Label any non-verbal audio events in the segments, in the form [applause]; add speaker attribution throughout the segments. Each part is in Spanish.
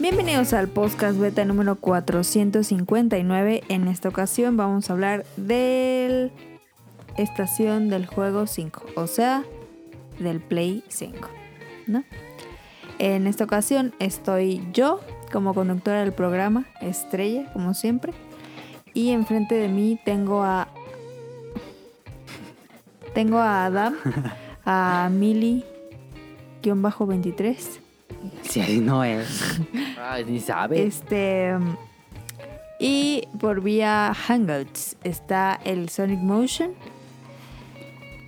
Speaker 1: Bienvenidos al podcast beta número 459. En esta ocasión vamos a hablar del estación del juego 5, o sea, del Play 5, ¿no? En esta ocasión estoy yo como conductora del programa, estrella, como siempre, y enfrente de mí tengo a tengo a Adam, a Mili 23
Speaker 2: [laughs]
Speaker 3: Si ahí no es. [laughs] Ay, ni sabes.
Speaker 1: Este. mm, Y por vía Hangouts está el Sonic Motion.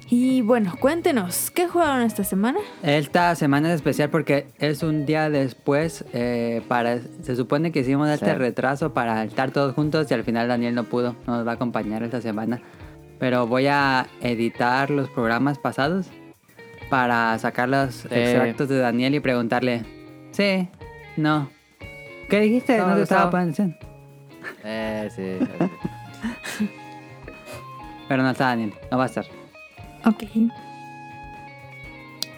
Speaker 1: Y bueno, cuéntenos, ¿qué jugaron esta semana?
Speaker 2: Esta semana es especial porque es un día después. eh, para, se supone que hicimos este
Speaker 3: Sí.
Speaker 2: retraso para estar todos juntos y al final Daniel no pudo. No nos va a acompañar esta semana. Pero voy a editar los programas pasados para sacar los extractos de Daniel y preguntarle: Sí, no. ¿Qué dijiste?
Speaker 3: No,
Speaker 2: No, te
Speaker 3: no
Speaker 2: estaba
Speaker 3: estaba.
Speaker 2: poniendo atención.
Speaker 3: Eh, sí. sí, sí.
Speaker 2: Pero no está Daniel, no va a estar.
Speaker 1: Ok.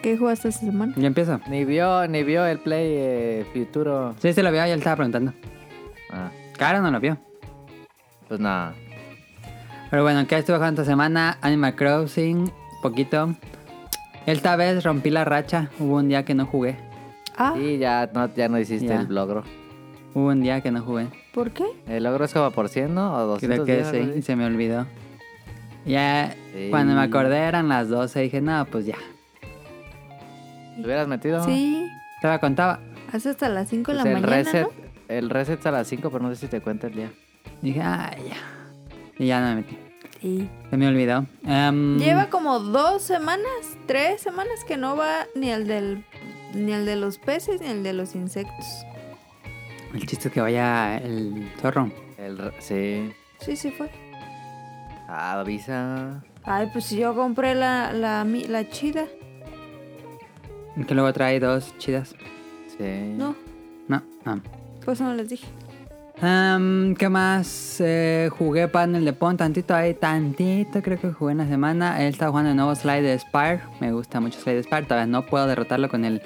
Speaker 1: ¿Qué jugaste esta semana?
Speaker 2: Yo empiezo.
Speaker 3: Ni vio, ni vio el play eh, futuro.
Speaker 2: Sí, se lo vio, ya le estaba preguntando.
Speaker 3: Ah,
Speaker 2: Claro, no lo vio.
Speaker 3: pues nada.
Speaker 2: Pero bueno, ¿qué estuve jugando esta semana? Animal Crossing, poquito. Esta vez rompí la racha. Hubo un día que no jugué.
Speaker 1: Ah,
Speaker 3: Y ya no, ya no hiciste
Speaker 2: Ya.
Speaker 3: el logro.
Speaker 2: Hubo un día que no jugué.
Speaker 1: ¿por qué?
Speaker 3: El logro es como por 100, ¿no? O 200.
Speaker 2: Creo que
Speaker 3: días, algo
Speaker 2: sí,
Speaker 3: así.
Speaker 2: se me olvidó. Ya
Speaker 3: Sí.
Speaker 2: cuando me acordé eran las 12 dije, no, pues ya.
Speaker 3: ¿Te hubieras metido?
Speaker 1: Sí,
Speaker 2: Te la contaba.
Speaker 1: hace hasta las 5 de la
Speaker 3: Pues el
Speaker 1: mañana.
Speaker 3: reset,
Speaker 1: ¿no?
Speaker 3: el reset es a las 5, pero no sé si te cuenta el día.
Speaker 2: Dije, ah, ya. Y ya no me metí.
Speaker 1: Sí.
Speaker 2: Se me olvidó.
Speaker 3: Mm.
Speaker 2: Em,
Speaker 1: Lleva como dos semanas, tres semanas que no va ni al del ni al de los peces ni al de los insectos.
Speaker 2: El chiste es que vaya el zorro.
Speaker 3: El, re- sí.
Speaker 1: Sí, sí fue.
Speaker 3: Ah, avisa.
Speaker 1: Ay, pues si yo compré la, la, mi- la chida.
Speaker 2: Que luego trae dos chidas.
Speaker 3: Sí.
Speaker 1: No,
Speaker 2: No, no.
Speaker 1: pues no les dije.
Speaker 2: Am, ¿Qué más? Eh, jugué panel de pon tantito ahí, tantito creo que jugué en la semana. Él está jugando el nuevo Slide de Spire. Me gusta mucho Slide de Spire. Todavía no puedo derrotarlo con el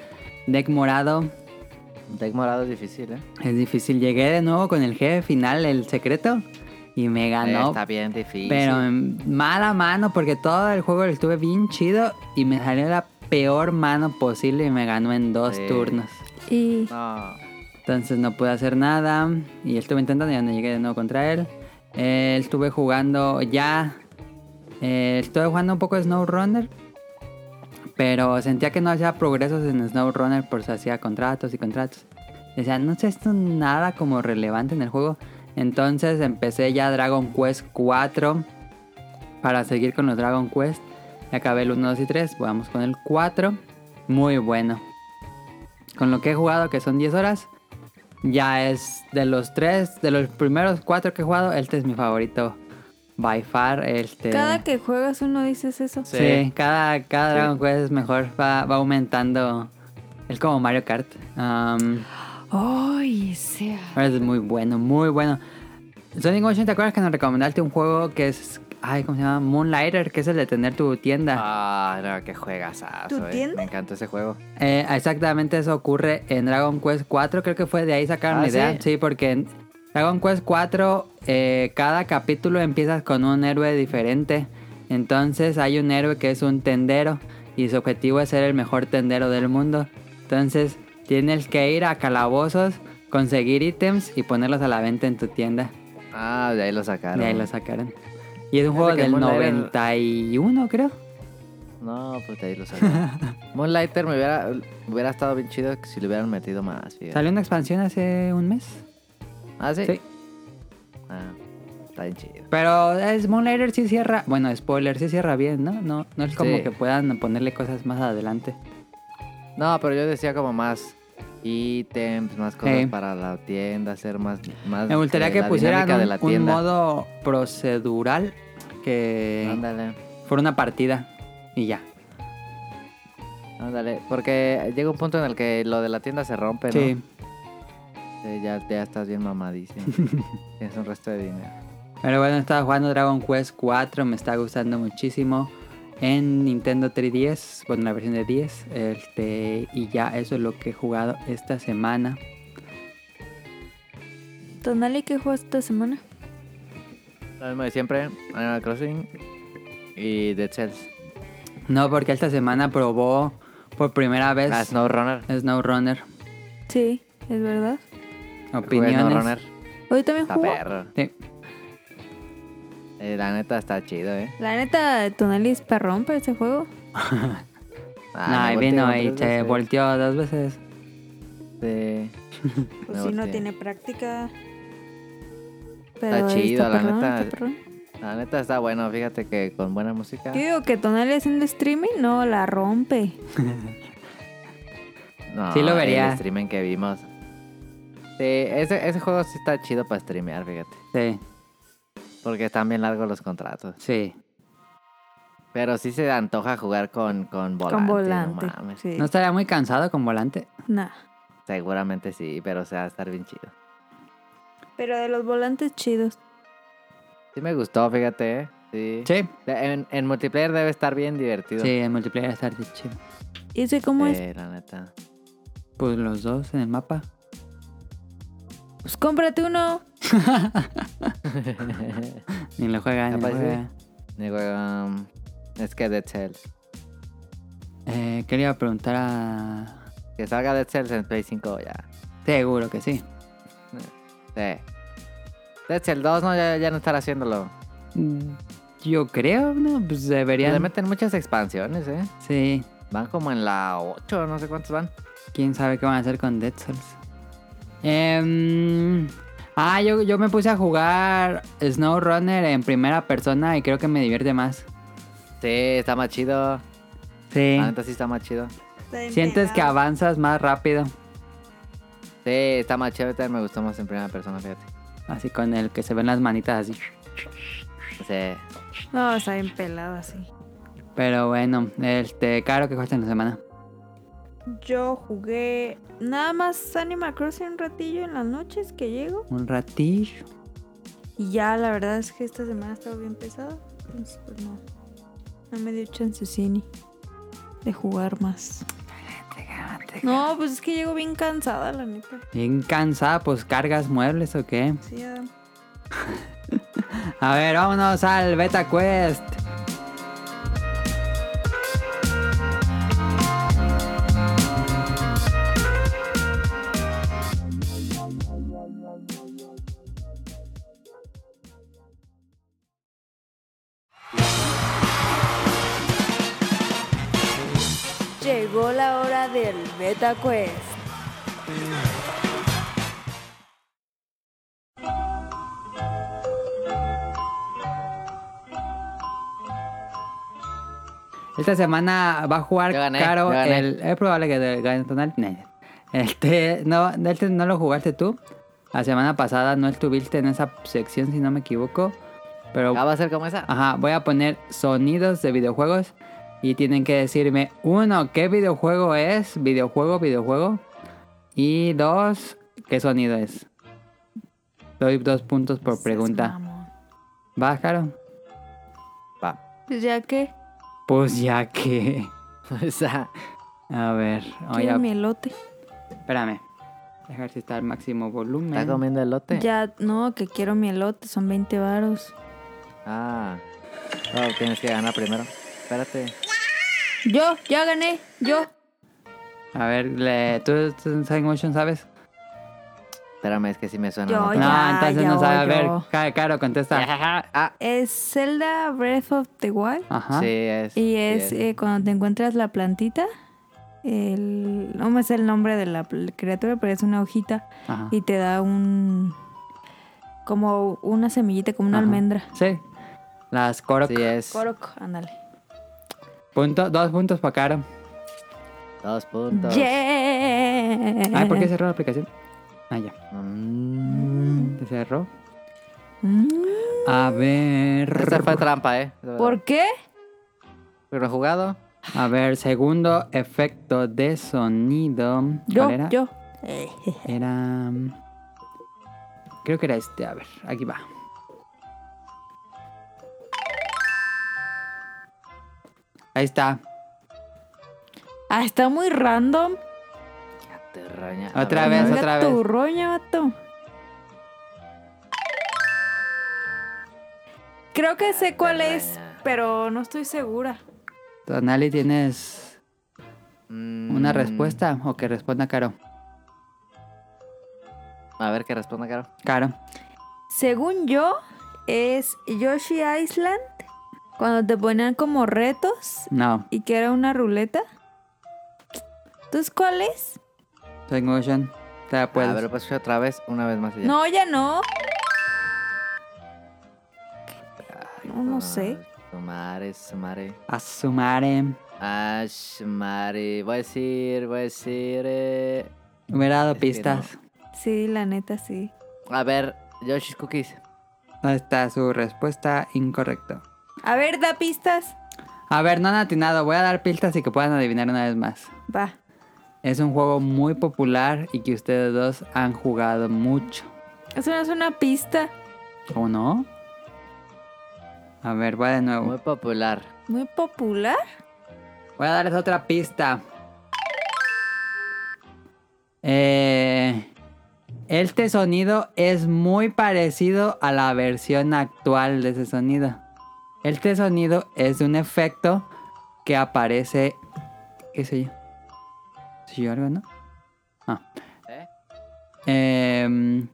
Speaker 2: deck morado.
Speaker 3: Un deck morado es difícil, ¿eh?
Speaker 2: Es difícil. Llegué de nuevo con el jefe final, el secreto. Y me
Speaker 3: Eh,
Speaker 2: ganó.
Speaker 3: Está bien difícil.
Speaker 2: Ah, pero en mala mano porque todo el juego lo estuve bien chido. Y me salió la peor mano posible y me ganó en dos
Speaker 3: Sí.
Speaker 2: turnos.
Speaker 1: Y
Speaker 3: No.
Speaker 2: Entonces no pude hacer nada. Y estuve intentando, ya no llegué de nuevo contra él. Eh, estuve jugando ya. eh, estuve jugando un poco de SnowRunner. Pero sentía que no hacía progresos en SnowRunner por si hacía contratos y contratos. Decía, no sé esto nada como relevante en el juego. Entonces empecé ya Dragon Quest 4 para seguir con los Dragon Quest. Y acabé el 1, 2 y 3. Vamos con el 4. Muy bueno. Con lo que he jugado, que son 10 horas, ya es de los tres, de los primeros cuatro que he jugado, este es mi favorito. By far, este.
Speaker 1: cada que juegas uno dices eso.
Speaker 2: Sí,
Speaker 3: Sí.
Speaker 2: cada, cada
Speaker 3: Sí.
Speaker 2: Dragon Quest es mejor, va, va aumentando. Es como Mario Kart. Um,
Speaker 1: Ay, sea.
Speaker 2: ahora es muy bueno, muy bueno. Sonic Motion, ¿te acuerdas que nos recomendaste un juego que es. Ay, ¿cómo se llama? Moonlighter, que es el de tener tu tienda.
Speaker 3: Ah, no, que juegas. ah,
Speaker 1: ¿Tu
Speaker 3: soy-
Speaker 1: tienda?
Speaker 3: Me encantó ese juego.
Speaker 2: Eh, exactamente eso ocurre en Dragon Quest 4, creo que fue de ahí sacaron
Speaker 3: Ah,
Speaker 2: la idea.
Speaker 3: ¿sí?
Speaker 2: ¿sí? porque en Dragon Quest 4 cada capítulo empiezas con un héroe diferente. Entonces hay un héroe que es un tendero y su objetivo es ser el mejor tendero del mundo. Entonces tienes que ir a calabozos, conseguir ítems y ponerlos a la venta en tu tienda.
Speaker 3: Ah, de ahí lo sacaron.
Speaker 2: De ahí lo sacaron. Y es un
Speaker 3: Fíjate
Speaker 2: juego
Speaker 3: que
Speaker 2: del
Speaker 3: Moonlighter-
Speaker 2: 91, creo.
Speaker 3: No, pues de ahí lo sacaron.
Speaker 2: [laughs]
Speaker 3: Moonlighter me hubiera, hubiera estado bien chido si le hubieran metido más. fíjate.
Speaker 2: Salió una expansión hace un mes.
Speaker 3: Ah, sí.
Speaker 2: Sí.
Speaker 3: Ah, está bien chido.
Speaker 2: Pero es Moonlighter sí cierra, bueno, spoiler, sí cierra bien, ¿no? No, no es como
Speaker 3: Sí.
Speaker 2: que puedan ponerle cosas más adelante.
Speaker 3: No, pero yo decía como más ítems, más cosas
Speaker 2: Ey.
Speaker 3: para la tienda, hacer más. más
Speaker 2: Me gustaría
Speaker 3: eh,
Speaker 2: que
Speaker 3: la
Speaker 2: pusieran
Speaker 3: dinámica
Speaker 2: un,
Speaker 3: de la
Speaker 2: un
Speaker 3: tienda.
Speaker 2: modo procedural que
Speaker 3: Ándale,
Speaker 2: fuera una partida y ya.
Speaker 3: ándale. Porque llega un punto en el que lo de la tienda se rompe, ¿no?
Speaker 2: sí.
Speaker 3: Sí, ya, ya estás bien
Speaker 2: [laughs]
Speaker 3: mamadísimo. Tienes un resto de dinero.
Speaker 2: Pero bueno, estaba jugando Dragon Quest 4, me está gustando muchísimo. En Nintendo 3DS, bueno, la versión de 10. Este, y ya eso es lo que he jugado esta semana.
Speaker 1: Tonali, ¿qué jugaste esta semana?
Speaker 3: Lo mismo de siempre, Animal Crossing y Dead Cells.
Speaker 2: No, porque esta semana probó por primera vez
Speaker 3: Ah, SnowRunner.
Speaker 2: SnowRunner.
Speaker 1: Sí, es verdad.
Speaker 3: Jugué
Speaker 2: Opiniones.
Speaker 3: SnowRunner.
Speaker 1: Hoy también
Speaker 3: Está
Speaker 1: jugó.
Speaker 3: perro.
Speaker 2: Sí.
Speaker 3: Eh, la neta está chido, eh.
Speaker 1: La neta, Tonali es perrón para ese juego.
Speaker 2: No,
Speaker 3: Ah, me
Speaker 2: y
Speaker 3: volteé
Speaker 2: vino
Speaker 3: como
Speaker 2: y
Speaker 3: tres
Speaker 2: se
Speaker 3: veces.
Speaker 2: volteó dos veces.
Speaker 3: Sí. Me volteé.
Speaker 1: práctica. este
Speaker 3: Está chido, la
Speaker 1: perrón,
Speaker 3: neta.
Speaker 1: está perrón.
Speaker 3: La neta está bueno, fíjate que con buena música.
Speaker 1: Yo digo que Tonali haciendo streaming no la rompe.
Speaker 3: No,
Speaker 2: Sí lo
Speaker 3: El
Speaker 2: vería.
Speaker 3: streaming que vimos. Sí, ese, ese juego sí está chido para streamear, fíjate.
Speaker 2: Sí,
Speaker 3: Porque están bien largos los contratos.
Speaker 2: sí.
Speaker 3: Pero sí se antoja jugar con, con volante.
Speaker 1: con
Speaker 3: no
Speaker 1: volante.
Speaker 3: mames.
Speaker 1: sí.
Speaker 2: ¿No estaría muy cansado con volante?
Speaker 1: Nah.
Speaker 3: Seguramente sí, pero se va a estar bien chido.
Speaker 1: Pero de los volantes chidos.
Speaker 3: Sí me gustó, fíjate, ¿eh? Sí.
Speaker 2: Sí,
Speaker 3: De- En, en multiplayer debe estar bien divertido.
Speaker 2: sí, en multiplayer está chido.
Speaker 1: ¿Y ese cómo es?
Speaker 3: Sí, la neta. [laughs]
Speaker 2: Pues los dos en el mapa.
Speaker 1: Pues cómprate uno.
Speaker 2: Ni lo juega, ni lo
Speaker 3: Capaz, sí.
Speaker 2: juega.
Speaker 3: Digo, um, es que Dead Cells.
Speaker 2: Eh, quería preguntar a...
Speaker 3: Que salga Dead Cells en Play 5 ya.
Speaker 2: Seguro que sí.
Speaker 3: Sí. Dead Cells 2 no, ya, ya no estará haciéndolo.
Speaker 2: Mm, Yo creo, ¿no? Pues
Speaker 3: Le
Speaker 2: deberían...
Speaker 3: meten muchas expansiones, ¿eh?
Speaker 2: Sí,
Speaker 3: Van como en la 8, no sé cuántos van.
Speaker 2: quién sabe qué van a hacer con Dead Cells. Em, ah, yo, yo me puse a jugar SnowRunner en primera persona y creo que me divierte más.
Speaker 3: Sí, está más chido.
Speaker 2: Sí.
Speaker 3: La neta sí está más chido.
Speaker 2: Sientes que avanzas más rápido.
Speaker 3: Sí, está más chévere. también Me gustó más en primera persona, fíjate.
Speaker 2: Así con el que se ven las manitas así.
Speaker 3: Sí.
Speaker 1: No, está bien pelado así.
Speaker 2: Pero bueno, este, caro que jugaste en la semana.
Speaker 1: Yo jugué nada más Animal Crossing un ratillo en las noches que llego.
Speaker 2: Un ratillo.
Speaker 1: Y ya la verdad es que esta semana estaba bien pesada. Entonces, pues no. No me dio chancecini de jugar más. No, pues es que llego bien cansada, la neta.
Speaker 2: Bien cansada, pues cargas muebles o qué.
Speaker 1: Sí, Adam.
Speaker 2: A ver, vámonos al Beta Quest.
Speaker 1: Llegó la hora del Beta Quest.
Speaker 2: Esta semana va a jugar
Speaker 3: Yo gané,
Speaker 2: Caro
Speaker 3: yo gané.
Speaker 2: el. Es probable que te gane Tonal. No. Este no, este no lo jugaste tú. La semana pasada no estuviste en esa sección, si no me equivoco. Pero
Speaker 3: Ah, va a ser como esa.
Speaker 2: Ajá, voy a poner sonidos de videojuegos y tienen que decirme, uno, qué videojuego es, videojuego, videojuego. Y dos, qué sonido es. Doy dos puntos por Pues, pregunta. Bájalo.
Speaker 3: Va. [laughs]
Speaker 1: Pues ya que.
Speaker 2: Pues ya que...
Speaker 3: Esa.
Speaker 2: A ver, oye,
Speaker 1: Quiero mi elote.
Speaker 2: espérame. Dejar si está al máximo volumen.
Speaker 3: ¿Está comiendo elote?
Speaker 1: Ya, no, que quiero mi elote. Son 20 varos.
Speaker 3: Ah. No, tienes que ganar primero. Espérate.
Speaker 1: Yo, ya gané. Yo.
Speaker 2: A ver, le- ¿tú, tú en Sonic Motion sabes?
Speaker 3: Espérame, es que sí me suena.
Speaker 1: Yo,
Speaker 3: ¿no?
Speaker 1: Oh, ya.
Speaker 2: no, entonces
Speaker 1: ya
Speaker 2: no sabe. A
Speaker 1: voy
Speaker 2: ver,
Speaker 1: yo.
Speaker 2: Ca- Caro, contesta.
Speaker 3: [laughs] Ah,
Speaker 1: Es Zelda Breath of the Wild.
Speaker 2: Ajá.
Speaker 3: sí, es.
Speaker 1: Y
Speaker 3: sí
Speaker 1: es eh, cuando te encuentras la plantita. El, no me sé el nombre de la pl- criatura, pero es una hojita
Speaker 2: Ajá.
Speaker 1: y te da un. como una semillita, como una
Speaker 2: Ajá.
Speaker 1: almendra.
Speaker 2: Sí. Las Korok.
Speaker 3: Sí, es.
Speaker 1: Coroco, ándale.
Speaker 2: Punto, dos puntos para Caro.
Speaker 3: Dos puntos.
Speaker 1: Yeah.
Speaker 2: Ay, ¿por qué cerró la aplicación? Ah, ya.
Speaker 3: Mm.
Speaker 2: Se cerró.
Speaker 1: Mm,
Speaker 2: A
Speaker 3: Esa
Speaker 2: ver.
Speaker 3: fue trampa, ¿eh?
Speaker 1: ¿Por qué?
Speaker 3: Pero jugado.
Speaker 2: A ver, segundo efecto de sonido.
Speaker 1: Yo,
Speaker 2: ¿Cuál era?
Speaker 1: yo.
Speaker 2: Era. mm, Creo que era este. A ver, aquí va. Ahí está.
Speaker 1: Ah, está muy random.
Speaker 3: Ya te roña. A
Speaker 2: Otra
Speaker 3: ver,
Speaker 2: vez,
Speaker 3: a ver.
Speaker 2: otra vez.
Speaker 1: tu roña, vato. Creo que sé cuál es, pero no estoy segura.
Speaker 2: Tonali, ¿tienes una
Speaker 3: Mm,
Speaker 2: respuesta o que responda Caro?
Speaker 3: A ver qué responda, Caro.
Speaker 2: Caro.
Speaker 1: Según yo, es Yoshi Island, cuando te ponían como retos
Speaker 2: No.
Speaker 1: y que era una ruleta. ¿Entonces cuál es?
Speaker 2: Twin Motion. Te la puedes.
Speaker 3: A ver, lo paso otra vez, una vez más. y ya.
Speaker 1: No, ya no.
Speaker 3: Ay,
Speaker 1: no, no sé.
Speaker 3: tu Madre, Ah, su madre.
Speaker 2: A su madre.
Speaker 3: Ash, madre. Voy a decir, voy a decir. eh,
Speaker 2: Hubiera dado
Speaker 3: Es que no.
Speaker 2: pistas.
Speaker 1: Sí, la neta sí.
Speaker 3: A ver, Yoshi's Cookies.
Speaker 2: Ahí está su respuesta incorrecta.
Speaker 1: A ver, da pistas.
Speaker 2: A ver, no han atinado. Voy a dar pistas y que puedan adivinar una vez más.
Speaker 1: Va.
Speaker 2: Es un juego muy popular y que ustedes dos han jugado mucho.
Speaker 1: Eso no es una pista
Speaker 2: ¿O no? A ver, va de nuevo.
Speaker 3: Muy popular.
Speaker 1: muy popular.
Speaker 2: Voy a darles otra pista. Eh, este sonido es muy parecido a la versión actual de ese sonido. Este sonido es un efecto que aparece... ¿Qué sé yo? ¿Sí yo algo, no? Ah.
Speaker 3: ¿Eh?
Speaker 2: Eh,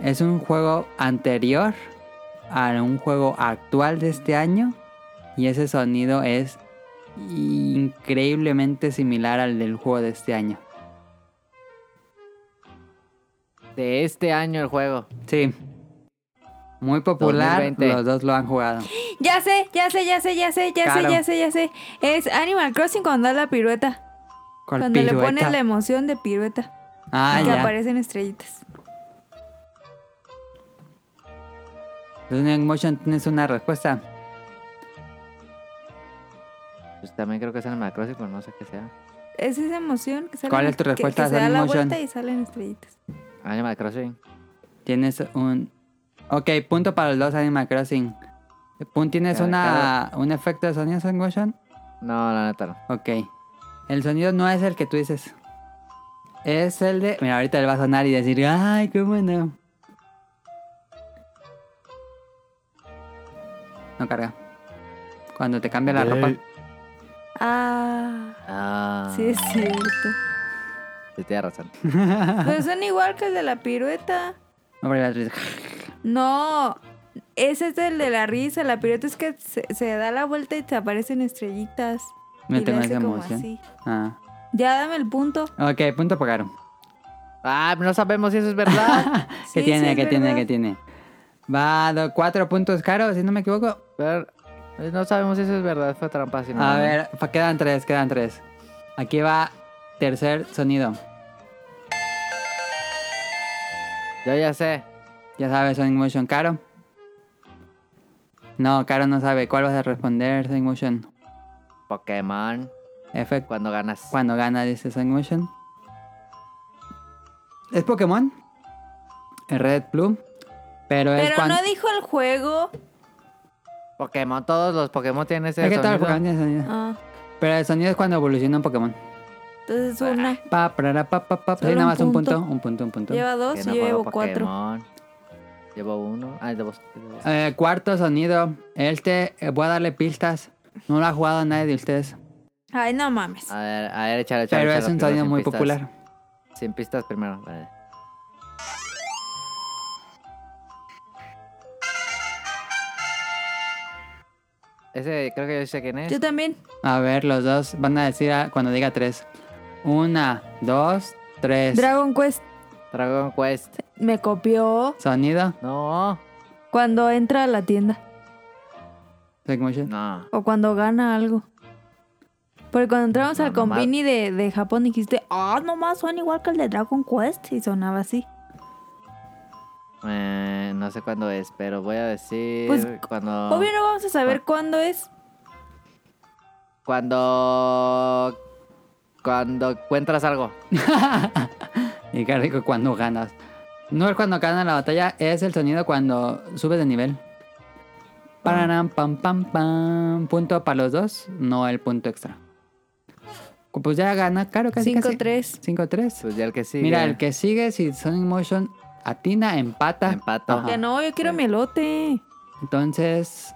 Speaker 2: es un juego anterior a un juego actual de este año. Y ese sonido es increíblemente similar al del juego de este año.
Speaker 3: De este año el juego.
Speaker 2: Sí. Muy popular,
Speaker 3: 2020.
Speaker 2: los dos lo han jugado.
Speaker 1: Ya sé, ya sé, ya sé, ya sé, ya
Speaker 2: Claro.
Speaker 1: sé, ya sé, ya sé. Es Animal Crossing cuando da la pirueta.
Speaker 2: Con
Speaker 1: cuando le
Speaker 2: pirueta.
Speaker 1: pones la emoción de pirueta.
Speaker 2: Ah,
Speaker 1: que
Speaker 2: ya.
Speaker 1: aparecen estrellitas.
Speaker 2: Entonces, en Motion tienes una respuesta.
Speaker 3: Pues también creo que es el Macross, pero no sé qué sea.
Speaker 1: Es esa emoción que sale.
Speaker 2: ¿Cuál es tu respuesta,
Speaker 1: Que, se da
Speaker 2: Sonic
Speaker 1: la
Speaker 2: Motion?
Speaker 1: vuelta y salen estrellitas.
Speaker 3: Animal Crossing.
Speaker 2: Tienes un... Ok, punto para los dos Animal Crossing. Pun, ¿tienes
Speaker 3: Cada-
Speaker 2: una, un efecto de sonido en Motion?
Speaker 3: No, la neta no.
Speaker 2: Ok. El sonido no es el que tú dices. Es el de... Mira, ahorita él va a sonar y decir, ay, qué bueno. No carga. Cuando te cambia la ropa.
Speaker 1: Ah,
Speaker 3: Ah.
Speaker 1: sí es cierto.
Speaker 3: Sí, tienes razón.
Speaker 2: Ah.
Speaker 1: Pero son igual que el de la pirueta.
Speaker 2: Hombre, la risa.
Speaker 1: No, ese es el de la risa. La pirueta es que se, se da la vuelta y te aparecen estrellitas.
Speaker 2: [laughs] Me
Speaker 1: y le
Speaker 2: tengo
Speaker 1: hace
Speaker 2: esa
Speaker 1: como
Speaker 2: emoción.
Speaker 1: así.
Speaker 2: Ah.
Speaker 1: Ya dame el punto.
Speaker 2: Ok, punto para Caro.
Speaker 3: Ah, no sabemos si eso es verdad.
Speaker 2: [laughs] ¿Qué
Speaker 1: Sí,
Speaker 2: tiene?
Speaker 1: sí, es
Speaker 2: ¿Qué tiene?
Speaker 1: verdad.
Speaker 2: ¿Qué tiene? Va, do- cuatro puntos Caro, si no me equivoco.
Speaker 3: Pero eh, no sabemos si eso es verdad. Fue trampa. Si no,
Speaker 2: A
Speaker 3: no.
Speaker 2: ver, fa- quedan tres, quedan tres. Aquí va tercer sonido.
Speaker 3: Yo ya sé.
Speaker 2: Ya sabes, Sonic Motion, Caro. No, Caro no sabe. ¿Cuál vas a responder, Sonic Motion?
Speaker 3: Pokémon.
Speaker 2: F
Speaker 3: Cuando ganas.
Speaker 2: cuando gana, dice Sonic Motion. ¿Es Pokémon? Es Red Blue. Pero, es
Speaker 1: Pero
Speaker 2: cuando...
Speaker 1: no dijo el juego.
Speaker 3: Pokémon, todos los Pokémon tienen ese
Speaker 2: Es que todo el
Speaker 3: sonido.
Speaker 2: Pokémon tiene sonido.
Speaker 1: Ah,
Speaker 2: Pero el sonido es cuando evoluciona un Pokémon.
Speaker 1: entonces
Speaker 3: Ah,
Speaker 1: una.
Speaker 2: Pa, parara, pa, pa, pa. Sí,
Speaker 1: Solo
Speaker 2: nada
Speaker 1: un
Speaker 2: más un punto,
Speaker 1: punto.
Speaker 2: un punto, un punto.
Speaker 1: Lleva dos
Speaker 3: Que
Speaker 1: y
Speaker 3: no
Speaker 1: yo
Speaker 3: juego
Speaker 1: llevo cuatro.
Speaker 3: Pokémon. Llevo uno. Ah, llevo llevo-
Speaker 2: Eh, cuarto sonido. Este, eh, voy a darle pistas. No lo ha jugado nadie de ustedes.
Speaker 1: Ay, no mames.
Speaker 3: A ver, a ver, échalo, échalo.
Speaker 2: Pero
Speaker 3: échalo
Speaker 2: es un
Speaker 3: primero,
Speaker 2: sonido
Speaker 3: sin
Speaker 2: muy
Speaker 3: pistas.
Speaker 2: popular.
Speaker 3: Sin pistas primero. vale. Ese creo que yo sé quién es.
Speaker 1: Yo también.
Speaker 2: A ver, los dos van a decir ah, cuando diga tres. Una, dos, tres.
Speaker 1: Dragon Quest
Speaker 3: Dragon Quest.
Speaker 1: me copió
Speaker 2: Sonido.
Speaker 3: No,
Speaker 1: cuando entra a la tienda
Speaker 2: Sonic Motion. [laughs]
Speaker 3: no.
Speaker 1: o cuando gana algo. Porque cuando entramos
Speaker 3: Ah, No,
Speaker 1: al
Speaker 3: nomás-
Speaker 1: combini de, de Japón dijiste, ah, nomás suena igual que el de Dragon Quest. Y sonaba así.
Speaker 3: Eh, no sé cuándo es, pero voy a decir
Speaker 1: Pues,
Speaker 3: cuando.
Speaker 1: Obvio no vamos a saber
Speaker 3: Ah.
Speaker 1: cuándo es.
Speaker 3: Cuando. Cuando encuentras algo.
Speaker 2: Y qué rico cuando ganas. No es cuando ganas la batalla, es el sonido cuando subes de nivel. Pararam, pam, pam, pam. Punto para los dos, no el punto extra. Pues ya gana, claro, casi.
Speaker 1: 5-3.
Speaker 2: 5-3.
Speaker 3: Pues ya el que sigue.
Speaker 2: Mira, el que sigue, si Sonic Motion atina, empata.
Speaker 3: Empato.
Speaker 2: Ajá.
Speaker 1: Que no, yo quiero
Speaker 3: Sí.
Speaker 1: mi elote.
Speaker 2: Entonces,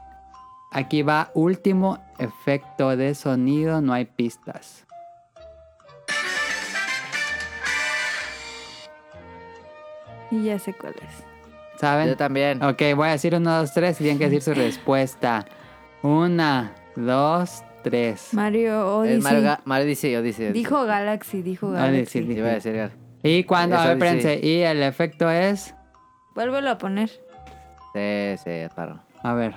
Speaker 2: aquí va último efecto de sonido, no hay pistas.
Speaker 1: Y ya sé cuál es.
Speaker 2: ¿Saben?
Speaker 3: Yo también.
Speaker 2: Ok, voy a decir uno, dos, tres y tienen que
Speaker 3: [laughs]
Speaker 2: decir su respuesta. Una, dos, tres.
Speaker 1: Mario Odyssey.
Speaker 3: Es Mario, Ga- Mario dice, Odyssey, Odyssey.
Speaker 1: Dijo Galaxy, dijo
Speaker 2: Odyssey,
Speaker 1: Galaxy.
Speaker 3: Sí, iba a decir Gar.
Speaker 2: Y cuando, a
Speaker 3: Eso
Speaker 2: ver,
Speaker 3: sí.
Speaker 2: espérense, y el efecto es.
Speaker 1: Vuélvelo a poner.
Speaker 3: Sí, sí, claro.
Speaker 2: A ver.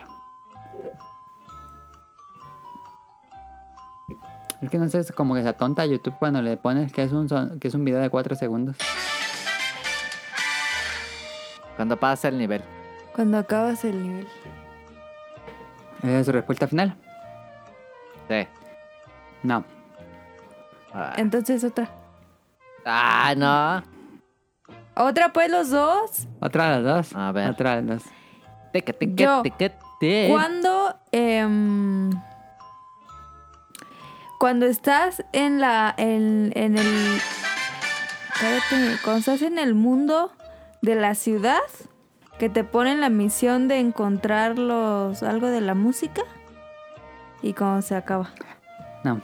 Speaker 2: Es que no sé, es como que se atonta YouTube cuando le pones que es un son- que es un video de 4 segundos.
Speaker 3: Cuando pasa el nivel.
Speaker 1: Cuando acabas el nivel.
Speaker 2: ¿Esa es su respuesta final?
Speaker 3: Sí.
Speaker 2: No.
Speaker 3: Ah,
Speaker 1: Entonces otra.
Speaker 3: Ah, no.
Speaker 1: ¿Otra pues los dos?
Speaker 2: Otra de las dos.
Speaker 3: A ver.
Speaker 2: Otra de las dos.
Speaker 3: Teca, teca,
Speaker 1: Yo.
Speaker 3: teca, teca.
Speaker 1: Cuando... em, cuando estás en la... En, en el... Cállate, cuando estás en el mundo de la ciudad, que te ponen la misión de encontrar los... algo de la música. Y cuando se acaba.
Speaker 2: No.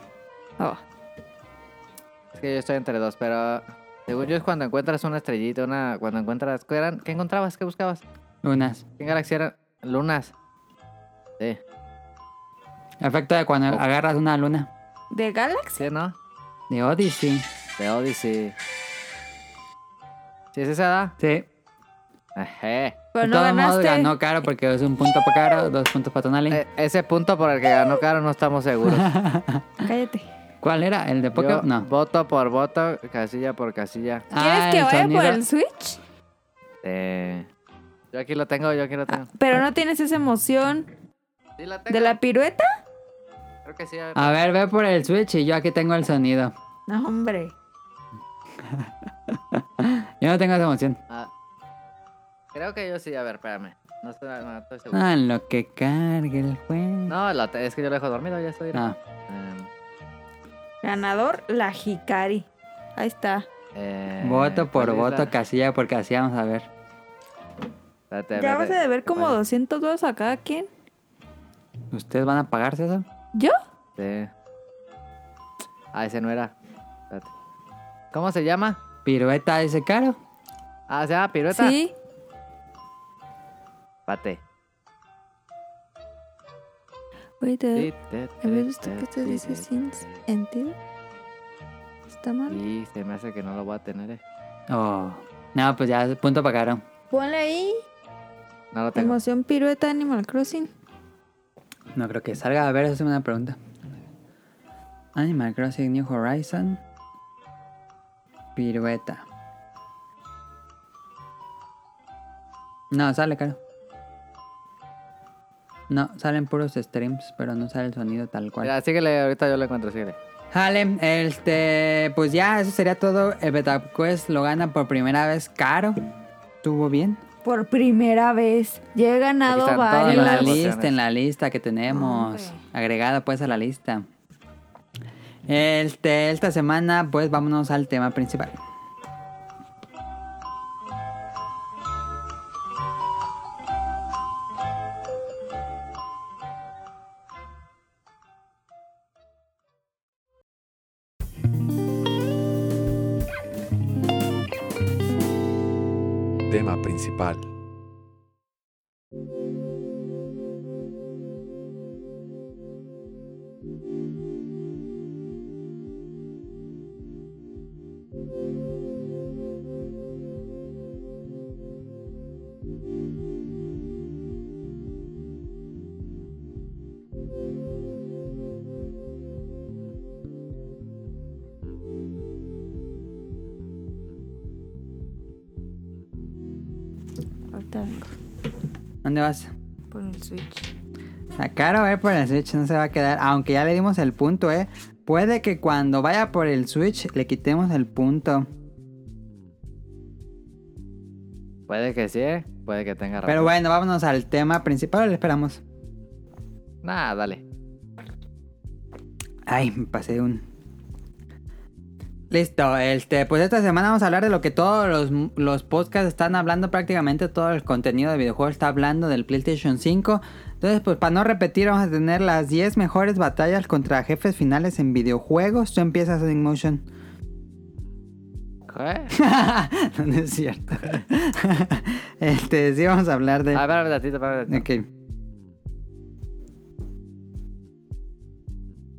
Speaker 1: Oh.
Speaker 3: Es que yo estoy entre dos, pero según yo es cuando encuentras una estrellita, una cuando encuentras ¿qué, eran? ¿Qué encontrabas? ¿Qué buscabas?
Speaker 2: Unas.
Speaker 3: ¿Qué galaxia eran? Lunas. Sí,
Speaker 2: Efecto de cuando
Speaker 3: Oh.
Speaker 2: agarras una luna.
Speaker 1: ¿De Galaxy?
Speaker 3: sí, ¿no?
Speaker 2: De Odyssey.
Speaker 3: De Odyssey. ¿Sí es esa edad?
Speaker 2: Sí.
Speaker 3: Ajé.
Speaker 1: Pero
Speaker 2: De
Speaker 1: no
Speaker 2: todos modos,
Speaker 1: ganaste.
Speaker 2: ganó caro porque es un punto para caro, dos puntos para Tonali.
Speaker 3: E- ese punto por el que ganó Caro no estamos seguros.
Speaker 1: Cállate.
Speaker 2: ¿Cuál era? ¿El de
Speaker 3: Yo
Speaker 2: Pokémon? No.
Speaker 3: Voto por voto, casilla por casilla.
Speaker 1: ¿Quieres
Speaker 2: Ah,
Speaker 1: que
Speaker 2: el
Speaker 1: vaya
Speaker 2: sonido.
Speaker 1: por el Switch?
Speaker 3: Eh, yo aquí lo tengo, yo aquí lo tengo.
Speaker 1: Pero no tienes esa emoción
Speaker 3: Sí, la tengo.
Speaker 1: Ah. de la pirueta.
Speaker 3: Creo que sí. a ver.
Speaker 2: A ver, ve por el Switch y yo aquí tengo el sonido.
Speaker 1: No, hombre.
Speaker 2: Yo no tengo esa emoción.
Speaker 3: Ah, creo que yo sí, a ver, espérame. No estoy, no estoy seguro.
Speaker 2: Ah, lo que cargue el juego.
Speaker 3: No, la te- es que yo lo dejo dormido, ya estoy.
Speaker 2: Ah,
Speaker 3: Em,
Speaker 1: Ganador, la Hikari. Ahí está.
Speaker 3: eh,
Speaker 2: voto por
Speaker 3: ¿cuál es
Speaker 2: voto,
Speaker 3: la-
Speaker 2: casilla por casilla, vamos a ver.
Speaker 3: Espérate,
Speaker 1: ya vas
Speaker 3: espérate.
Speaker 1: a deber como
Speaker 3: Bueno,
Speaker 1: 200 dólares a cada quien.
Speaker 2: ¿Ustedes van a pagarse eso?
Speaker 1: ¿Yo?
Speaker 3: sí. Este. Ah, ese no era. Espérate. ¿Cómo se llama?
Speaker 2: Pirueta dice caro.
Speaker 3: Ah, se llama pirueta.
Speaker 1: Sí.
Speaker 3: Pate.
Speaker 1: Oye, te
Speaker 2: Eh,
Speaker 3: Sí, te- te-
Speaker 1: ¿habías visto
Speaker 3: te-
Speaker 1: que te
Speaker 3: te-
Speaker 1: dice
Speaker 3: te-
Speaker 1: sin
Speaker 3: te-
Speaker 1: sentido? Está mal.
Speaker 3: Y se me hace que no lo voy a tener, eh.
Speaker 2: Oh. No, pues ya, punto para caro.
Speaker 1: Ponle ahí.
Speaker 3: No lo tengo.
Speaker 1: Emoción pirueta Animal Crossing.
Speaker 2: No creo que salga. A ver, esa es una pregunta. Animal Crossing New Horizon. Pirueta. No, sale, caro. No, salen puros streams, pero no sale el sonido tal cual.
Speaker 3: Mira, síguele, ahorita yo lo encuentro, síguele.
Speaker 2: Jale, este, pues ya, eso sería todo. El BetaQuest lo gana por primera vez caro. Estuvo bien.
Speaker 1: Por primera vez. Ya he ganado
Speaker 3: Aquí están todas
Speaker 1: varios.
Speaker 2: En la
Speaker 3: las emociones.
Speaker 2: lista, en la lista que tenemos.
Speaker 1: Hombre.
Speaker 2: Agregada pues a la lista. Este, esta semana, pues vámonos al tema principal.
Speaker 4: Tema principal.
Speaker 1: Ahorita vengo.
Speaker 2: ¿Dónde vas?
Speaker 1: Por el Switch.
Speaker 2: A Caro va a ir por el Switch, no se va a quedar. Aunque ya le dimos el punto, eh. Puede que cuando vaya por el Switch le quitemos el punto.
Speaker 3: Puede que sí, eh. Puede que tenga razón.
Speaker 2: Pero bueno, vámonos al tema principal, le esperamos.
Speaker 3: Nah, dale.
Speaker 2: Ay, me pasé un. Listo, este, pues esta semana vamos a hablar de lo que todos los, los podcasts están hablando, prácticamente todo el contenido de videojuegos está hablando del PlayStation 5. Entonces, pues para no repetir, vamos a tener las 10 mejores batallas contra jefes finales en videojuegos. Tú empiezas en Motion. [laughs]
Speaker 3: ¿Qué?
Speaker 2: no, no es cierto. [laughs] este, sí vamos a hablar de...
Speaker 3: A ver, un ratito, espérame un ratito.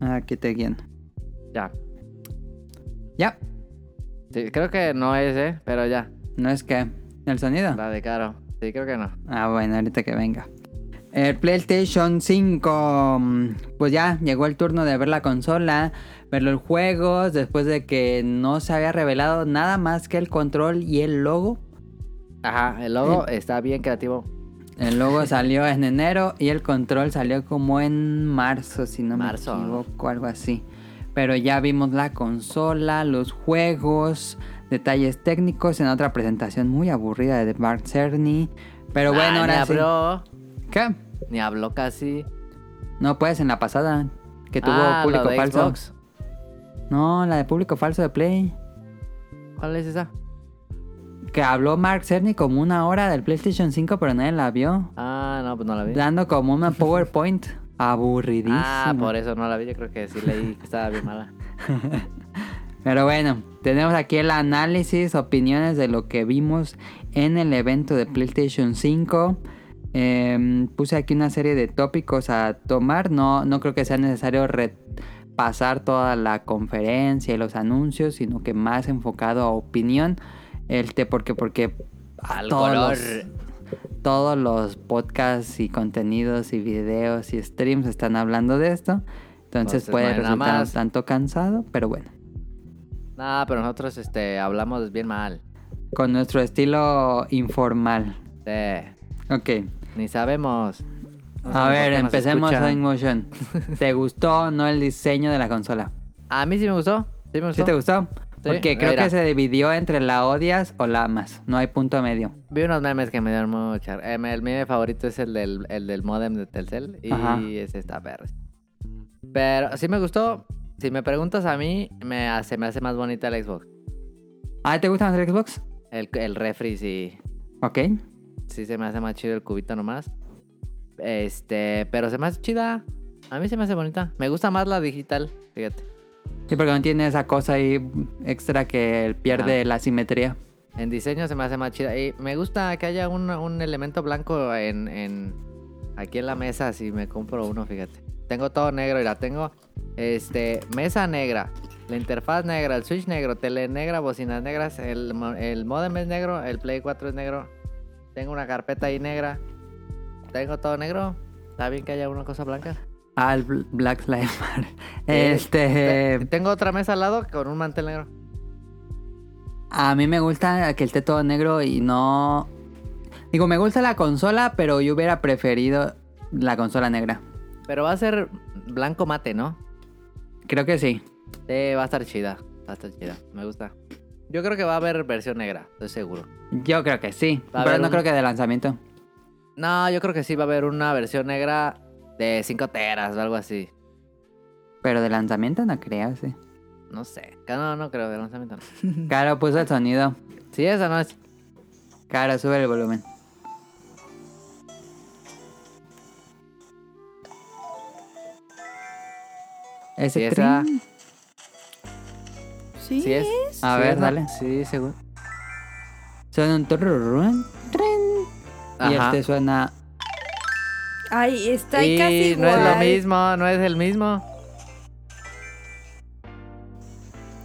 Speaker 2: Ok. Aquí te guían.
Speaker 3: Ya.
Speaker 2: Ya,
Speaker 3: Sí, creo que no es, ¿eh? Pero ya.
Speaker 2: no es que... ¿El sonido?
Speaker 3: La de Caro. Sí, creo que no.
Speaker 2: Ah, bueno, ahorita que venga. El PlayStation 5. mm, Pues ya llegó el turno de ver la consola, ver los juegos, después de que no se había revelado nada más que el control y el logo.
Speaker 3: Ajá, el logo está bien creativo.
Speaker 2: El logo
Speaker 3: [laughs]
Speaker 2: salió en enero y el control salió como en marzo, si no
Speaker 3: Marzo.
Speaker 2: me equivoco, algo así. Pero ya vimos la consola, los juegos, detalles técnicos en otra presentación muy aburrida de Bart Cerny. Pero bueno,
Speaker 3: Ah, ni
Speaker 2: ahora sí.
Speaker 3: habló.
Speaker 2: ¿Qué?
Speaker 3: Ni habló casi.
Speaker 2: No, pues en la pasada. Que tuvo
Speaker 3: Ah, lo
Speaker 2: público
Speaker 3: de
Speaker 2: falso.
Speaker 3: Xbox.
Speaker 2: No, la de público falso de Play.
Speaker 3: ¿Cuál es esa?
Speaker 2: Que habló Mark Cerny como una hora del PlayStation 5, pero nadie la vio.
Speaker 3: Ah, no, pues no la vi.
Speaker 2: Dando como
Speaker 3: [laughs]
Speaker 2: una PowerPoint
Speaker 3: pues,
Speaker 2: aburridísima.
Speaker 3: Ah, por eso no la vi. Yo creo que sí leí que estaba bien mala.
Speaker 2: Pero bueno, tenemos aquí el análisis, opiniones de lo que vimos en el evento de PlayStation 5. Em, puse aquí una serie de tópicos a tomar. No, no creo que sea necesario repasar toda la conferencia y los anuncios, sino que más enfocado a opinión. Este, porque, porque
Speaker 3: Al
Speaker 2: todos
Speaker 3: color.
Speaker 2: los- todos los podcasts y contenidos y videos y streams están hablando de esto.
Speaker 3: Entonces,
Speaker 2: Entonces,
Speaker 3: no
Speaker 2: puede
Speaker 3: hay nada
Speaker 2: resultar un
Speaker 3: más.
Speaker 2: tanto cansado, pero bueno.
Speaker 3: No, pero nosotros este, hablamos bien mal.
Speaker 2: Con nuestro estilo informal.
Speaker 3: Sí.
Speaker 2: Ok.
Speaker 3: Ni sabemos. No
Speaker 2: A
Speaker 3: sabemos
Speaker 2: ver,
Speaker 3: por qué nos
Speaker 2: empecemos
Speaker 3: escuchan.
Speaker 2: en Motion.
Speaker 3: [laughs]
Speaker 2: ¿Te gustó o no el diseño de la consola?
Speaker 3: A mí sí me gustó. Sí me gustó.
Speaker 2: ¿Sí te gustó?
Speaker 3: Sí,
Speaker 2: Porque creo
Speaker 3: mira.
Speaker 2: que se dividió entre la odias o la amas. No hay punto medio.
Speaker 3: Vi unos memes que me dieron mucha. eh, me- el meme favorito es el del, el del modem de Telcel. Y
Speaker 2: Ajá.
Speaker 3: ese está perro. Pero sí me gustó. Si me preguntas a mí, me hace, me hace más bonita el Xbox.
Speaker 2: Ah, ¿te gusta más el Xbox?
Speaker 3: El, el refri sí,
Speaker 2: Ok.
Speaker 3: sí se me hace más chido el cubito nomás. Este, pero se me hace chida. A mí se me hace bonita. Me gusta más la digital, fíjate.
Speaker 2: Sí, porque no tiene esa cosa ahí extra que pierde
Speaker 3: Ah.
Speaker 2: la simetría.
Speaker 3: En diseño se me hace más chida. Y me gusta que haya un, un elemento blanco en, en- aquí en la mesa si me compro uno, fíjate. Tengo todo negro y la tengo. Este, mesa negra, la interfaz negra, el switch negro, tele negra, bocinas negras, el, mo- el modem es negro, el Play 4 es negro. Tengo una carpeta ahí negra. Tengo todo negro. Está bien que haya una cosa blanca.
Speaker 2: Ah, el Bl- Black Lives Matter.
Speaker 3: Eh,
Speaker 2: Este.
Speaker 3: Te- Tengo otra mesa al lado con un mantel negro.
Speaker 2: A mí me gusta que esté todo negro y no. Digo, me gusta la consola, pero yo hubiera preferido la consola negra.
Speaker 3: Pero va a ser blanco mate, ¿no?
Speaker 2: Creo que sí.
Speaker 3: Sí, va a estar chida. Va a estar chida. Me gusta. Yo creo que va a haber versión negra, estoy seguro.
Speaker 2: Yo creo que sí.
Speaker 3: Va a
Speaker 2: pero
Speaker 3: haber
Speaker 2: no
Speaker 3: un-
Speaker 2: creo que de lanzamiento.
Speaker 3: No, yo creo que sí va a haber una versión negra de 5 teras o algo así.
Speaker 2: Pero de lanzamiento no creo, sí.
Speaker 3: No sé. No, no creo, de lanzamiento no.
Speaker 2: Caro puso el sonido.
Speaker 3: Sí, esa no es.
Speaker 2: Caro, sube el volumen. Ese
Speaker 3: Sí, esa.
Speaker 2: trin.
Speaker 5: Sí,
Speaker 3: Sí es.
Speaker 2: A
Speaker 3: Sí
Speaker 2: ver,
Speaker 3: es, ¿no?
Speaker 2: dale.
Speaker 3: Sí, seguro.
Speaker 2: Suena un tururún, trin. Y
Speaker 3: Ajá.
Speaker 2: este suena.
Speaker 5: Ay, está ahí
Speaker 3: Y
Speaker 5: casi igual.
Speaker 3: no es lo mismo, no es el mismo.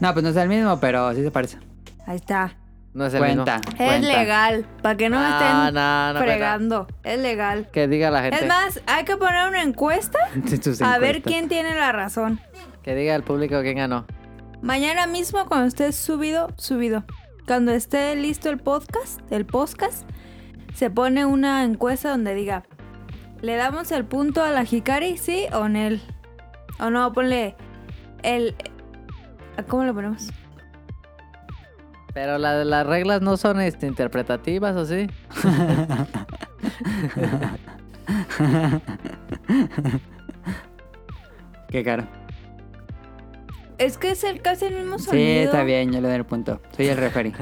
Speaker 2: No, pues no es el mismo, pero sí se parece.
Speaker 5: Ahí está.
Speaker 3: No es el
Speaker 2: cuenta.
Speaker 3: mismo.
Speaker 5: Es
Speaker 2: cuenta.
Speaker 5: legal, para que no me
Speaker 3: no,
Speaker 5: estén
Speaker 3: no, no cuenta.
Speaker 5: fregando. Es legal.
Speaker 3: Que diga la gente.
Speaker 5: Es más, hay que poner una encuesta
Speaker 2: [laughs] Sus
Speaker 5: a ver
Speaker 2: encuestas.
Speaker 5: quién tiene la razón.
Speaker 3: Que diga el público quién ganó.
Speaker 5: Mañana mismo, cuando esté subido, subido. Cuando esté listo el podcast, el podcast, se pone una encuesta donde diga, ¿le damos el punto a la Hikari, sí o Nel? O no, ponle el... ¿Cómo lo ponemos?
Speaker 3: Pero la- las reglas no son este, interpretativas, ¿o sí?
Speaker 2: Qué caro.
Speaker 1: Es que es el casi el mismo sonido.
Speaker 2: Sí, está bien, yo le doy el punto. Soy
Speaker 3: [laughs]
Speaker 2: el referee.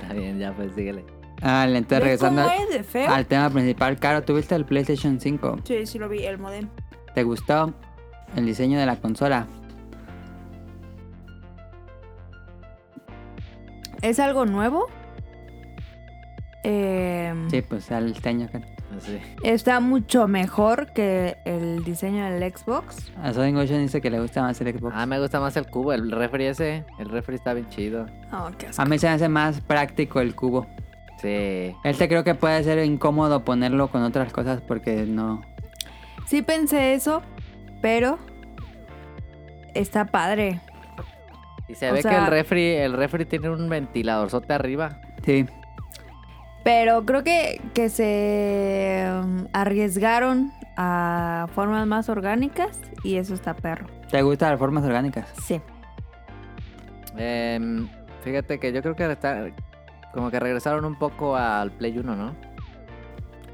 Speaker 3: Está bien, ya pues síguele.
Speaker 2: Ah, entonces
Speaker 1: ¿Ves
Speaker 2: regresando
Speaker 1: ¿Cómo
Speaker 2: al,
Speaker 1: eres de
Speaker 3: ¿eh?
Speaker 1: feo?
Speaker 2: al tema principal. Caro, ¿tuviste el PlayStation 5?
Speaker 1: Sí, sí lo vi, el modem.
Speaker 2: ¿Te gustó el diseño de la consola?
Speaker 1: ¿Es algo nuevo? Em,
Speaker 3: Mm.
Speaker 2: Sí, pues al este año, Caro.
Speaker 3: Así.
Speaker 1: Está mucho mejor que el diseño del Xbox.
Speaker 2: A Sonic Ocean dice que le gusta más el Xbox.
Speaker 3: Ah, me gusta más el cubo, el refri ese. El refri está bien chido.
Speaker 1: Oh, qué asco.
Speaker 2: A mí se me hace más práctico el cubo.
Speaker 3: Sí.
Speaker 2: Este creo que puede ser incómodo ponerlo con otras cosas porque no.
Speaker 1: Sí pensé eso, pero está padre.
Speaker 3: Y se
Speaker 1: O
Speaker 3: ve que
Speaker 1: sea-
Speaker 3: el refri, el refri tiene un ventiladorzote arriba.
Speaker 2: Sí,
Speaker 1: Pero creo que, que se em, arriesgaron a formas más orgánicas y eso está perro.
Speaker 2: ¿te gustan las formas orgánicas?
Speaker 1: Sí.
Speaker 3: Em, fíjate que yo creo que está, como que regresaron un poco al Play 1, ¿no?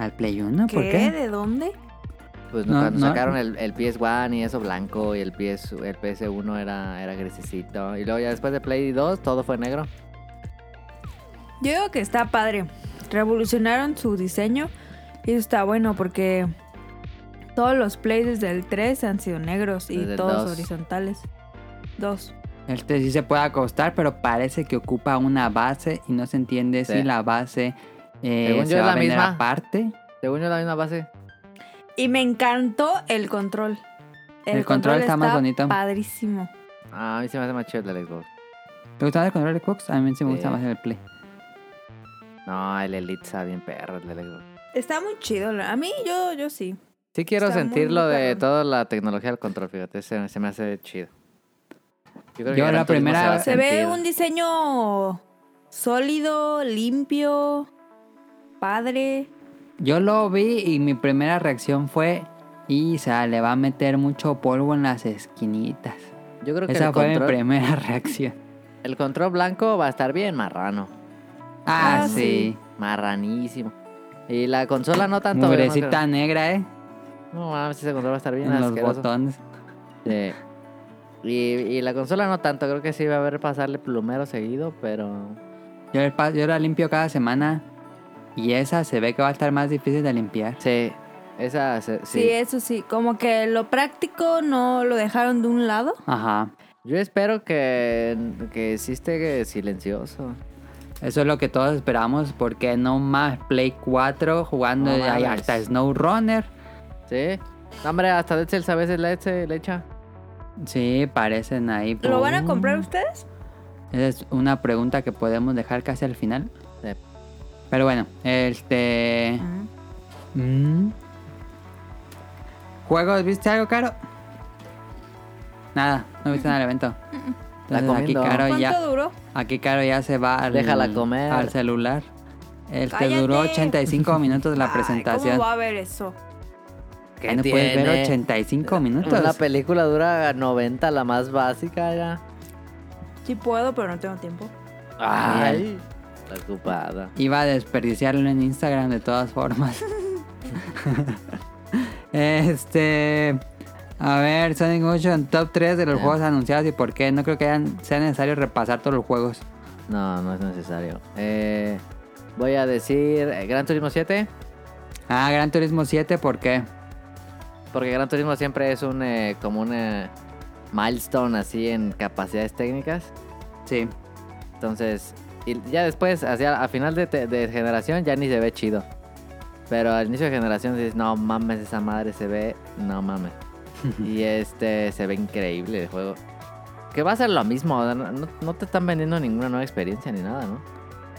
Speaker 2: ¿Al Play 1? ¿Por
Speaker 1: ¿Qué?
Speaker 2: qué?
Speaker 1: ¿De dónde?
Speaker 3: Pues ¿no?
Speaker 2: No,
Speaker 3: cuando
Speaker 2: no.
Speaker 3: sacaron el, el PS1 y eso blanco y el, PS, el PS1 era, era grisecito. Y luego ya después de Play 2 todo fue negro.
Speaker 1: Yo digo que está padre. Revolucionaron su diseño y eso está bueno porque todos los plays desde el 3 han sido negros y
Speaker 3: Desde el
Speaker 1: todos
Speaker 3: dos.
Speaker 1: horizontales. Dos.
Speaker 2: Este sí se puede acostar, pero parece que ocupa una base y no se entiende
Speaker 3: Sí.
Speaker 2: si la base eh,
Speaker 3: Según
Speaker 2: se
Speaker 3: yo, es
Speaker 2: va a
Speaker 3: la
Speaker 2: vender
Speaker 3: misma.
Speaker 2: aparte.
Speaker 3: Según yo la misma base.
Speaker 1: Y me encantó el control.
Speaker 2: El control está más bonito.
Speaker 1: Padrísimo.
Speaker 3: Ah, a mí se me hace más chido el del Xbox.
Speaker 2: ¿Te gusta más el control de Xbox? A mí sí me gusta
Speaker 3: Sí.
Speaker 2: más el Play.
Speaker 3: No, el Elite está bien perro, el del Xbox.
Speaker 1: Está muy chido. la- A mí yo, yo sí.
Speaker 3: Sí quiero
Speaker 1: Está muy,
Speaker 3: sentir lo
Speaker 1: muy
Speaker 3: de
Speaker 1: perrón.
Speaker 3: toda la tecnología del control, fíjate, se, se me hace chido. Yo creo
Speaker 2: Yo
Speaker 3: Gran
Speaker 2: la
Speaker 3: Turismo
Speaker 2: primera-
Speaker 3: va a
Speaker 1: Se ve
Speaker 3: sentir.
Speaker 1: un diseño sólido, limpio, padre.
Speaker 2: Yo lo vi y mi primera reacción fue... Y se le va a meter mucho polvo en las esquinitas.
Speaker 3: Yo creo que
Speaker 2: Esa
Speaker 3: el
Speaker 2: fue mi
Speaker 3: control-
Speaker 2: primera [laughs] reacción.
Speaker 3: el control blanco va a estar bien marrano.
Speaker 2: Ah,
Speaker 1: Ah, sí.
Speaker 2: sí.
Speaker 3: Marranísimo. Y la consola no tanto. pero no creo.
Speaker 2: Mugrecita negra, ¿eh?
Speaker 3: No mames, ese control va a estar bien
Speaker 2: en los
Speaker 3: asqueroso.
Speaker 2: botones.
Speaker 3: Sí. Y, y la consola no tanto, creo que sí va a haber pasarle plumero seguido, pero...
Speaker 2: Yo, el pa- yo la limpio cada semana y esa se ve que va a estar más difícil de limpiar.
Speaker 3: Sí, esa... se-
Speaker 1: Sí. eh.
Speaker 3: sí.
Speaker 1: eso sí. Como que lo práctico no lo dejaron de un lado.
Speaker 2: Ajá.
Speaker 3: Yo espero que, que existe silencioso.
Speaker 2: Eso es lo que todos esperamos porque no más Play 4 jugando
Speaker 3: No
Speaker 2: y hay
Speaker 3: mames.
Speaker 2: hasta SnowRunner.
Speaker 3: Sí. No, hombre, hasta Detzel a veces le, eche- le echa.
Speaker 2: Sí, parecen ahí.
Speaker 1: ¿Lo van a
Speaker 2: Uh.
Speaker 1: comprar ustedes?
Speaker 2: Esa es una pregunta que podemos dejar casi al final.
Speaker 3: Sí.
Speaker 2: Pero bueno, este... mm. ¿Juegos? ¿Viste algo, Caro? Nada, no viste nada del evento.
Speaker 1: [laughs]
Speaker 3: Está
Speaker 2: Entonces aquí
Speaker 3: comiendo.
Speaker 2: Caro
Speaker 1: Mm, ¿Cuánto
Speaker 2: ya...
Speaker 1: duró?
Speaker 2: Aquí Caro ya se va al,
Speaker 3: Déjala comer.
Speaker 2: al celular. El que
Speaker 1: Cállate.
Speaker 2: duró 85 minutos la
Speaker 1: Ay,
Speaker 2: presentación.
Speaker 1: ¿Cómo va a haber eso?
Speaker 3: ¿Qué
Speaker 2: Ay, no puedes ver
Speaker 3: tiene?
Speaker 2: 85 minutos.
Speaker 3: Una película dura 90, la más básica ya.
Speaker 1: Sí puedo, pero no tengo tiempo.
Speaker 3: Ay. Está ocupada.
Speaker 2: Iba a desperdiciarlo en Instagram de
Speaker 3: [laughs]
Speaker 2: todas formas. este. A ver, Sonic Motion, top 3 de los
Speaker 3: Ya.
Speaker 2: juegos anunciados y por qué. No creo que hayan- sea necesario repasar todos los juegos.
Speaker 3: No, no es necesario. Eh, voy a decir eh, Gran Turismo 7,
Speaker 2: Ah, Gran Turismo 7, ¿por qué?
Speaker 3: porque Gran Turismo siempre es un eh, como un eh, milestone así en capacidades técnicas.
Speaker 2: Sí.
Speaker 3: Entonces, y ya después, hacia a final de, te- de generación ya ni se ve chido. Pero al inicio de generación dices, no mames, esa madre se ve, no mames. y este se ve increíble el juego. Que va a ser lo mismo, no, no- no te están vendiendo ninguna nueva experiencia ni nada, ¿no?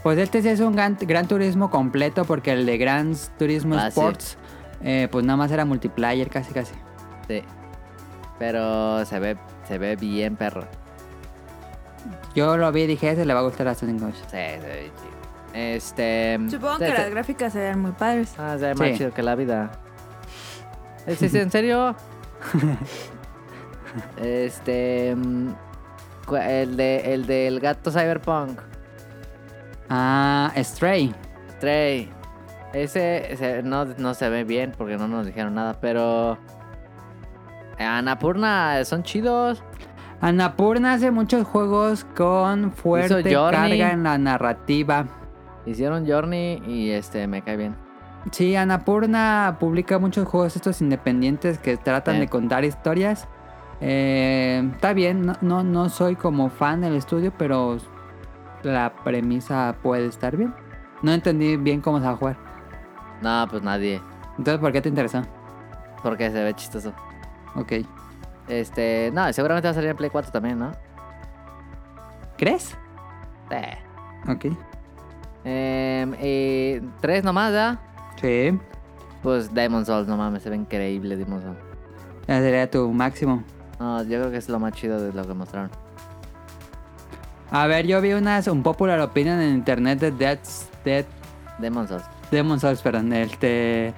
Speaker 2: Pues este sí es un gran, Gran Turismo completo porque el de Gran Turismo
Speaker 3: Ah, sí.
Speaker 2: Sports, eh, pues nada más era multiplayer casi casi.
Speaker 3: Sí. Pero se ve, se ve bien, perro.
Speaker 2: Yo lo vi y dije, ese le va a gustar a Sonic Motion.
Speaker 3: Sí, se ve bien chido. Este.
Speaker 1: Supongo
Speaker 3: se-
Speaker 1: que
Speaker 3: se-
Speaker 1: las gráficas se ven muy padres.
Speaker 3: Ah, se ve más
Speaker 2: Sí.
Speaker 3: chido que la vida. Eh, Sí, sí, en serio. este. mm, cu- El, de, el del gato Cyberpunk.
Speaker 2: Ah, Stray.
Speaker 3: Trey. Ese se- no, no se ve bien porque no nos dijeron nada, pero. Anapurna son chidos.
Speaker 2: Annapurna hace muchos juegos con fuerte
Speaker 3: Journey.
Speaker 2: carga en la narrativa.
Speaker 3: Hicieron Journey y este me cae bien.
Speaker 2: Sí, Anapurna publica muchos juegos estos independientes que tratan
Speaker 3: Eh.
Speaker 2: de contar historias. Eh, está bien, no, no, no soy como fan del estudio, pero la premisa puede estar bien. No entendí bien cómo se va a jugar.
Speaker 3: No, pues nadie.
Speaker 2: Entonces, ¿por qué te interesó?
Speaker 3: Porque se ve chistoso.
Speaker 2: Ok.
Speaker 3: Este, no, seguramente va a salir en Play 4 también, ¿no?
Speaker 2: ¿Crees?
Speaker 3: Eh.
Speaker 2: Ok.
Speaker 3: Em, y tres nomás, ¿ya?
Speaker 2: Sí.
Speaker 3: Pues Demon Souls, no mames, se ve increíble Demon Souls.
Speaker 2: Ese sería tu máximo.
Speaker 3: No, yo creo que es lo más chido de lo que mostraron.
Speaker 2: A ver, yo vi unas un popular opinion en internet de Death's, Dead
Speaker 3: Demon Souls.
Speaker 2: Demon Souls, perdón. Este.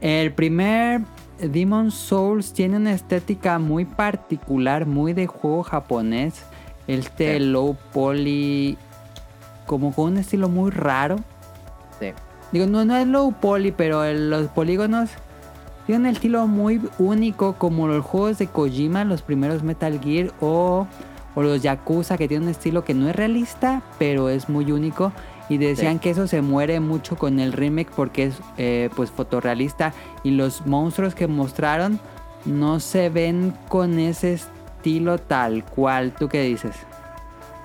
Speaker 2: El primer Demon Souls tiene una estética muy particular, muy de juego japonés. Este
Speaker 3: Sí.
Speaker 2: low poly. Como con un estilo muy raro.
Speaker 3: Sí.
Speaker 2: Digo, no, no es low poly, pero el- los polígonos tienen un estilo muy único, como los juegos de Kojima, los primeros Metal Gear o, o los Yakuza, que tienen un estilo que no es realista, pero es muy único. Y decían
Speaker 3: Sí.
Speaker 2: que eso se muere mucho con el remake porque es eh, pues fotorrealista y los monstruos que mostraron no se ven con ese estilo tal cual. ¿Tú qué dices?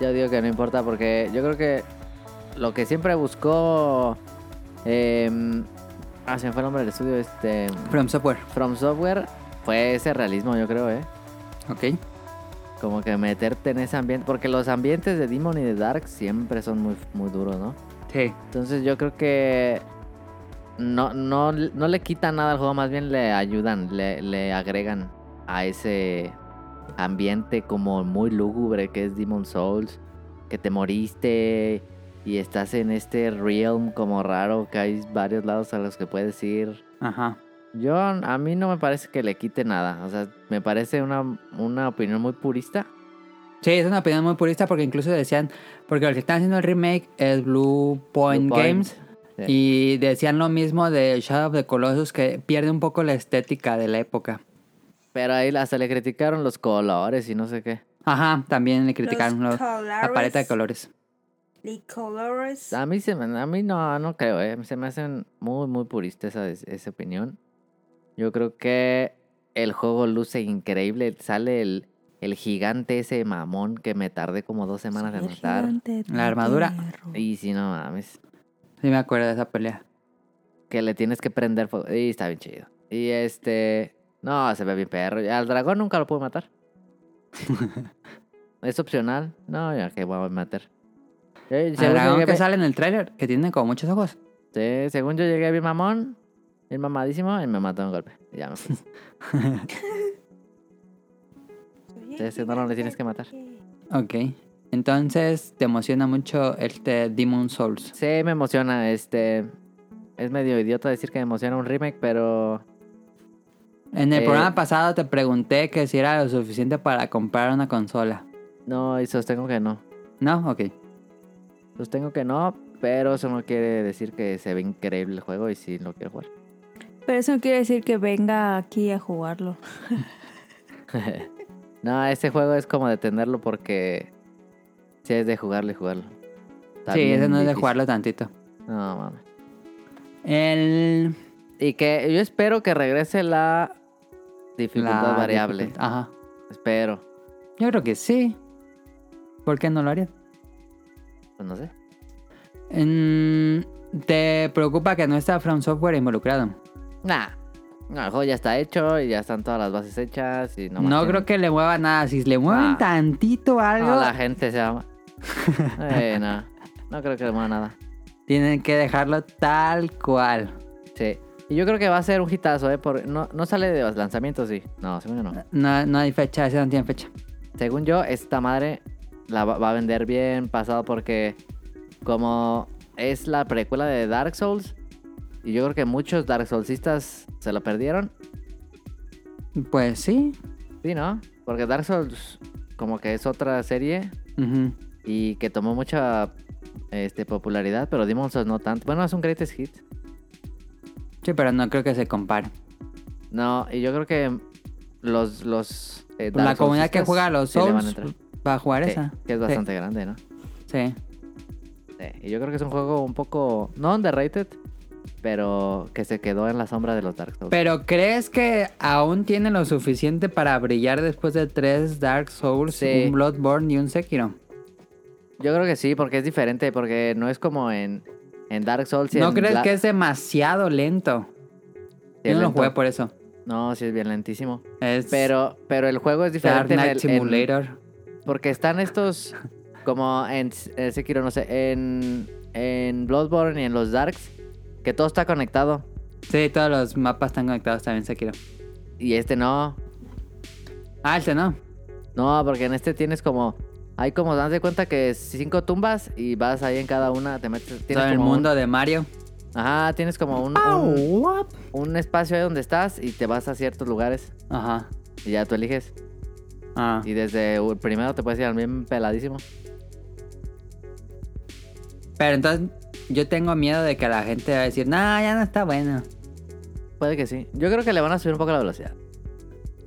Speaker 3: Yo digo que no importa porque yo creo que lo que siempre buscó. em, ah, se me fue el nombre del estudio, este.
Speaker 2: From Software,
Speaker 3: From Software fue ese realismo, yo creo, ¿eh?
Speaker 2: ¿ok?
Speaker 3: Como que meterte en ese ambiente. Porque los ambientes de Demon y de Dark siempre son muy, muy duros, ¿no?
Speaker 2: Sí.
Speaker 3: Entonces yo creo que. No, no, no le quitan nada al juego, más bien le ayudan, le, le agregan a ese ambiente como muy lúgubre que es Demon Souls, que te moriste y estás en este realm como raro, que hay varios lados a los que puedes ir.
Speaker 2: Ajá.
Speaker 3: Yo, a mí no me parece que le quite nada. O sea, me parece una, una opinión muy purista.
Speaker 2: Sí, es una opinión muy purista porque incluso decían, porque los que están haciendo el remake es Blue Point
Speaker 3: Blue Point,
Speaker 2: Games
Speaker 3: sí.
Speaker 2: y decían lo mismo de Shadow of the Colossus que pierde un poco la estética de la época.
Speaker 3: Pero ahí hasta le criticaron los colores y no sé qué.
Speaker 2: Ajá, también le criticaron
Speaker 5: Los
Speaker 2: los- la paleta de
Speaker 5: colores.
Speaker 2: colores.
Speaker 5: The colors.
Speaker 3: A mí, se me- a mí no, no creo, ¿eh? Se me hacen muy, muy purista esa, esa opinión. Yo creo que el juego luce increíble. Sale el, el gigante ese mamón que me tardé como dos semanas en montar.
Speaker 2: La armadura.
Speaker 3: Y si no mames,
Speaker 2: Sí me acuerdo de esa pelea.
Speaker 3: que le tienes que prender fuego. Y está bien chido. Y este... No, se ve bien perro. Al dragón nunca lo pude
Speaker 2: [laughs]
Speaker 3: matar. es opcional. No, ya que voy a matar. Eh,
Speaker 2: El
Speaker 3: según yo
Speaker 2: dragón
Speaker 3: llegué-
Speaker 2: que sale en el tráiler, que tiene como muchos ojos.
Speaker 3: Sí, según yo llegué bien mamón, bien mamadísimo, y me mató de un golpe. Y Ya me
Speaker 2: [laughs]
Speaker 3: fui. Ese no lo tienes que matar.
Speaker 2: Ok. Entonces, te emociona mucho este Demon Souls.
Speaker 3: Sí, me emociona, este... Es medio idiota decir que me emociona un remake, pero...
Speaker 2: En el
Speaker 3: Eh.
Speaker 2: programa pasado te pregunté que si era lo suficiente para comprar una consola.
Speaker 3: No, y sostengo que no.
Speaker 2: ¿No? Ok.
Speaker 3: Sostengo que no, pero eso no quiere decir que se ve increíble el juego y sí lo quiero jugar. [laughs]
Speaker 5: Pero eso no quiere decir que venga aquí a jugarlo.
Speaker 3: no, este juego es como de tenerlo porque... Sí, es de jugarlo y jugarlo. Está
Speaker 2: sí,
Speaker 3: bien
Speaker 2: ese no es de
Speaker 3: difícil.
Speaker 2: jugarlo tantito.
Speaker 3: No, mames.
Speaker 2: El...
Speaker 3: Y que yo espero que regrese la dificultad
Speaker 2: la
Speaker 3: variable.
Speaker 2: dificultad- Ah. Ajá.
Speaker 3: Espero.
Speaker 2: Yo creo que sí. ¿Por qué no lo harían?
Speaker 3: Pues no sé.
Speaker 2: Mm, ¿Te preocupa que no está From Software involucrado?
Speaker 3: Nah. No, el juego ya está hecho y ya están todas las bases hechas y
Speaker 2: No,
Speaker 3: no más tienen-
Speaker 2: creo que le mueva nada. Si le mueven
Speaker 3: Ah.
Speaker 2: tantito algo,
Speaker 3: No, la gente se va. eh, no. No creo que le mueva nada.
Speaker 2: tienen que dejarlo tal cual.
Speaker 3: Sí. Y yo creo que va a ser un hitazo, ¿eh? Por... No, no sale de los lanzamientos, sí. No, según yo no.
Speaker 2: No, no hay fecha, ese no tiene fecha.
Speaker 3: Según yo, esta madre la va va a vender bien pasado porque como es la precuela de Dark Souls, y yo creo que muchos Dark Soulsistas se lo perdieron,
Speaker 2: Pues sí.
Speaker 3: Sí, ¿no? Porque Dark Souls como que es otra serie
Speaker 2: Ujú.
Speaker 3: y que tomó mucha este, popularidad, pero Demon Souls no tanto. Bueno, es un greatest hit.
Speaker 2: Sí, pero no creo que se compare.
Speaker 3: No, y yo creo que los, los eh,
Speaker 2: Pues la
Speaker 3: Dark
Speaker 2: comunidad que
Speaker 3: Soulsistas,
Speaker 2: juega a los
Speaker 3: sí le van a
Speaker 2: Souls
Speaker 3: entrar.
Speaker 2: va a jugar
Speaker 3: Sí,
Speaker 2: esa.
Speaker 3: que es bastante grande, ¿no?
Speaker 2: Sí.
Speaker 3: Sí, Y yo creo que es un juego un poco, no underrated, pero que se quedó en la sombra de los Dark Souls.
Speaker 2: Pero ¿crees que aún tiene lo suficiente para brillar después de tres Dark Souls,
Speaker 3: Sí.
Speaker 2: un Bloodborne y un Sekiro?
Speaker 3: Yo creo que sí, porque es diferente, porque no es como en, en Dark Souls. y
Speaker 2: ¿No
Speaker 3: en
Speaker 2: crees
Speaker 3: Bla-
Speaker 2: que es demasiado lento?
Speaker 3: y en
Speaker 2: Yo no lo
Speaker 3: lento.
Speaker 2: jugué por eso.
Speaker 3: No, sí es bien lentísimo.
Speaker 2: Es
Speaker 3: Pero, pero el juego es
Speaker 2: Dark
Speaker 3: diferente en
Speaker 2: Knight
Speaker 3: el- en-
Speaker 2: Simulator.
Speaker 3: porque están estos, como en, S- en Sekiro, no sé, en, en Bloodborne y en los Darks, que todo está conectado.
Speaker 2: Sí, todos los mapas están conectados también, Sekiro.
Speaker 3: Y este no.
Speaker 2: Ah, este no.
Speaker 3: No, porque en este tienes como... Hay como, das de cuenta que cinco tumbas y vas ahí en cada una, te metes... Tienes
Speaker 2: Todo el
Speaker 3: como un-
Speaker 2: mundo de Mario.
Speaker 3: ajá, tienes como un, un, un espacio ahí donde estás y te vas a ciertos lugares
Speaker 2: Ajá.
Speaker 3: y ya tú eliges.
Speaker 2: Ah.
Speaker 3: Y desde el primero te puedes ir al bien peladísimo.
Speaker 2: Pero entonces yo tengo miedo de que la gente va a decir, no, ya no está bueno.
Speaker 3: Puede que sí. Yo creo que le van a subir un poco la velocidad.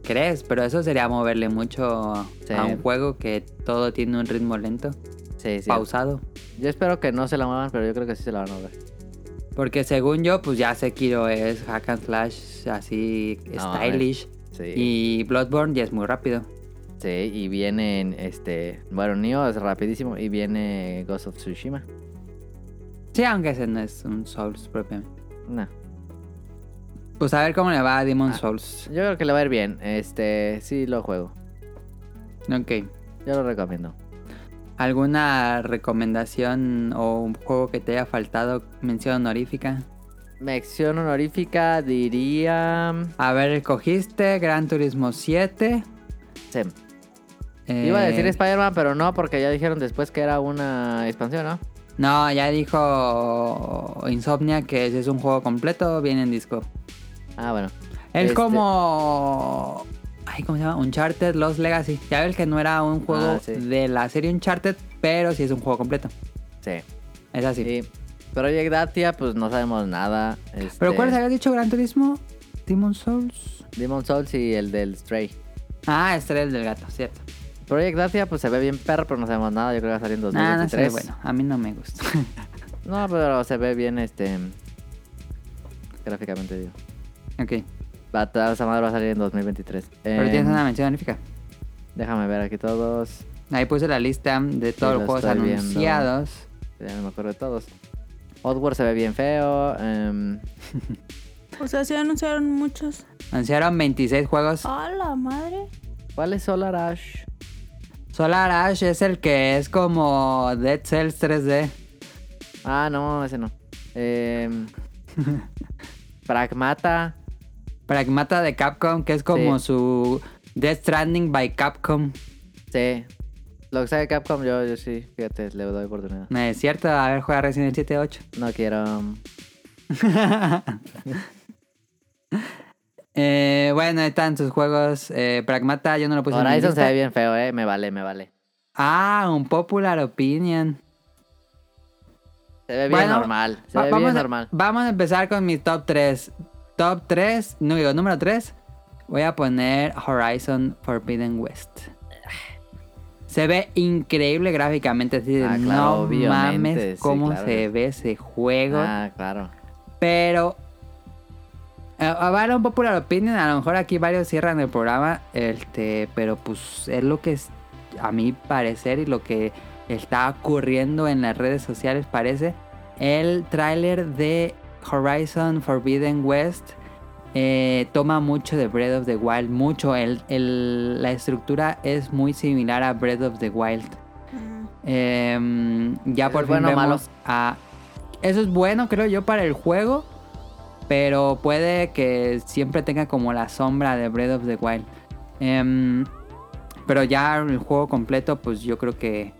Speaker 2: ¿Crees? Pero eso sería moverle mucho
Speaker 3: Sí.
Speaker 2: a un juego que todo tiene un ritmo lento,
Speaker 3: Sí, sí.
Speaker 2: pausado.
Speaker 3: Yo espero que no se la muevan, pero yo creo que sí se la van a mover.
Speaker 2: Porque según yo, pues ya Sekiro es hack and slash así
Speaker 3: No,
Speaker 2: stylish.
Speaker 3: Sí. Y,
Speaker 2: Y Bloodborne ya es muy rápido.
Speaker 3: sí, y viene este. Bueno, Nioh es rapidísimo. Y viene Ghost of Tsushima.
Speaker 2: Sí, aunque ese no es un Souls propiamente.
Speaker 3: No.
Speaker 2: Pues a ver cómo le va a Demon
Speaker 3: Ah.
Speaker 2: Souls.
Speaker 3: Yo creo que le va a ir bien. Este, sí lo juego.
Speaker 2: Ok.
Speaker 3: Yo lo recomiendo.
Speaker 2: ¿Alguna recomendación o un juego que te haya faltado mención honorífica?
Speaker 3: Mención honorífica diría.
Speaker 2: A ver, cogiste Gran Turismo 7.
Speaker 3: Sem.
Speaker 2: eh,
Speaker 3: Iba a decir Spider-Man, pero no, porque ya dijeron después que era una expansión, ¿no?
Speaker 2: No, ya dijo Insomnia que ese es un juego completo, viene en disco.
Speaker 3: Ah, bueno.
Speaker 2: Es
Speaker 3: Este-
Speaker 2: como. Ay, ¿cómo se llama? Uncharted Lost Legacy. Ya ves que no era un juego
Speaker 3: Ah, sí.
Speaker 2: de la serie Uncharted, pero sí es un juego completo.
Speaker 3: Sí.
Speaker 2: Es así.
Speaker 3: Sí. Project Datia, pues no sabemos nada.
Speaker 2: ¿Pero
Speaker 3: este,
Speaker 2: cuál se había dicho Gran Turismo? Demon Souls.
Speaker 3: Demon Souls y el del Stray.
Speaker 2: Ah,
Speaker 3: este
Speaker 2: Estrella del Gato, cierto.
Speaker 3: Project Dacia, pues se ve bien perro, pero no sabemos nada. Yo creo que va a salir en
Speaker 2: Ah, no sé,
Speaker 3: 2023.
Speaker 2: bueno, a mí no me gusta. [laughs]
Speaker 3: No, pero se ve bien, este... Gráficamente, digo.
Speaker 2: ok.
Speaker 3: Va, a- esa madre va a salir en 2023.
Speaker 2: Pero
Speaker 3: Em,
Speaker 2: tienes una mención honorífica.
Speaker 3: Déjame ver aquí todos.
Speaker 2: Ahí puse la lista de todos
Speaker 3: lo
Speaker 2: los juegos
Speaker 3: estoy viendo.
Speaker 2: anunciados.
Speaker 3: Ya no me acuerdo de todos. Oddworld se ve bien feo. em,
Speaker 1: O sea, se anunciaron muchos.
Speaker 2: Anunciaron 26 juegos.
Speaker 1: ¡A la madre!
Speaker 3: ¿Cuál es Solar Ash?
Speaker 2: Solar Ash es el que es como Dead Cells 3D.
Speaker 3: Ah, no, ese no.
Speaker 2: [laughs]
Speaker 3: Em, Pragmata.
Speaker 2: Pragmata de Capcom, que es como
Speaker 3: Sí.
Speaker 2: su Death Stranding by Capcom.
Speaker 3: Sí. Lo que sabe Capcom, yo, yo sí. Fíjate, le doy oportunidad.
Speaker 2: No es cierto, a ver, juega Resident Evil 7 8.
Speaker 3: No quiero... em,
Speaker 2: Eh, bueno, ahí están sus juegos. Eh, Pragmata, yo no lo puse en mi
Speaker 3: Horizon se
Speaker 2: lista.
Speaker 3: ve bien feo, eh. Me vale, me vale.
Speaker 2: Ah, un popular opinion.
Speaker 3: Se ve bien
Speaker 2: Bueno,
Speaker 3: normal. Se
Speaker 2: Va-
Speaker 3: ve
Speaker 2: vamos,
Speaker 3: bien
Speaker 2: a,
Speaker 3: normal.
Speaker 2: vamos a empezar con mi top 3. Top 3, no digo, número 3. Voy a poner Horizon Forbidden West. Se ve increíble gráficamente. Así de,
Speaker 3: Ah, claro,
Speaker 2: no
Speaker 3: obviamente,
Speaker 2: mames
Speaker 3: sí,
Speaker 2: cómo
Speaker 3: claro.
Speaker 2: se ve ese juego.
Speaker 3: Ah, claro.
Speaker 2: Pero. Ahora un popular opinion. A lo mejor aquí varios cierran el programa. Este. Pero pues es lo que es. A mi parecer y lo que está ocurriendo en las redes sociales parece. El tráiler de Horizon Forbidden West. eh, toma mucho de Breath of the Wild, mucho. El- el- la estructura es muy similar a Breath of the Wild.
Speaker 1: Mm.
Speaker 2: Em, ya
Speaker 3: ¿Eso
Speaker 2: por
Speaker 3: es
Speaker 2: fin
Speaker 3: bueno o
Speaker 2: vemos
Speaker 3: malo?
Speaker 2: a- Eso es bueno, creo yo, para el juego. Pero puede que siempre tenga como la sombra de Breath of the Wild. Em, pero ya el juego completo, pues yo creo que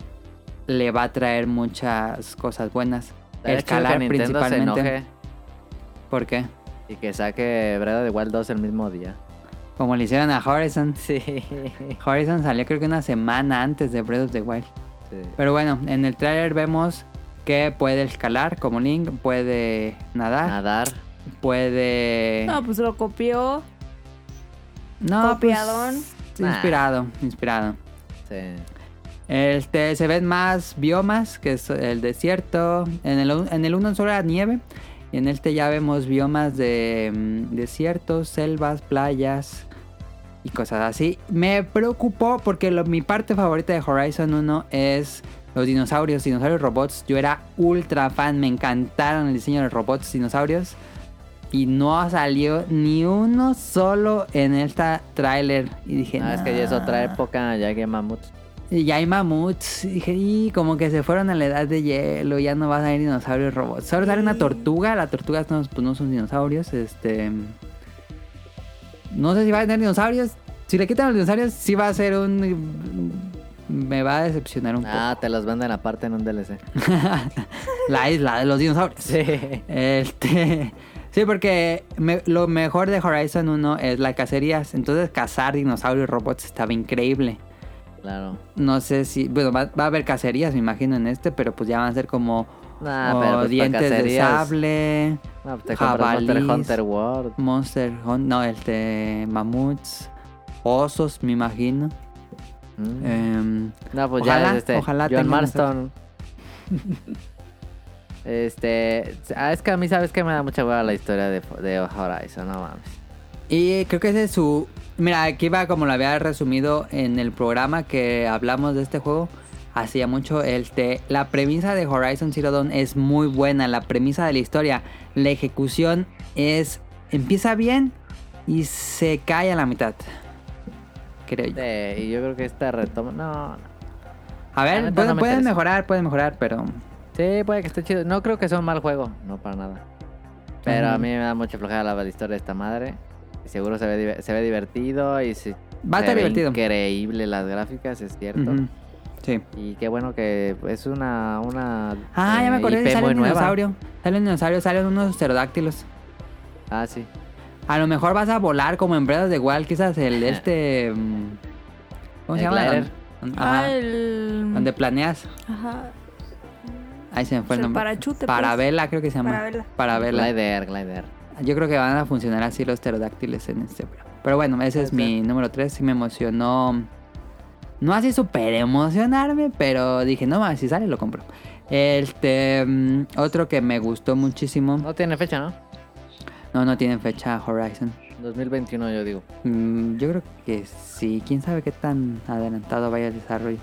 Speaker 2: le va a traer muchas cosas buenas.
Speaker 3: Estaría
Speaker 2: Escalar
Speaker 3: chido que Nintendo se
Speaker 2: principalmente.
Speaker 3: enoje
Speaker 2: ¿Por qué?
Speaker 3: y que saque Breath de the Wild 2 el mismo día.
Speaker 2: Como le hicieron a Horizon.
Speaker 3: Sí.
Speaker 2: Horizon salió creo que una semana antes de Breath of the Wild. Pero bueno, en el tráiler vemos que puede escalar como Link, puede nadar,
Speaker 3: Nadar.
Speaker 2: puede...
Speaker 1: No, pues lo copió.
Speaker 2: No, pues,
Speaker 1: copiadón.
Speaker 2: Sí, Inspirado, inspirado.
Speaker 3: Sí.
Speaker 2: Este, se ven más biomas, que es el desierto. En el, un- en el uno solo era nieve. Y en este ya vemos biomas de mm, desiertos, selvas, playas y cosas así. Me preocupó porque lo- mi parte favorita de Horizon 1 es los dinosaurios, dinosaurios robots. Yo era ultra fan, me encantaron el diseño de los robots, dinosaurios. Y no salió ni uno solo en esta tráiler. Y dije,
Speaker 3: Ah, es que ya es otra
Speaker 2: "No".
Speaker 3: época, ya que mamut.
Speaker 2: Y ya hay mamuts. Y dije, y como que se fueron a la edad de hielo, ya no van a haber dinosaurios robots. Solo sale una tortuga, las tortugas no, pues no son dinosaurios, este... No sé si va a tener dinosaurios. Si le quitan los dinosaurios, sí va a ser un... Me va a decepcionar un
Speaker 3: Ah, te los venden aparte en un DLC.
Speaker 2: poco. [laughs] la isla de los dinosaurios.
Speaker 3: Sí.
Speaker 2: Este... Sí, porque me- lo mejor de Horizon 1 es las cacerías. Entonces cazar dinosaurios robots estaba increíble.
Speaker 3: Claro.
Speaker 2: No sé si. Bueno, va, va a haber cacerías, me imagino, en este, pero pues ya van a ser como.
Speaker 3: Nah,
Speaker 2: oh,
Speaker 3: pero pues pa'
Speaker 2: dientes de
Speaker 3: cacerías.
Speaker 2: sable,
Speaker 3: No, pues te
Speaker 2: Ah,
Speaker 3: compras Monster
Speaker 2: Jabalís.
Speaker 3: Hunter World.
Speaker 2: Monster Hunt, no, este. Mamuts, osos, me imagino.
Speaker 3: Mm.
Speaker 2: Em,
Speaker 3: No, pues
Speaker 2: Ojalá,
Speaker 3: ya es este.
Speaker 2: ojalá
Speaker 3: John
Speaker 2: tengan
Speaker 3: Marston. este. ah, es que a mí, ¿sabes que Me da mucha hueva la historia de, de Horizon, no mames.
Speaker 2: y creo que ese es su. Mira, aquí va como lo había resumido en el programa que hablamos de este juego. Hacía mucho este. La premisa de Horizon Zero Dawn es muy buena. La premisa de la historia. La ejecución es. Empieza bien y se cae a la mitad. Creo yo.
Speaker 3: De- y yo creo que esta retoma. No, no.
Speaker 2: A
Speaker 3: La
Speaker 2: ver,
Speaker 3: neta
Speaker 2: pueden,
Speaker 3: no me
Speaker 2: pueden
Speaker 3: interesa.
Speaker 2: mejorar, pueden mejorar, pero.
Speaker 3: Sí, puede que esté chido. No creo que sea un mal juego. No, para nada. Pero
Speaker 2: Ajá.
Speaker 3: a mí me da mucha flojera la, la historia de esta madre. Y Seguro se ve, diver- se ve divertido y se,
Speaker 2: Va a
Speaker 3: se
Speaker 2: estar
Speaker 3: ve
Speaker 2: divertido.
Speaker 3: increíble las gráficas, es cierto.
Speaker 2: Ujú. Sí.
Speaker 3: Y qué bueno que es una. una
Speaker 2: Ah, ya me
Speaker 3: eh,
Speaker 2: acordé,
Speaker 3: IP
Speaker 2: sale
Speaker 3: muy
Speaker 2: un
Speaker 3: nueva.
Speaker 2: dinosaurio. Sale un dinosaurio, salen unos pterodáctilos.
Speaker 3: Ah, sí.
Speaker 2: A lo mejor vas a volar como en Breath de the Wild, quizás el este. mm, ¿Cómo se
Speaker 3: El
Speaker 2: llama?
Speaker 3: glider.
Speaker 2: Don-
Speaker 1: Ah,
Speaker 2: ajá,
Speaker 1: el...
Speaker 2: Donde planeas.
Speaker 1: Ajá.
Speaker 2: Ahí se me fue
Speaker 1: O sea,
Speaker 2: el nombre.
Speaker 1: parachute, pues.
Speaker 2: Parabela, creo que se llama.
Speaker 1: Parabela.
Speaker 2: Parabela.
Speaker 3: Glider, glider.
Speaker 2: Yo creo que van a funcionar así los pterodáctiles en este. Pero, pero bueno, ese es
Speaker 3: Puede
Speaker 2: mi número 3. Sí me emocionó. No así súper emocionarme, pero dije, no más, si sale lo compro. Este. mm, Otro que me gustó muchísimo.
Speaker 3: No tiene fecha, ¿no?
Speaker 2: No, no tienen fecha Horizon.
Speaker 3: 2021, yo digo.
Speaker 2: Mm, yo creo que sí. Quién sabe qué tan adelantado vaya el desarrollo.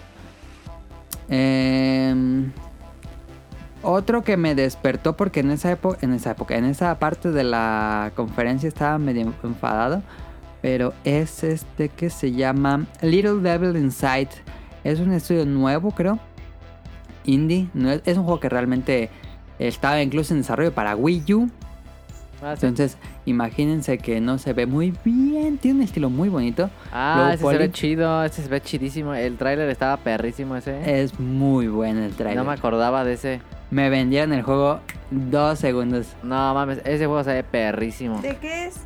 Speaker 2: Em, otro que me despertó porque en esa época, en esa época, en esa parte de la conferencia estaba medio enfadado. Pero es este que se llama Little Devil Inside. Es un estudio nuevo, creo. Indie. No es, es un juego que realmente estaba incluso en desarrollo para Wii U.
Speaker 3: Ah, sí.
Speaker 2: Entonces, imagínense que no se ve muy bien. Tiene un estilo muy bonito.
Speaker 3: Ah,
Speaker 2: Low
Speaker 3: ese se ve
Speaker 2: poly.
Speaker 3: chido, ese se ve chidísimo. El tráiler estaba perrísimo ese. ¿eh?
Speaker 2: Es muy bueno el trailer.
Speaker 3: No me
Speaker 2: me...
Speaker 3: acordaba de ese.
Speaker 2: vendieron el juego dos segundos.
Speaker 3: No mames, ese juego se ve perrísimo.
Speaker 1: ¿De qué es?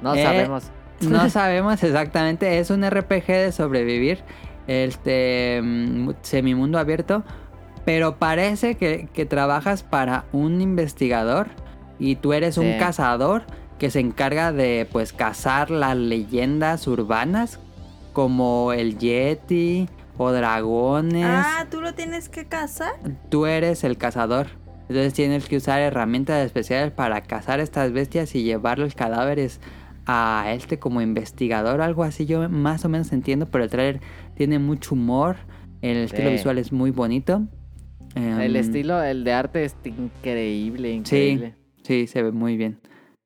Speaker 3: No
Speaker 2: Eh,
Speaker 3: sabemos. [laughs]
Speaker 2: No sabemos exactamente. Es un RPG de sobrevivir. Este mm, semimundo abierto. Pero parece que, que trabajas para un investigador. Y tú eres
Speaker 3: Sí.
Speaker 2: un cazador que se encarga de pues cazar las leyendas urbanas. Como el Yeti o dragones.
Speaker 1: Ah, ¿tú lo tienes que
Speaker 5: [laughs]
Speaker 1: cazar?
Speaker 2: tú eres el cazador. Entonces tienes que usar herramientas especiales para cazar estas bestias y llevar los cadáveres a este como investigador o algo así. Yo más o menos entiendo, pero el trailer tiene mucho humor. El estilo
Speaker 3: Sí.
Speaker 2: visual es muy bonito. Em,
Speaker 3: El estilo, el de arte es increíble, increíble.
Speaker 2: Sí, se ve muy bien.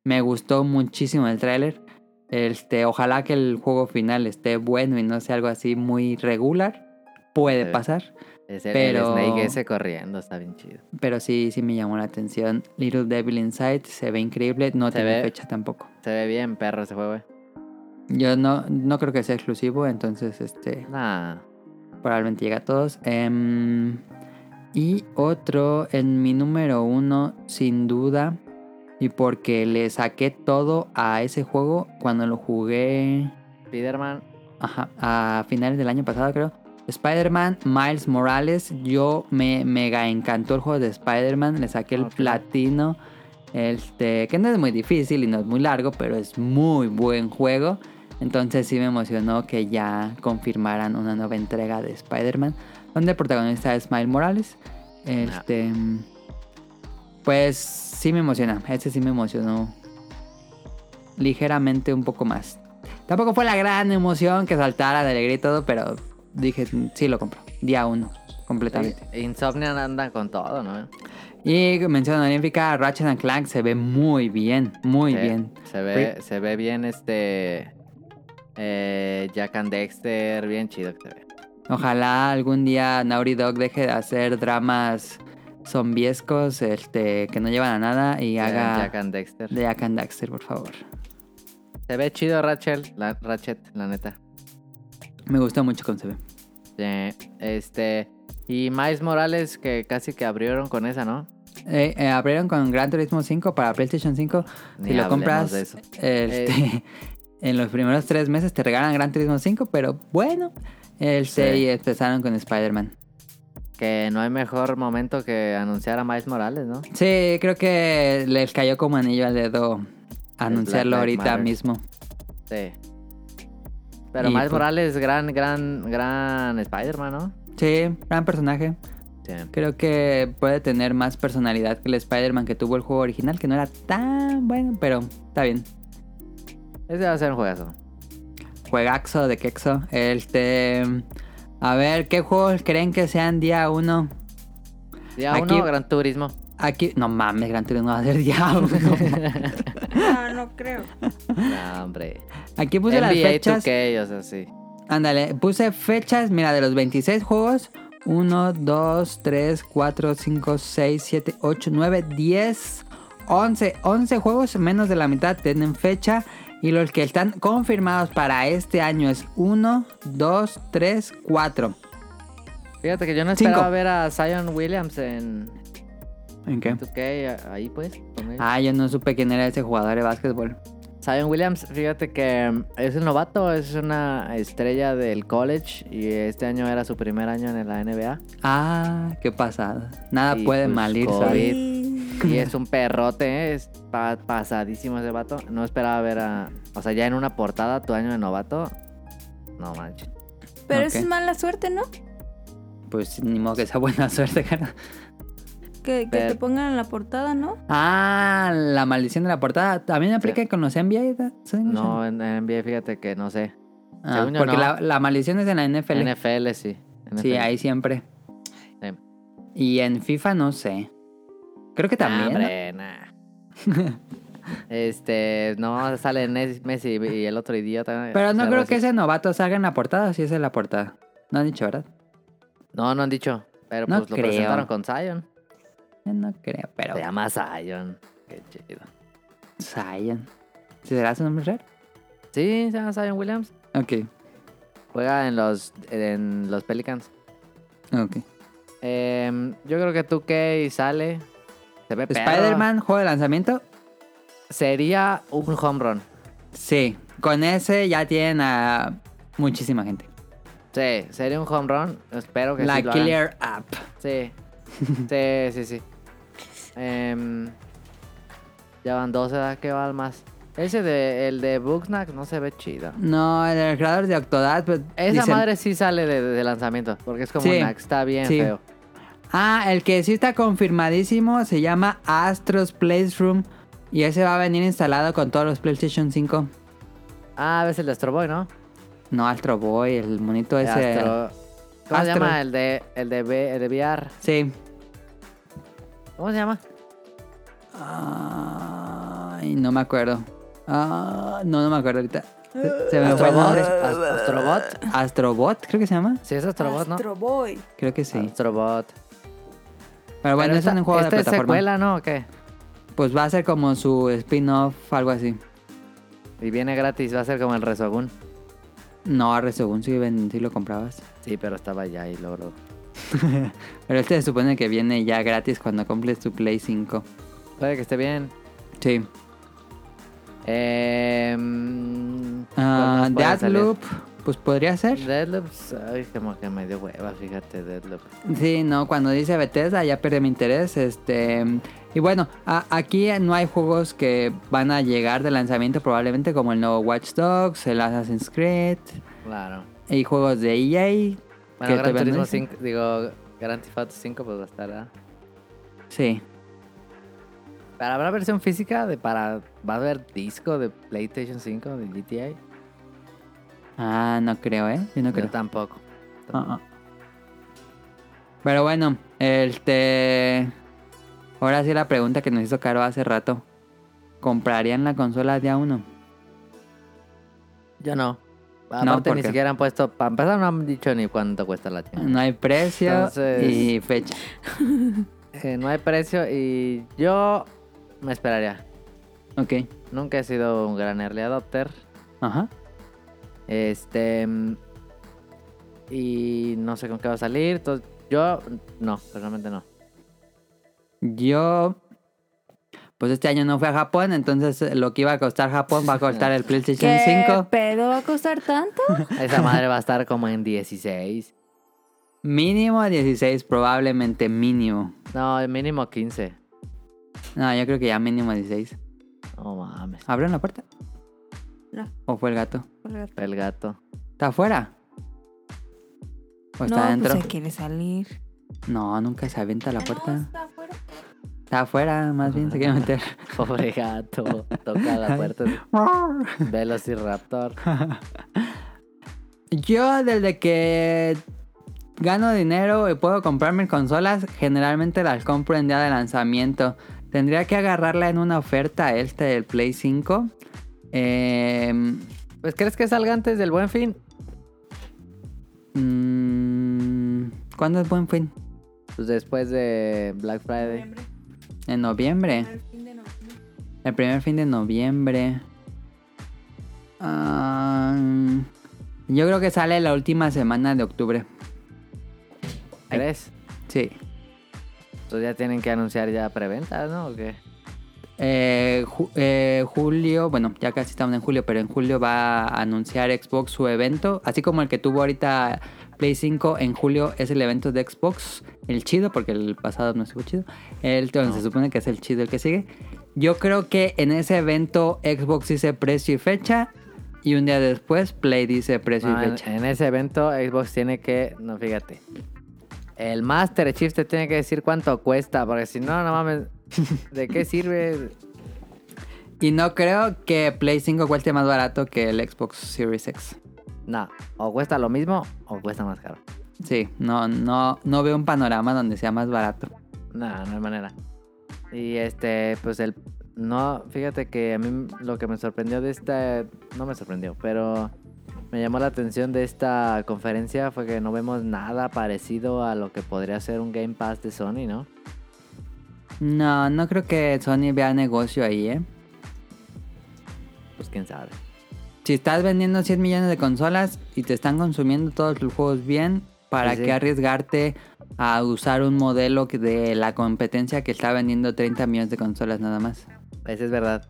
Speaker 2: Me gustó muchísimo el tráiler. Este, ojalá que el juego final esté bueno y no sea algo así muy regular. Puede
Speaker 3: Sí.
Speaker 2: pasar.
Speaker 3: Es el,
Speaker 2: Pero-
Speaker 3: el Snake ese corriendo, está bien chido.
Speaker 2: Pero sí, sí me llamó la atención. Little Devil Inside se ve increíble. No
Speaker 3: Se
Speaker 2: tiene
Speaker 3: ve.
Speaker 2: fecha tampoco.
Speaker 3: Se ve bien perro ese juego, eh.
Speaker 2: Yo no, no creo que sea exclusivo, entonces este
Speaker 3: Nah.
Speaker 2: probablemente llegue a todos. Em, y otro en mi número uno, sin duda. Y porque le saqué todo a ese juego cuando lo jugué
Speaker 3: Spider-Man.
Speaker 2: ajá, a finales del año pasado, creo. Spider-Man, Miles Morales. Yo me mega encantó el juego de Spider-Man. Le saqué el
Speaker 3: Ok.
Speaker 2: platino. Este, que no es muy difícil y no es muy largo, pero es muy buen juego. Entonces sí me emocionó que ya confirmaran una nueva entrega de Spider-Man, donde el protagonista es Miles Morales. Este, pues sí me emociona, este sí me emocionó ligeramente un poco más. Tampoco fue la gran emoción que saltara de alegría y todo, pero dije, sí lo compro, día uno, completamente.
Speaker 3: eh, Insomnia anda con todo, ¿no?
Speaker 2: Y mención honorífica, Ratchet and Clank se ve muy bien, muy
Speaker 3: Sí,
Speaker 2: bien.
Speaker 3: Se ve, se ve bien este. eh, Jack and Dexter, bien chido que se ve.
Speaker 2: Ojalá algún día Naughty Dog deje de hacer dramas zombiescos este, que no llevan a nada y haga
Speaker 3: Jack and Dexter.
Speaker 2: de Jack and Daxter, por favor.
Speaker 3: Se ve chido Rachel, la, Ratchet, la neta.
Speaker 2: Me gustó mucho cómo se ve.
Speaker 3: Sí, Este. Y Miles Morales, que casi que abrieron con esa, ¿no?
Speaker 2: Eh, eh, abrieron con Gran Turismo 5 para PlayStation 5.
Speaker 3: Ni
Speaker 2: si lo
Speaker 3: hablemos
Speaker 2: compras
Speaker 3: de eso.
Speaker 2: este,
Speaker 3: Eh.
Speaker 2: [laughs] en los primeros tres meses te regalan Gran Turismo 5, pero bueno, el
Speaker 3: Sí.
Speaker 2: 6 empezaron con Spider-Man.
Speaker 3: Que no hay mejor momento que anunciar a Miles Morales, ¿no?
Speaker 2: Sí, creo que les cayó como anillo al dedo anunciarlo
Speaker 3: Black
Speaker 2: ahorita
Speaker 3: Matter.
Speaker 2: mismo.
Speaker 3: Sí. Pero
Speaker 2: Y
Speaker 3: Miles
Speaker 2: pues-
Speaker 3: Morales, gran, gran, gran Spider-Man, ¿no?
Speaker 2: Sí, gran personaje.
Speaker 3: Sí.
Speaker 2: Creo que puede tener más personalidad que el Spider-Man que tuvo el juego original, que no era tan bueno, pero está bien.
Speaker 3: Ese va a ser un juegazo.
Speaker 2: Juegaxo de quexo. Este. A ver, ¿qué juegos creen que sean día 1?
Speaker 3: Día
Speaker 2: Aquí-
Speaker 3: uno, Gran Turismo.
Speaker 2: Aquí. No mames, Gran Turismo va a ser día 1.
Speaker 1: No, Ah, no creo.
Speaker 3: No, hombre.
Speaker 2: Aquí [laughs] puse las
Speaker 3: NBA
Speaker 2: fechas.
Speaker 3: 2K, o sea, sí.
Speaker 2: Ándale, puse fechas, mira, de los 26 juegos. 1, 2, 3, 4, 5, 6, 7, 8, 9, 10, 11. 11 juegos, menos de la mitad tienen fecha. Y los que están confirmados para este año es 1, 2, 3, 4.
Speaker 3: Fíjate que yo no
Speaker 2: Cinco.
Speaker 3: esperaba ver a Zion Williams en
Speaker 2: ¿En qué?
Speaker 3: 2K a- ahí, pues. con él.
Speaker 2: Ah, yo no supe quién era ese jugador de básquetbol.
Speaker 3: Zion Williams, fíjate que mm, es un novato, es una estrella del college y este año era su primer año en la NBA.
Speaker 2: Ah, qué pasada. Nada
Speaker 3: Y
Speaker 2: puede
Speaker 3: pues,
Speaker 2: mal ir,
Speaker 3: COVID.
Speaker 2: ¿sabes?
Speaker 1: Y-
Speaker 3: Y es un perrote, ¿eh? es pa- pasadísimo ese vato. No esperaba ver a... O sea, ya en una portada tu año de novato. No manches.
Speaker 1: Pero
Speaker 2: Ok.
Speaker 1: eso es mala suerte, ¿no?
Speaker 2: Pues ni modo que sea buena [laughs] suerte, cara.
Speaker 1: Que, que
Speaker 3: Pero-
Speaker 1: te pongan en la portada, ¿no?
Speaker 2: Ah, la maldición de la portada. También aplica con los NBA. ¿verdad?
Speaker 3: No, en en NBA fíjate que no sé.
Speaker 2: Ah,
Speaker 3: según yo
Speaker 2: porque
Speaker 3: no.
Speaker 2: la, la maldición es en la NFL.
Speaker 3: NFL sí.
Speaker 2: Sí,
Speaker 3: NFL.
Speaker 2: ahí siempre.
Speaker 3: Sí.
Speaker 2: Y en FIFA no sé. Creo que
Speaker 3: Nah,
Speaker 2: también. ¿no?
Speaker 3: hombre, nah. este, no, sale Nes- Messi y el otro idiota.
Speaker 2: Pero no
Speaker 3: pues, algo
Speaker 2: creo
Speaker 3: así.
Speaker 2: que ese novato salga en la portada. Sí, es en la portada. No han dicho, ¿verdad?
Speaker 3: No, no han dicho. Pero
Speaker 2: No
Speaker 3: pues lo
Speaker 2: creo.
Speaker 3: presentaron con Zion.
Speaker 2: Eh, No creo, pero.
Speaker 3: Se llama Zion. Qué chido.
Speaker 2: Zion. ¿Sí ¿Será su nombre real?
Speaker 3: Sí, se llama Zion Williams.
Speaker 2: Ok,
Speaker 3: Juega en los, en los Pelicans.
Speaker 2: ok.
Speaker 3: Em, yo creo que tú que sale. Se ve perro.
Speaker 2: Spider-Man, juego de lanzamiento.
Speaker 3: Sería un home run.
Speaker 2: Sí. Con ese ya tienen a muchísima gente.
Speaker 3: Sí, sería un home run. Espero que
Speaker 2: la
Speaker 3: sí lo hagan.
Speaker 2: Killer App. [laughs]
Speaker 3: Sí. Sí, sí, sí. Em, ya van 12, ¿verdad? ¿Qué va más? Ese de, el de Bugsnax no se ve chido.
Speaker 2: No, el creador de Octodad. pues,
Speaker 3: Esa
Speaker 2: dicen-
Speaker 3: madre sí sale de, de lanzamiento, porque es como
Speaker 2: Sí.
Speaker 3: un axe, está bien
Speaker 2: Sí.
Speaker 3: feo.
Speaker 2: Ah, el que sí está confirmadísimo se llama Astros Playroom. Y ese va a venir instalado con todos los PlayStation 5.
Speaker 3: Ah, ves el de Astro Boy, ¿no?
Speaker 2: No, Astro Boy, el monito ese.
Speaker 3: Astro- ¿Cómo se
Speaker 2: Pues, eh, Astro.
Speaker 3: llama el de, el, de, V- el de VR?
Speaker 2: Sí.
Speaker 3: ¿Cómo se llama?
Speaker 2: Ay, no me acuerdo. Ah, no, no me acuerdo ahorita. Se- Se me fue el
Speaker 3: ¿Astrobot?
Speaker 2: nombre.
Speaker 3: Ast- ¿Astrobot?
Speaker 2: Astrobot, creo que se llama.
Speaker 3: Sí, es Astrobot, ¿no?
Speaker 1: Astro Boy.
Speaker 2: Creo que sí.
Speaker 3: Astrobot.
Speaker 2: Pero bueno,
Speaker 3: Ah, Pero
Speaker 2: es un juego de
Speaker 3: esta es
Speaker 2: plataforma.
Speaker 3: secuela, ¿no? ¿O qué?
Speaker 2: Pues va a ser como su spin-off, algo así.
Speaker 3: Y viene gratis, va a ser como el Resogun.
Speaker 2: No, arre, según si, ven- si lo comprabas.
Speaker 3: Sí, pero estaba ya y logró.
Speaker 2: Pero este se supone que viene ya gratis cuando compres tu Play 5.
Speaker 3: Puede que esté bien.
Speaker 2: Sí.
Speaker 3: Eh,
Speaker 2: Ah, Deathloop, pues podría ser.
Speaker 3: Deadloop, ay, como que me dio hueva, fíjate, Deadloop.
Speaker 2: Sí, no, cuando dice Bethesda ya perdí mi interés. Este, Y bueno, a- aquí no hay juegos que van a llegar de lanzamiento probablemente como el nuevo Watch Dogs, el Assassin's Creed
Speaker 3: Claro.
Speaker 2: y juegos de E EA. que
Speaker 3: Bueno, Gran
Speaker 2: todavía no
Speaker 3: Turismo
Speaker 2: dicen.
Speaker 3: 5, digo, Gran Theft Auto 5 pues va a estar, ¿verdad?
Speaker 2: Sí.
Speaker 3: Pero habrá versión física de para... ¿Va a haber disco de PlayStation 5, de GTA?
Speaker 2: Ah, no creo, ¿eh? Yo no creo.
Speaker 3: Yo tampoco.
Speaker 2: Ah, ah. Pero bueno, este. Ahora sí la pregunta que nos hizo Caro hace rato. ¿Comprarían la consola día uno?
Speaker 3: Yo no.
Speaker 2: No,
Speaker 3: Aparte
Speaker 2: ¿por
Speaker 3: ni
Speaker 2: qué?
Speaker 3: siquiera han puesto... Para empezar no han dicho ni cuánto cuesta la tienda.
Speaker 2: No hay precio
Speaker 3: Entonces-
Speaker 2: y fecha.
Speaker 3: Eh, no hay precio y yo me esperaría.
Speaker 2: Ok.
Speaker 3: Nunca he sido un gran early adopter.
Speaker 2: Ajá.
Speaker 3: Este. mm, Y no sé con qué va a salir. to- yo, no, personalmente no.
Speaker 2: Yo. Pues este año no fui a Japón, entonces eh, lo que iba a costar Japón va a costar el PlayStation
Speaker 5: ¿Qué
Speaker 2: 5.
Speaker 5: pedo va a costar
Speaker 2: [laughs]
Speaker 5: tanto?
Speaker 3: Esa madre va a estar como en 16.
Speaker 2: Mínimo 16, probablemente mínimo.
Speaker 3: No, mínimo 15.
Speaker 2: No, yo creo que ya mínimo 16.
Speaker 3: No mames.
Speaker 2: ¿Abren la puerta?
Speaker 1: No.
Speaker 2: ¿O fue el gato?
Speaker 3: El gato.
Speaker 2: ¿Está afuera? ¿O
Speaker 5: no,
Speaker 2: está adentro?
Speaker 5: pues se quiere salir.
Speaker 2: No, nunca se avienta la
Speaker 1: No,
Speaker 2: puerta.
Speaker 1: está afuera.
Speaker 2: Está afuera, más bien se
Speaker 5: [laughs]
Speaker 2: quiere meter.
Speaker 3: Pobre gato. Toca la
Speaker 2: [laughs]
Speaker 3: puerta. Velociraptor.
Speaker 2: Yo desde que gano dinero y puedo comprarme consolas, generalmente las compro en día de lanzamiento. Tendría que agarrarla en una oferta este del Play 5. Em,
Speaker 3: Pues, ¿crees que salga antes del buen fin?
Speaker 2: mm, ¿Cuándo es buen fin?
Speaker 3: Pues después de Black Friday.
Speaker 2: En noviembre.
Speaker 1: Al fin de noviembre.
Speaker 2: El primer fin de noviembre. Ah, yo creo que sale la última semana de octubre.
Speaker 3: ¿Crees?
Speaker 2: Sí.
Speaker 3: Entonces pues, ya tienen que anunciar ya preventa, ¿no? ¿O qué?
Speaker 2: Eh, ju- eh, julio, bueno, ya casi estamos en julio, pero en julio va a anunciar Xbox su evento. Así como el que tuvo ahorita Play 5, en julio es el evento de Xbox, el chido, porque el pasado no estuvo chido. El, entonces se supone que es el chido el que sigue. Yo creo que en ese evento Xbox dice precio y fecha. Y un día después Play dice precio
Speaker 3: No,
Speaker 2: y
Speaker 3: en,
Speaker 2: fecha.
Speaker 3: en ese evento Xbox tiene que, no fíjate, el Master Chief te tiene que decir cuánto cuesta, porque si no, no mames, ¿de qué sirve?
Speaker 2: Y no creo que Play 5 cueste más barato que el Xbox Series X.
Speaker 3: No, o cuesta lo mismo o cuesta más caro.
Speaker 2: Sí, no, no, no veo un panorama donde sea más barato.
Speaker 3: No, no hay manera. Y este, pues el, no, fíjate que a mí lo que me sorprendió de esta, no me sorprendió, pero me llamó la atención de esta conferencia fue que no vemos nada parecido a lo que podría ser un Game Pass de Sony, ¿no?
Speaker 2: No, no creo que Sony vea negocio ahí, ¿eh?
Speaker 3: Pues quién sabe.
Speaker 2: Si estás vendiendo 100 millones de consolas y te están consumiendo todos tus juegos bien, ¿para
Speaker 3: Sí, sí.
Speaker 2: qué arriesgarte a usar un modelo que- de la competencia que está vendiendo 30 millones de consolas nada más?
Speaker 3: Eso Pues, es verdad.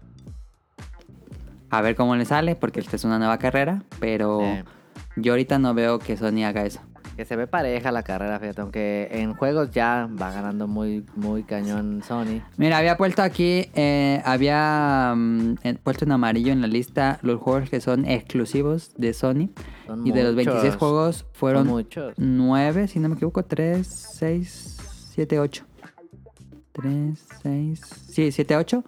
Speaker 2: A ver cómo le sale, porque esta es una nueva carrera, pero
Speaker 3: Eh.
Speaker 2: yo ahorita no veo que Sony haga eso.
Speaker 3: Que se ve pareja la carrera, fíjate, aunque en juegos ya va ganando muy, muy cañón Sony.
Speaker 2: Mira, había puesto aquí, eh, había mm, eh, puesto en amarillo en la lista los juegos que son exclusivos de Sony.
Speaker 3: Son
Speaker 2: y de los 26
Speaker 3: muchos,
Speaker 2: juegos
Speaker 3: son
Speaker 2: fueron
Speaker 3: muchos.
Speaker 2: 9, si no me equivoco, 3, 6, 7, 8. 3, 6, sí, 7, 8.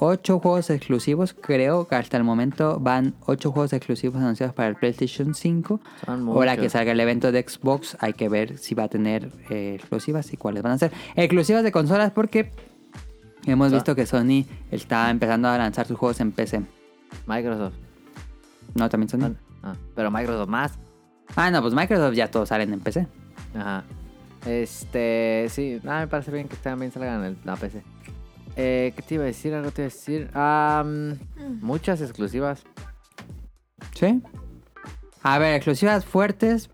Speaker 2: 8 juegos exclusivos, creo que hasta el momento van 8 juegos exclusivos anunciados para el PlayStation 5.
Speaker 3: Son muchos.
Speaker 2: Ahora que salga el evento de Xbox, hay que ver si va a tener eh, exclusivas y cuáles van a ser. Exclusivas de consolas porque hemos
Speaker 3: Sa-
Speaker 2: visto que Sony está empezando a lanzar sus juegos en PC.
Speaker 3: Microsoft.
Speaker 2: No, también Sony.
Speaker 3: Ah, pero Microsoft más.
Speaker 2: Ah, no, pues Microsoft ya todos salen en PC.
Speaker 3: Ajá. Este, sí, nada, me parece bien que también salgan en el- la PC. Eh, ¿Qué te iba a decir? ¿Algo te iba a decir? Ah, mm, muchas exclusivas.
Speaker 2: Sí. A ver, exclusivas fuertes,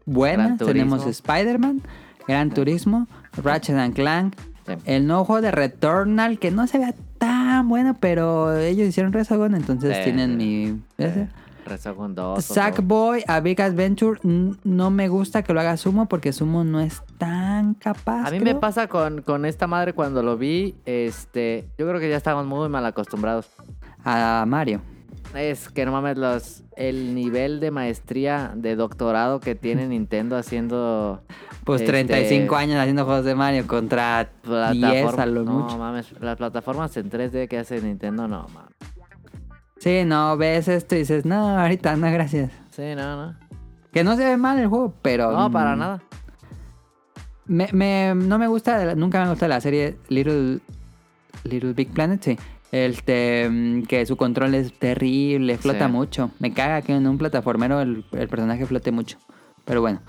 Speaker 3: Gran
Speaker 2: buenas.
Speaker 3: Turismo.
Speaker 2: Tenemos Spider-Man, Gran Turismo, Ratchet and Clank,
Speaker 3: Sí.
Speaker 2: el nuevo juego de Returnal, que no se vea tan bueno, pero ellos hicieron Resogon, entonces
Speaker 3: Sí,
Speaker 2: tienen
Speaker 3: sí,
Speaker 2: mi... ese.
Speaker 3: Resegundoso.
Speaker 2: Sackboy a Big Adventure n- no me gusta que lo haga Sumo porque Sumo no es tan capaz.
Speaker 3: A mí
Speaker 2: creo.
Speaker 3: me pasa con, con esta madre cuando lo vi, este, yo creo que ya estábamos muy mal acostumbrados.
Speaker 2: A Mario.
Speaker 3: Es que no mames, los, el nivel de maestría, de doctorado que
Speaker 2: [laughs]
Speaker 3: tiene Nintendo haciendo
Speaker 2: Pues
Speaker 3: Este-
Speaker 2: 35 años haciendo juegos de Mario contra 10 a
Speaker 3: plataformas.
Speaker 2: lo
Speaker 3: No
Speaker 2: mucho.
Speaker 3: mames, las plataformas en 3D que hace Nintendo, no mames.
Speaker 2: Sí, no, ves esto y dices, no, ahorita no, gracias.
Speaker 3: Sí, no, no.
Speaker 2: Que no se ve mal el juego, pero...
Speaker 3: No, para
Speaker 2: mm,
Speaker 3: nada.
Speaker 2: Me, me- no me gusta, de la- nunca me gusta la serie Little, Little Big Planet, sí. Este, mm, que su control es terrible, flota
Speaker 3: Sí.
Speaker 2: mucho. Me caga que en un plataformero el, el personaje flote mucho. Pero bueno.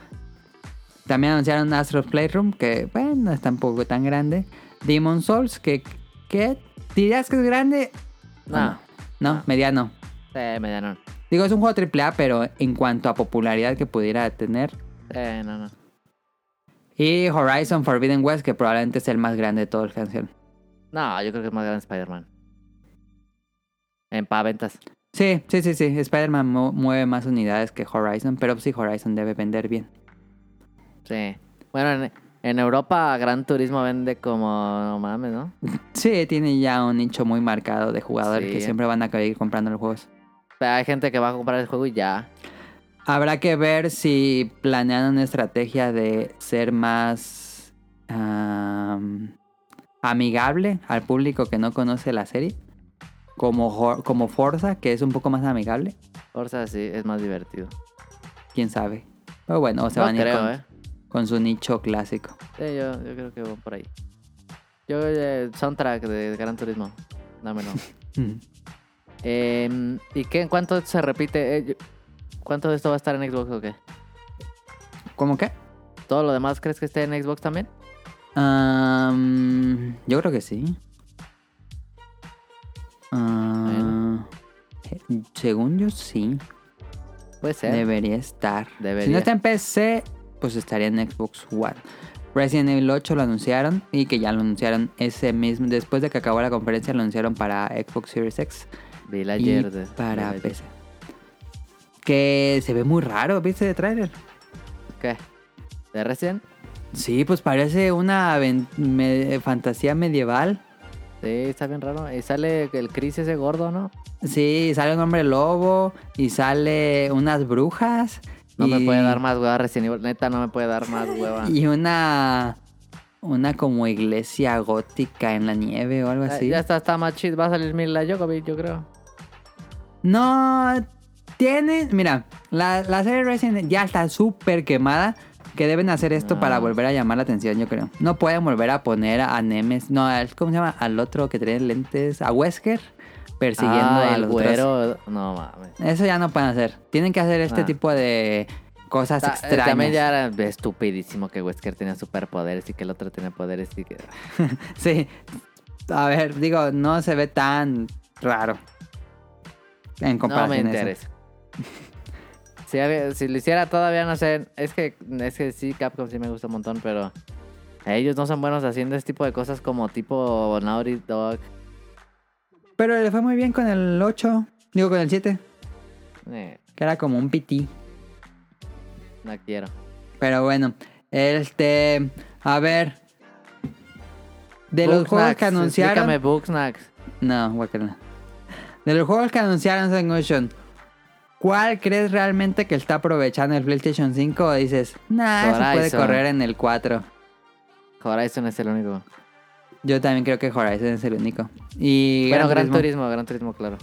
Speaker 2: También anunciaron Astro's Playroom, que bueno, no es tampoco tan grande. Demon Souls, que, que dirías que es grande.
Speaker 3: No.
Speaker 2: ¿O No,
Speaker 3: No.
Speaker 2: mediano.
Speaker 3: Sí, mediano.
Speaker 2: Digo, es un juego AAA, pero en cuanto a popularidad que pudiera tener,
Speaker 3: Sí, no, no.
Speaker 2: Y Horizon Forbidden West, que probablemente es el más grande de todos el canción.
Speaker 3: No, yo creo que es más grande Spider-Man. En pa' ventas.
Speaker 2: Sí, sí, sí, sí. Spider-Man mu- mueve más unidades que Horizon, pero sí, Horizon debe vender bien.
Speaker 3: Sí. Bueno, en, en Europa Gran Turismo vende como, no mames, ¿no?
Speaker 2: Sí, tiene ya un nicho muy marcado de jugadores
Speaker 3: Sí.
Speaker 2: que siempre van a seguir comprando los juegos.
Speaker 3: Pero hay gente que va a comprar el juego y ya.
Speaker 2: Habrá que ver si planean una estrategia de ser más am, amigable al público que no conoce la serie. Como, Ho- como Forza, que es un poco más amigable.
Speaker 3: Forza sí, es más divertido.
Speaker 2: Quién sabe. Pero bueno, o se
Speaker 3: No
Speaker 2: van a ir
Speaker 3: creo,
Speaker 2: con-
Speaker 3: ¿eh?
Speaker 2: con su nicho clásico.
Speaker 3: Sí, yo, yo creo que voy por ahí. Yo, eh, soundtrack de Gran Turismo.
Speaker 2: [laughs]
Speaker 3: Dámelo.
Speaker 2: Mm.
Speaker 3: Em, ¿Y qué? ¿En cuánto se repite? Eh, yo- ¿Cuánto de esto va a estar en Xbox o qué?
Speaker 2: ¿Cómo qué?
Speaker 3: ¿Todo lo demás crees que esté en Xbox también?
Speaker 2: Am, yo creo que sí. Ah, eh, según yo sí.
Speaker 3: Puede ser.
Speaker 2: Debería estar. Si
Speaker 3: Debería.
Speaker 2: no está en PC, pues estaría en Xbox One. Resident Evil 8 lo anunciaron y que ya lo anunciaron ese mismo. Después de que acabó la conferencia lo anunciaron para Xbox Series X
Speaker 3: Vi la
Speaker 2: y
Speaker 3: ayer de-
Speaker 2: para
Speaker 3: vi la ayer.
Speaker 2: PC. Que se ve muy raro, ¿viste de trailer?
Speaker 3: ¿Qué? ¿De recién?
Speaker 2: Sí, pues parece una aven- me- fantasía medieval.
Speaker 3: Sí, está bien raro. Y sale el Chris ese gordo, ¿no?
Speaker 2: Sí, sale un hombre lobo y sale unas brujas.
Speaker 3: No me
Speaker 2: y-
Speaker 3: puede dar más hueva Resident Evil. Neta, no me puede dar más hueva.
Speaker 2: [laughs] Y una. Una como iglesia gótica en la nieve o algo
Speaker 3: Ya-
Speaker 2: así.
Speaker 3: Ah, Ya está, está más chido. Va a salir Mila Jokovic, yo creo.
Speaker 2: No. Tienen. Mira, la, la serie Resident Evil ya está súper quemada. Que deben hacer esto
Speaker 3: Ah.
Speaker 2: para volver a llamar la atención, yo creo. No pueden volver a poner a Nemes. No, al- ¿cómo se llama? Al otro que tiene lentes. A Wesker. Persiguiendo
Speaker 3: Ah,
Speaker 2: a
Speaker 3: el
Speaker 2: los otros.
Speaker 3: güero. No mames.
Speaker 2: Eso ya no pueden hacer. Tienen que hacer este
Speaker 3: Ah.
Speaker 2: tipo de cosas
Speaker 3: Ta- eh,
Speaker 2: extrañas.
Speaker 3: También ya era estupidísimo que Wesker tenía superpoderes y que el otro tenía poderes y que...
Speaker 2: Sí. A ver, digo, no se ve tan raro. En
Speaker 3: No me
Speaker 2: comparación a eso.
Speaker 3: interesa. [laughs] Si, había- si lo hiciera todavía no sé. Es que, es que sí, Capcom sí me gusta un montón, pero... Ellos no son buenos haciendo este tipo de cosas como tipo Naughty Dog.
Speaker 2: Pero le fue muy bien con el 8. Digo, con el 7.
Speaker 3: Eh,
Speaker 2: Que era como un PT.
Speaker 3: no quiero.
Speaker 2: Pero bueno. Este. A ver. De los
Speaker 3: Bugsnax,
Speaker 2: juegos que anunciaron.
Speaker 3: Explícame Bugsnax.
Speaker 2: No, guacala. De los juegos que anunciaron en Ocean, ¿cuál crees realmente que está aprovechando el PlayStation 5? O dices, nah, eso puede
Speaker 3: Horizon.
Speaker 2: correr en el 4.
Speaker 3: Horizon es el único.
Speaker 2: Yo también creo que Horizon es el único. Y
Speaker 3: bueno, Gran
Speaker 2: Turismo.
Speaker 3: Turismo. Gran Turismo, claro.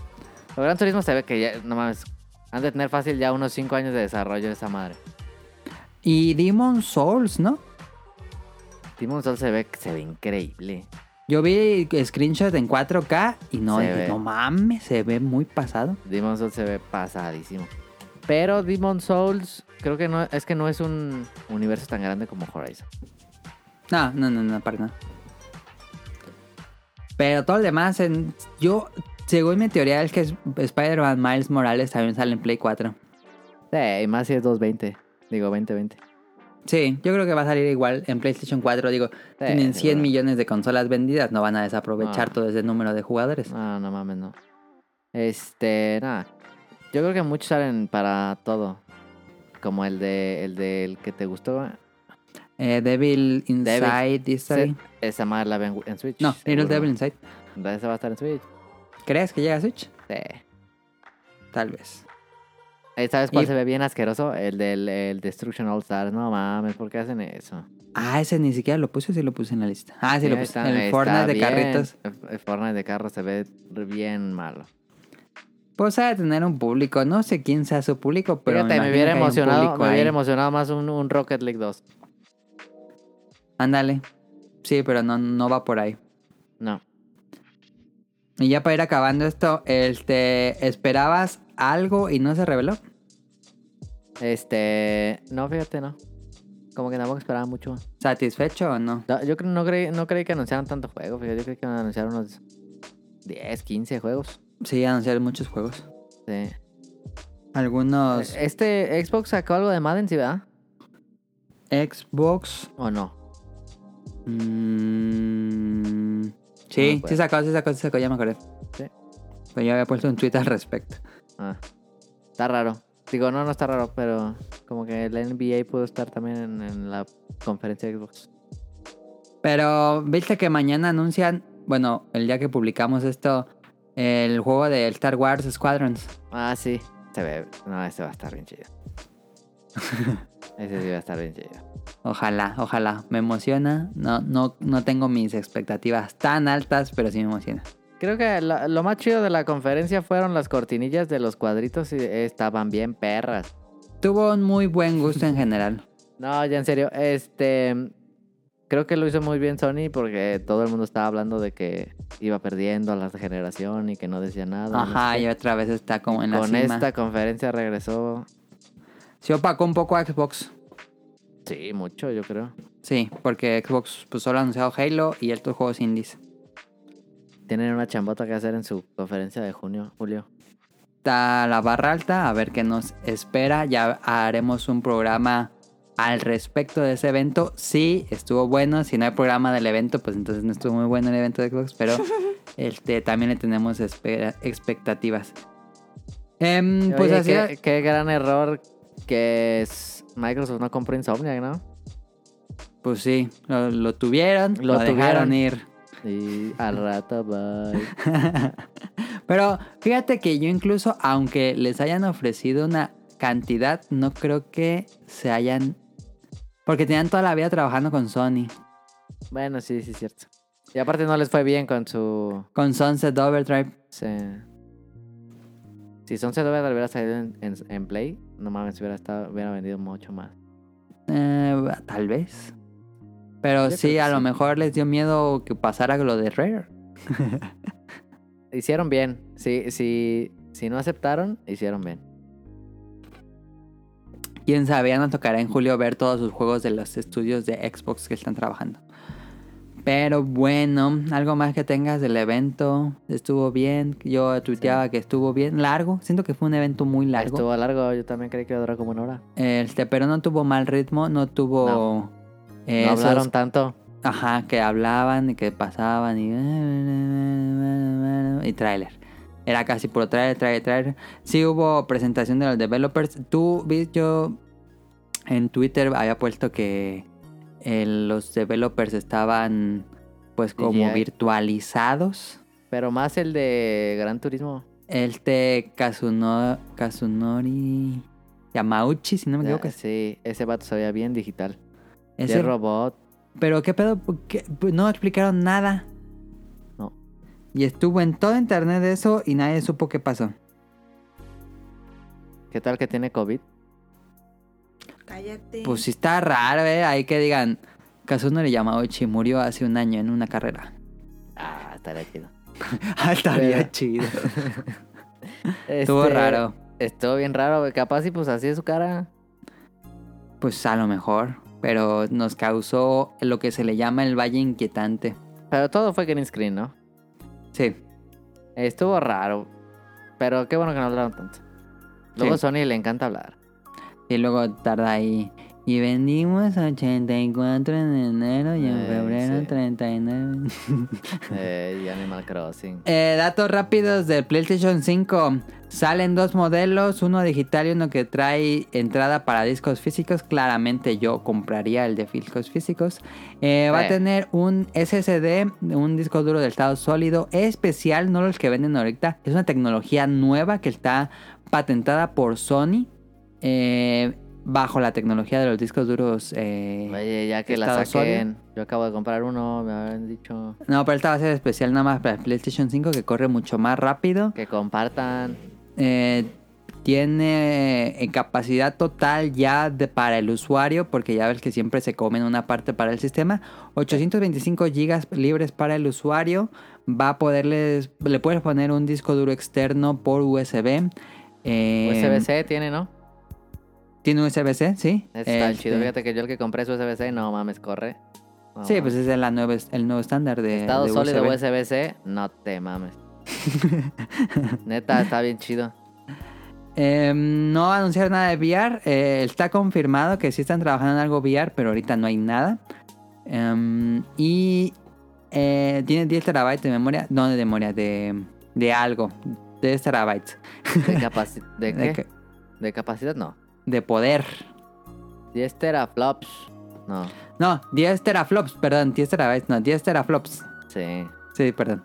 Speaker 3: Pero Gran Turismo se ve que ya, no mames, han de tener fácil ya unos 5 años de desarrollo de esa madre.
Speaker 2: Y Demon Souls, ¿no?
Speaker 3: Demon Soul se ve, se ve increíble.
Speaker 2: Yo vi screenshot en 4K y no,
Speaker 3: Se
Speaker 2: dije,
Speaker 3: ve.
Speaker 2: no mames, se ve muy pasado.
Speaker 3: Demon Souls se ve pasadísimo. Pero Demon Souls, creo que no, es que no es un universo tan grande como Horizon.
Speaker 2: No, no, no, no, para nada. Pero todo lo demás, en- yo, según mi teoría, es que es- Spider-Man Miles Morales también sale en Play 4.
Speaker 3: Sí, Eh, y más si es 220. Digo, 2020.
Speaker 2: Sí, yo creo que va a salir igual en PlayStation 4. Digo,
Speaker 3: Eh,
Speaker 2: tienen 100
Speaker 3: seguro.
Speaker 2: millones de consolas vendidas, no van a desaprovechar
Speaker 3: Ah.
Speaker 2: todo ese número de jugadores.
Speaker 3: No, no mames, no. Este, nada. Yo creo que muchos salen para todo. Como el de el del que te gustó.
Speaker 2: Eh, Devil Inside History.
Speaker 3: Sí, Esa madre la ven en Switch.
Speaker 2: No, Little
Speaker 3: seguro.
Speaker 2: Devil Inside.
Speaker 3: Esa va a estar en Switch.
Speaker 2: ¿Crees que llega a Switch?
Speaker 3: Sí.
Speaker 2: Tal vez.
Speaker 3: Eh, ¿Sabes cuál
Speaker 2: Y-
Speaker 3: se ve bien asqueroso? El del el Destruction All Stars. No mames, ¿por qué hacen eso?
Speaker 2: Ah, ese ni siquiera lo puse, sí lo puse en la lista. Ah, sí lo puse.
Speaker 3: Está-
Speaker 2: en el
Speaker 3: está
Speaker 2: Fortnite de
Speaker 3: bien.
Speaker 2: carritos.
Speaker 3: El- El Fortnite de carros se ve bien malo.
Speaker 2: Pues ha de tener un público. No sé quién sea su público, pero.
Speaker 3: Fíjate, me,
Speaker 2: imagino
Speaker 3: hubiera
Speaker 2: que hay un
Speaker 3: emocionado,
Speaker 2: público
Speaker 3: me hubiera
Speaker 2: ahí.
Speaker 3: emocionado más un, un Rocket League 2.
Speaker 2: Ándale. Sí, pero no, no va por ahí.
Speaker 3: No.
Speaker 2: Y ya para ir acabando esto, este, ¿esperabas algo y no se reveló?
Speaker 3: Este. No, fíjate, no. Como que tampoco esperaba mucho.
Speaker 2: ¿Satisfecho o no?
Speaker 3: No, yo creo- no creí, no creí que anunciaran tanto juego, fíjate. Yo creí que anunciaron unos 10, 15 juegos.
Speaker 2: Sí, anunciaron muchos juegos.
Speaker 3: Sí.
Speaker 2: Algunos
Speaker 3: Este Xbox sacó algo de Madden, ¿sí, verdad? eh.
Speaker 2: Xbox.
Speaker 3: ¿O no?
Speaker 2: mm,
Speaker 3: me
Speaker 2: sí,
Speaker 3: acuerdo.
Speaker 2: sí sacó, sí sacó, sí sacó, ya me acordé.
Speaker 3: Sí.
Speaker 2: Pues yo había puesto un tweet al respecto.
Speaker 3: Ah, está raro. Digo, no, no está raro, pero como que el NBA pudo estar también en, en la conferencia de Xbox.
Speaker 2: Pero viste que mañana anuncian, bueno, el día que publicamos esto, el juego de Star Wars Squadrons.
Speaker 3: Ah, sí. Se ve. No, ese va a estar bien
Speaker 2: [laughs]
Speaker 3: chido. ese sí va a estar bien chido.
Speaker 2: Ojalá, ojalá. Me emociona. No, no, no tengo mis expectativas tan altas, pero sí me emociona.
Speaker 3: Creo que lo, lo más chido de la conferencia fueron las cortinillas de los cuadritos y estaban bien perras.
Speaker 2: Tuvo un muy buen gusto
Speaker 3: [laughs]
Speaker 2: en general.
Speaker 3: No, ya en serio, este. Creo que lo hizo muy bien Sony porque todo el mundo estaba hablando de que iba perdiendo a la generación y que no decía nada. no
Speaker 2: Ajá, y otra vez está como en la
Speaker 3: Con
Speaker 2: cima.
Speaker 3: esta conferencia regresó.
Speaker 2: Se opacó un poco a Xbox.
Speaker 3: Sí, mucho, yo creo.
Speaker 2: Sí, porque Xbox pues, solo ha anunciado Halo y estos juegos indies.
Speaker 3: Tienen una chambota que hacer en su conferencia de junio, julio.
Speaker 2: Está la barra alta, a ver qué nos espera. Ya haremos un programa al respecto de ese evento. Sí, estuvo bueno. Si no hay programa del evento, pues entonces no estuvo muy bueno el evento de Xbox,
Speaker 3: [laughs]
Speaker 2: pero este, también le tenemos espera- expectativas. Em, pues
Speaker 3: Oye,
Speaker 2: así.
Speaker 3: qué, qué gran error que es Microsoft no compró Insomniac, ¿no?
Speaker 2: Pues sí, lo, lo tuvieron,
Speaker 3: Lo
Speaker 2: lo, dejaron
Speaker 3: tuvieron.
Speaker 2: ir.
Speaker 3: Y al rato, bye.
Speaker 2: Pero fíjate que yo incluso, aunque les hayan ofrecido una cantidad, no creo que se hayan... Porque tenían toda la vida trabajando con Sony,
Speaker 3: Bueno, sí, sí, es cierto. Y aparte no les fue bien con su...
Speaker 2: con Sunset Overdrive.
Speaker 3: se- Si Sunset Overdrive hubiera salido en, en- en Play, no mames, hubiera, estado, hubiera vendido mucho más.
Speaker 2: eh, tal vez. Pero
Speaker 3: Yo creo
Speaker 2: sí,
Speaker 3: que
Speaker 2: a lo
Speaker 3: sí.
Speaker 2: mejor les dio miedo que pasara lo de Rare.
Speaker 3: Hicieron bien. Sí, sí, si no aceptaron, hicieron bien.
Speaker 2: Quién sabe, ya nos tocará en julio ver todos sus juegos de los estudios de Xbox que están trabajando. Pero bueno, algo más que tengas del evento. Estuvo bien. Yo tuiteaba que estuvo bien. Largo. Siento que fue un evento muy largo.
Speaker 3: Estuvo largo, yo también creí que iba a durar como una hora.
Speaker 2: Este, pero no tuvo mal ritmo. No tuvo. eh,
Speaker 3: No
Speaker 2: esos-
Speaker 3: hablaron tanto.
Speaker 2: Ajá, que hablaban y que pasaban y. Y tráiler. Era casi puro tráiler, tráiler, tráiler. Sí hubo presentación de los developers. Tú, vi- yo en Twitter había puesto que eh, los developers estaban pues como
Speaker 3: DJI.
Speaker 2: virtualizados.
Speaker 3: Pero más el de Gran Turismo.
Speaker 2: Este Kazuno, Kazunori Yamauchi, si no me
Speaker 3: Ya,
Speaker 2: equivoco.
Speaker 3: Ah, Sí, ese vato se veía bien digital.
Speaker 2: Ese-
Speaker 3: Y el robot.
Speaker 2: Pero qué pedo, ¿Por qué? Pues, no explicaron nada.
Speaker 3: No.
Speaker 2: Y estuvo en todo internet eso y nadie supo qué pasó.
Speaker 3: ¿Qué tal que tiene COVID?
Speaker 1: Cállate.
Speaker 2: Pues sí está raro, eh, ahí que digan, Kazuno Yamauchi murió hace un año en una carrera.
Speaker 3: Ah, estaría chido.
Speaker 2: Ah,
Speaker 3: Pero-
Speaker 2: estaría chido. [laughs] Estuvo
Speaker 3: Este,
Speaker 2: raro.
Speaker 3: Estuvo bien raro, güey. capaz y pues así es su cara.
Speaker 2: Pues a lo mejor, pero nos causó lo que se le llama el valle inquietante.
Speaker 3: Pero todo fue green screen, ¿no?
Speaker 2: Sí,
Speaker 3: Estuvo raro. Pero qué bueno que no hablaron tanto. Luego
Speaker 2: Sí.
Speaker 3: Sony le encanta hablar.
Speaker 2: y luego tarda ahí. Y vendimos 84 en enero y en
Speaker 3: Eh,
Speaker 2: febrero
Speaker 3: sí.
Speaker 2: 39.
Speaker 3: Eh, y Animal Crossing.
Speaker 2: Eh, datos rápidos del PlayStation 5. Salen dos modelos, uno digital y uno que trae entrada para discos físicos. Claramente yo compraría el de discos físicos. Eh, Va a
Speaker 3: Sí.
Speaker 2: tener un SSD, un disco duro de estado sólido especial, no los que venden ahorita. Es una tecnología nueva que está patentada por Sony eh, bajo la tecnología de los discos duros. eh,
Speaker 3: Oye, ya que la
Speaker 2: Estado
Speaker 3: saquen. Yo acabo de comprar uno, me habían dicho
Speaker 2: No, pero esta va a ser especial nada más para el PlayStation 5 que corre mucho más rápido.
Speaker 3: que compartan.
Speaker 2: Eh, tiene eh, capacidad total ya de, para el usuario, porque ya ves que siempre se comen una parte para el sistema. 825 gigas libres para el usuario. Va a poderles, le puedes poner un disco duro externo por USB. Eh,
Speaker 3: USB-C tiene, ¿no?
Speaker 2: Tiene USB-C, sí.
Speaker 3: Está
Speaker 2: Este,
Speaker 3: chido. Fíjate que yo el que compré es USB-C, no mames, corre. No
Speaker 2: Sí,
Speaker 3: mames.
Speaker 2: pues ese es la nueva- el nuevo estándar de.
Speaker 3: Estado
Speaker 2: Eh, de
Speaker 3: sólido
Speaker 2: USB.
Speaker 3: USB-C, no te
Speaker 2: [laughs]
Speaker 3: mames. Neta, está bien chido.
Speaker 2: Eh, no anunciaron nada de VR. eh, está confirmado que sí están trabajando en algo VR, pero ahorita no hay nada. Em, y eh, tiene 10 terabytes de memoria. No de memoria, de, de algo. 10 terabytes.
Speaker 3: ¿De, capaci de,
Speaker 2: [laughs] De,
Speaker 3: qué?
Speaker 2: ca-
Speaker 3: ¿De capacidad? No.
Speaker 2: de poder.
Speaker 3: 10 teraflops. No,
Speaker 2: No, 10 teraflops, perdón. 10 terabytes, no, 10 teraflops.
Speaker 3: sí.
Speaker 2: Sí, perdón.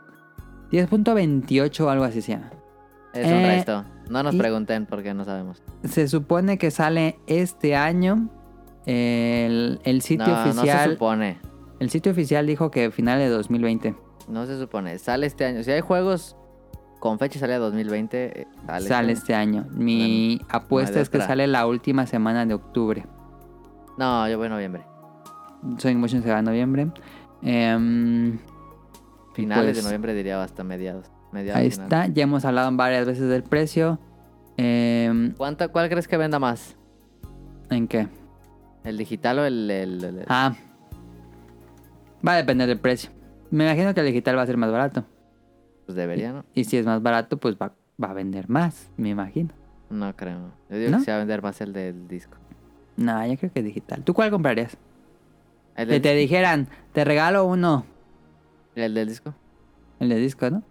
Speaker 2: 10.28 o algo así se llama.
Speaker 3: Es un
Speaker 2: Eh,
Speaker 3: resto. No nos
Speaker 2: y-
Speaker 3: pregunten porque no sabemos.
Speaker 2: Se supone que sale este año. El, el sitio
Speaker 3: no, no se
Speaker 2: oficial.
Speaker 3: supone.
Speaker 2: el sitio oficial dijo que final de 2020.
Speaker 3: No se supone. Sale este año. Si hay juegos con fecha y sale a 2020, eh, sale.
Speaker 2: Sale este año. Mi apuesta
Speaker 3: de
Speaker 2: es que
Speaker 3: otra.
Speaker 2: sale la última semana de octubre. este
Speaker 3: No, yo voy en noviembre.
Speaker 2: Sonic Motion se va en noviembre. Em,
Speaker 3: Finales
Speaker 2: Pues-
Speaker 3: de noviembre diría o hasta mediados. mediados
Speaker 2: ahí
Speaker 3: final.
Speaker 2: está. Ya hemos hablado varias veces del precio. Em,
Speaker 3: ¿Cuánto, ¿Cuál crees que venda más?
Speaker 2: ¿En qué?
Speaker 3: ¿El digital o el...? el- el- el-
Speaker 2: Ah. Va a depender del precio. Me imagino que el digital va a ser más barato.
Speaker 3: Pues debería, ¿no?
Speaker 2: Y si es más barato, pues va, va a vender más, me imagino.
Speaker 3: No creo. Yo digo
Speaker 2: ¿No?
Speaker 3: que se va a vender más el del disco.
Speaker 2: No, yo creo que digital. ¿Tú cuál comprarías?
Speaker 3: ¿El
Speaker 2: Si
Speaker 3: del,
Speaker 2: te dijeran, te regalo uno,
Speaker 3: el del disco?
Speaker 2: el de disco, ¿no?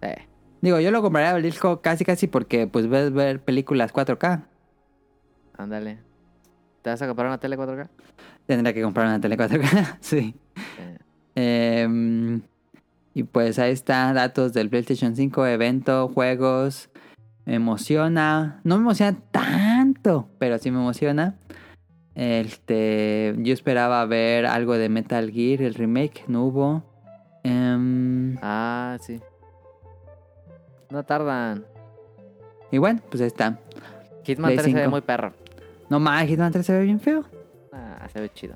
Speaker 3: Eh,
Speaker 2: Digo, yo lo compraría el disco casi casi porque pues ves ver películas 4K.
Speaker 3: ándale. ¿Te vas a comprar una tele 4K?
Speaker 2: Tendría que comprar una tele 4K, [laughs] sí.
Speaker 3: Eh,
Speaker 2: Em, y pues ahí está, datos del PlayStation 5, evento, juegos. Me emociona. No me emociona tanto, pero sí me emociona. Este, yo esperaba ver algo de Metal Gear, el remake, no hubo. Em,
Speaker 3: ah, sí. No tardan.
Speaker 2: y bueno, pues ahí está.
Speaker 3: Hitman
Speaker 2: Play
Speaker 3: 3 se ve
Speaker 2: 5.
Speaker 3: muy perro.
Speaker 2: No más, Hitman 3 se ve bien feo.
Speaker 3: Ah, se ve chido.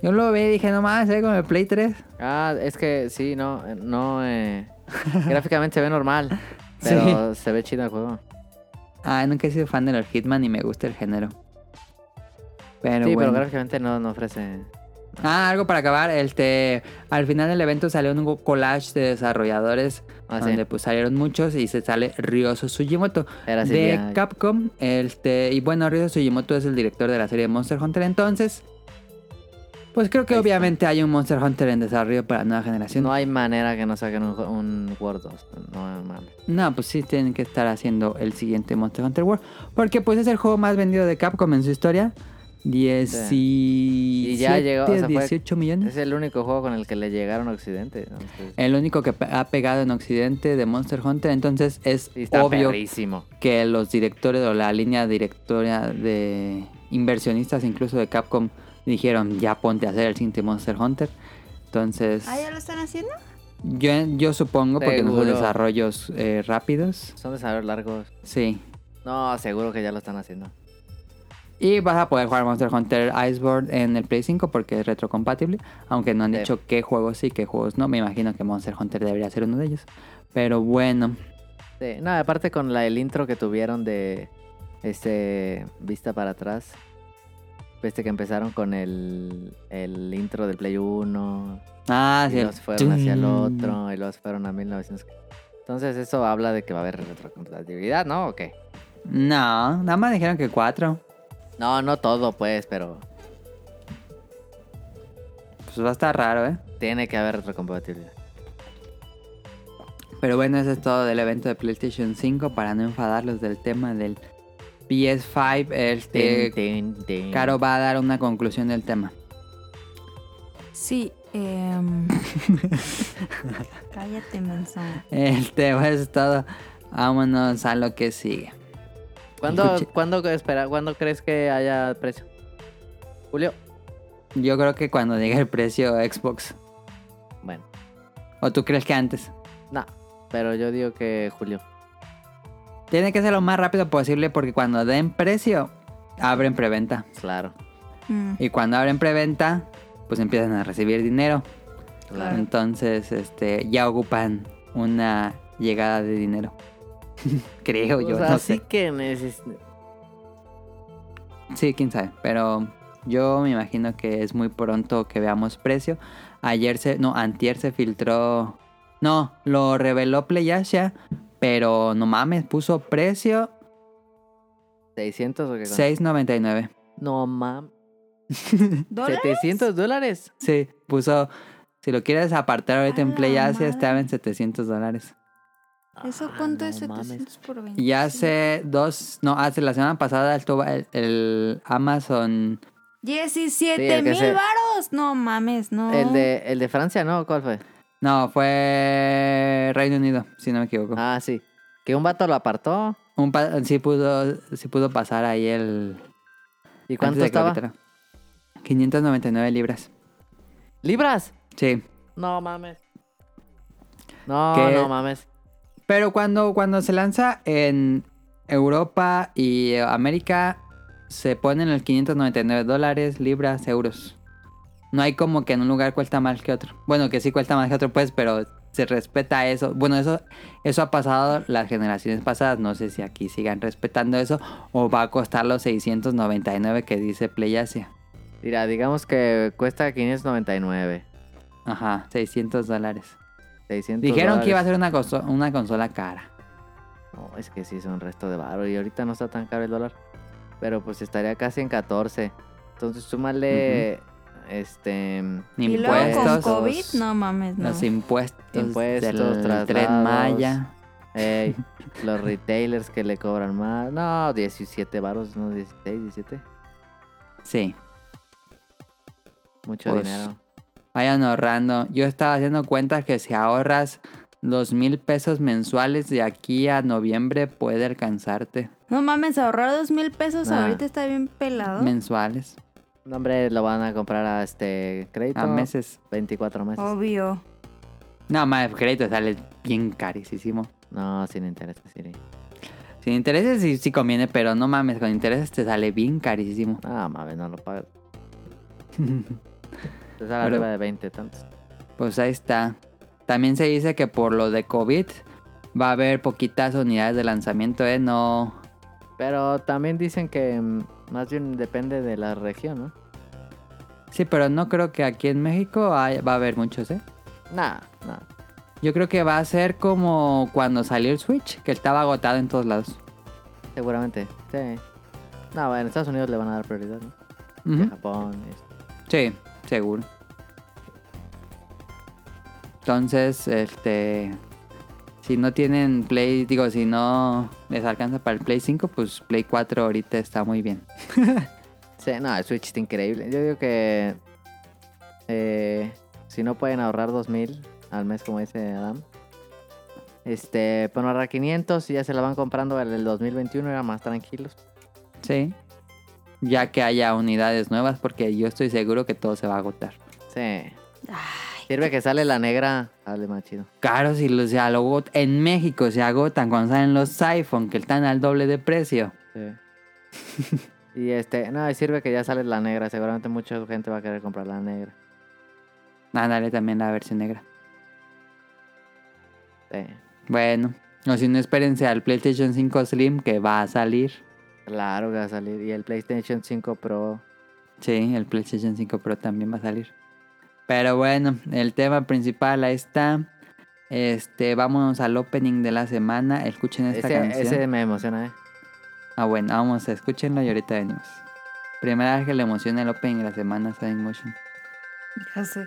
Speaker 2: Yo lo vi y dije, no más, se ve como el Play 3.
Speaker 3: Ah, es que sí, no, eh, no,
Speaker 2: [laughs]
Speaker 3: eh, gráficamente se ve normal, pero se ve chido el juego.
Speaker 2: Ah, nunca he sido fan de los Hitman y me gusta el género. Pero
Speaker 3: sí,
Speaker 2: bueno.
Speaker 3: pero gráficamente no, no ofrece.
Speaker 2: Ah, algo para acabar. Este, al final del evento salió un collage de desarrolladores
Speaker 3: Ah, sí,
Speaker 2: donde pues salieron muchos y se sale Ryoso Sugimoto
Speaker 3: era así.
Speaker 2: de
Speaker 3: ya-
Speaker 2: Capcom. Este, y bueno, Ryoso Sugimoto es el director de la serie Monster Hunter. Entonces, pues creo que
Speaker 3: Ahí está.
Speaker 2: obviamente hay un Monster Hunter en desarrollo para nueva generación.
Speaker 3: No
Speaker 2: No,
Speaker 3: hay manera que no saquen un, jue- un Word 2. No mames.
Speaker 2: pues sí tienen que estar haciendo el siguiente Monster Hunter World, porque pues es el juego más vendido de Capcom en su historia. 17,
Speaker 3: Y ya llegó, o sea, fue-
Speaker 2: 18 millones.
Speaker 3: Es el único juego con el que le llegaron a Occidente. entonces,
Speaker 2: El único que pe- ha pegado en Occidente de Monster Hunter, entonces es
Speaker 3: sí, está
Speaker 2: Eh, obvio
Speaker 3: perrísimo.
Speaker 2: que los directores o la línea directoria de inversionistas incluso de Capcom dijeron ya ponte a hacer el siguiente Monster Hunter. Entonces,
Speaker 1: Ah, ¿ya lo están haciendo?
Speaker 2: yo, yo supongo porque no son
Speaker 3: Seguro.
Speaker 2: desarrollos eh, rápidos.
Speaker 3: Son de saber largos.
Speaker 2: Sí.
Speaker 3: No, seguro que ya lo están haciendo.
Speaker 2: Y vas a poder jugar Monster Hunter Iceborne en el Play 5 porque es retrocompatible. Aunque no han
Speaker 3: Sí.
Speaker 2: dicho qué juegos sí, qué juegos no. Me imagino que Monster Hunter debería ser uno de ellos. Pero bueno.
Speaker 3: Sí, no, aparte con la, el intro que tuvieron de este Vista para atrás. Viste que empezaron con el, el intro del Play 1.
Speaker 2: Ah,
Speaker 3: y
Speaker 2: sí. el
Speaker 3: luego se fueron hacia el
Speaker 2: tun.
Speaker 3: otro. Y luego se fueron a 1900. Entonces eso habla de que va a haber retrocompatibilidad, ¿no? ¿O qué?
Speaker 2: No, nada más dijeron que cuatro.
Speaker 3: No, no todo, pues, pero
Speaker 2: Pues va a estar raro, ¿eh?
Speaker 3: tiene que haber retrocompatibilidad.
Speaker 2: Pero bueno, eso es todo del evento de PlayStation 5 para no enfadarlos del tema del PS5. Este,
Speaker 3: Tin, tin, tin.
Speaker 2: Caro va a dar una conclusión del tema. [laughs]
Speaker 5: Sí, em,
Speaker 1: Cállate, manzana.
Speaker 2: Este, pues eso es todo. Vámonos a lo que sigue.
Speaker 3: ¿Cuándo,
Speaker 2: Escuche.
Speaker 3: ¿cuándo, espera, ¿Cuándo crees que haya precio? Julio.
Speaker 2: Yo creo que cuando llegue el precio Xbox.
Speaker 3: Bueno,
Speaker 2: ¿O tú crees que antes?
Speaker 3: no, pero yo digo que Julio.
Speaker 2: Tiene que ser lo más rápido posible porque cuando den precio, abren preventa.
Speaker 3: Claro,
Speaker 1: Mm.
Speaker 2: Y cuando abren preventa, pues empiezan a recibir dinero.
Speaker 3: claro.
Speaker 2: Entonces, este, ya ocupan una llegada de dinero. [laughs] Creo yo,
Speaker 3: O sea,
Speaker 2: no
Speaker 3: sí
Speaker 2: sé.
Speaker 3: que neces-
Speaker 2: Sí, quién sabe. Pero yo me imagino que es muy pronto que veamos precio. Ayer se, no, antier se filtró. No, lo reveló PlayAsia, pero no mames, puso precio
Speaker 3: 600 o qué cosa?
Speaker 2: 6.99.
Speaker 3: No mames.
Speaker 1: ¿Dólar?
Speaker 3: ¿700 dólares?
Speaker 2: Sí, puso. Si lo quieres apartar ahorita en
Speaker 1: A la
Speaker 2: PlayAsia,
Speaker 1: madre.
Speaker 2: estaba en 700 dólares.
Speaker 1: ¿Eso
Speaker 3: Ah,
Speaker 1: cuánto
Speaker 3: no
Speaker 1: es?
Speaker 3: mames.
Speaker 1: 700 por 20.
Speaker 2: Y hace dos, no, hace la semana pasada estuvo el, el Amazon.
Speaker 1: 17
Speaker 3: Sí, el que
Speaker 1: mil
Speaker 3: se-
Speaker 1: varos. No mames, no.
Speaker 3: El de, el de Francia, ¿no? ¿Cuál fue?
Speaker 2: No, fue Reino Unido, si no me equivoco.
Speaker 3: Ah, sí. Que un vato lo apartó.
Speaker 2: Un pa- sí, pudo, sí pudo pasar ahí el...
Speaker 3: ¿Y cuánto
Speaker 2: antes de que lo
Speaker 3: estaba?
Speaker 2: quitara. 599 libras.
Speaker 3: ¿Libras?
Speaker 2: Sí.
Speaker 3: No mames. No,
Speaker 2: ¿Qué?
Speaker 3: no mames.
Speaker 2: Pero cuando, cuando se lanza en Europa y América, se ponen los 599 dólares, libras, euros. No hay como que en un lugar cuesta más que otro. Bueno, que sí cuesta más que otro, pues, pero se respeta eso. Bueno, eso, eso ha pasado las generaciones pasadas. No sé si aquí sigan respetando eso o va a costar los 699 que dice PlayAsia.
Speaker 3: Mira, digamos que cuesta 599.
Speaker 2: Ajá, 600 dólares.
Speaker 3: 600
Speaker 2: Dijeron que iba a
Speaker 3: dólares.
Speaker 2: ser una, conso- una consola cara.
Speaker 3: No, es que sí, son resto de barro. Y ahorita no está tan caro el dólar. Pero pues estaría casi en 14. Entonces, súmale. Este.
Speaker 1: Y luego con
Speaker 2: Impuestos.
Speaker 1: COVID, no mames, no.
Speaker 2: Los impuestos,
Speaker 3: Impuestos,
Speaker 2: del tren
Speaker 3: traslados.
Speaker 2: Maya.
Speaker 3: ey, los retailers que le cobran más. No, 17 baros, no 16, 17.
Speaker 2: Sí,
Speaker 3: Mucho
Speaker 2: Pues,
Speaker 3: dinero.
Speaker 2: vayan ahorrando. Yo estaba haciendo cuentas que si ahorras dos mil pesos mensuales de aquí a noviembre puede alcanzarte
Speaker 1: No mames, ahorrar dos mil pesos
Speaker 3: Nah.
Speaker 1: ahorita está bien pelado.
Speaker 2: mensuales
Speaker 3: No, hombre, lo van a comprar a este crédito.
Speaker 2: a meses. Oh.
Speaker 3: 24 meses.
Speaker 1: Obvio.
Speaker 2: No, más crédito sale bien carísimo.
Speaker 3: No, sin interés, Siri.
Speaker 2: Sin intereses sí, sí conviene, pero no mames, con intereses te sale
Speaker 3: [laughs]
Speaker 2: bien carísimo.
Speaker 3: Ah, mames, no lo pagas. Te sale
Speaker 2: Pero-
Speaker 3: arriba de 20 tantos.
Speaker 2: Pues ahí está. También se dice que por lo de COVID va a haber poquitas unidades de lanzamiento, ¿eh? No.
Speaker 3: Pero también dicen que mm, más bien depende de la región, ¿no?
Speaker 2: Sí, pero no creo que aquí en México hay- va a haber muchos, ¿eh?
Speaker 3: Nah, nah.
Speaker 2: Yo creo que va a ser como cuando salió el Switch, que estaba agotado en todos lados.
Speaker 3: Seguramente, sí. No, en Estados Unidos le van a dar prioridad, ¿no?
Speaker 2: Ujú.
Speaker 3: Que Japón. este, y esto.
Speaker 2: Sí, seguro. Entonces, este. Si no tienen Play, digo, si no les alcanza para el Play 5, pues Play 4 ahorita está muy bien.
Speaker 3: Sí, no, el Switch está increíble. Yo digo que. eh, si no pueden ahorrar 2000 al mes, como dice Adam. Este, bueno, ahorrar 500 y ya se la van comprando en el 2021, era más tranquilos.
Speaker 2: Sí. Ya que haya unidades nuevas, porque yo estoy seguro que todo se va a agotar.
Speaker 3: Sí. Sirve que sale la negra. Sale más chido.
Speaker 2: Claro, si los se agot- en México se agotan cuando salen los iPhone, que están al doble de precio.
Speaker 3: Sí. y este, no, y sirve que ya sale la negra. Seguramente mucha gente va a querer comprar la negra.
Speaker 2: Ándale también la versión negra.
Speaker 3: Sí.
Speaker 2: Bueno, o si no, espérense al PlayStation 5 Slim que va a salir.
Speaker 3: Claro que va a salir. Y el PlayStation 5 Pro.
Speaker 2: Sí, el PlayStation 5 Pro también va a salir. Pero bueno, el tema principal ahí está. Este, vámonos al opening de la semana. Escuchen esta
Speaker 3: Ese,
Speaker 2: canción.
Speaker 3: ese me emociona, eh.
Speaker 2: Ah, bueno, vamos, escúchenlo y ahorita venimos. Primera vez que le emociona el Open en la semana Sonic Motion.
Speaker 6: Ya sé.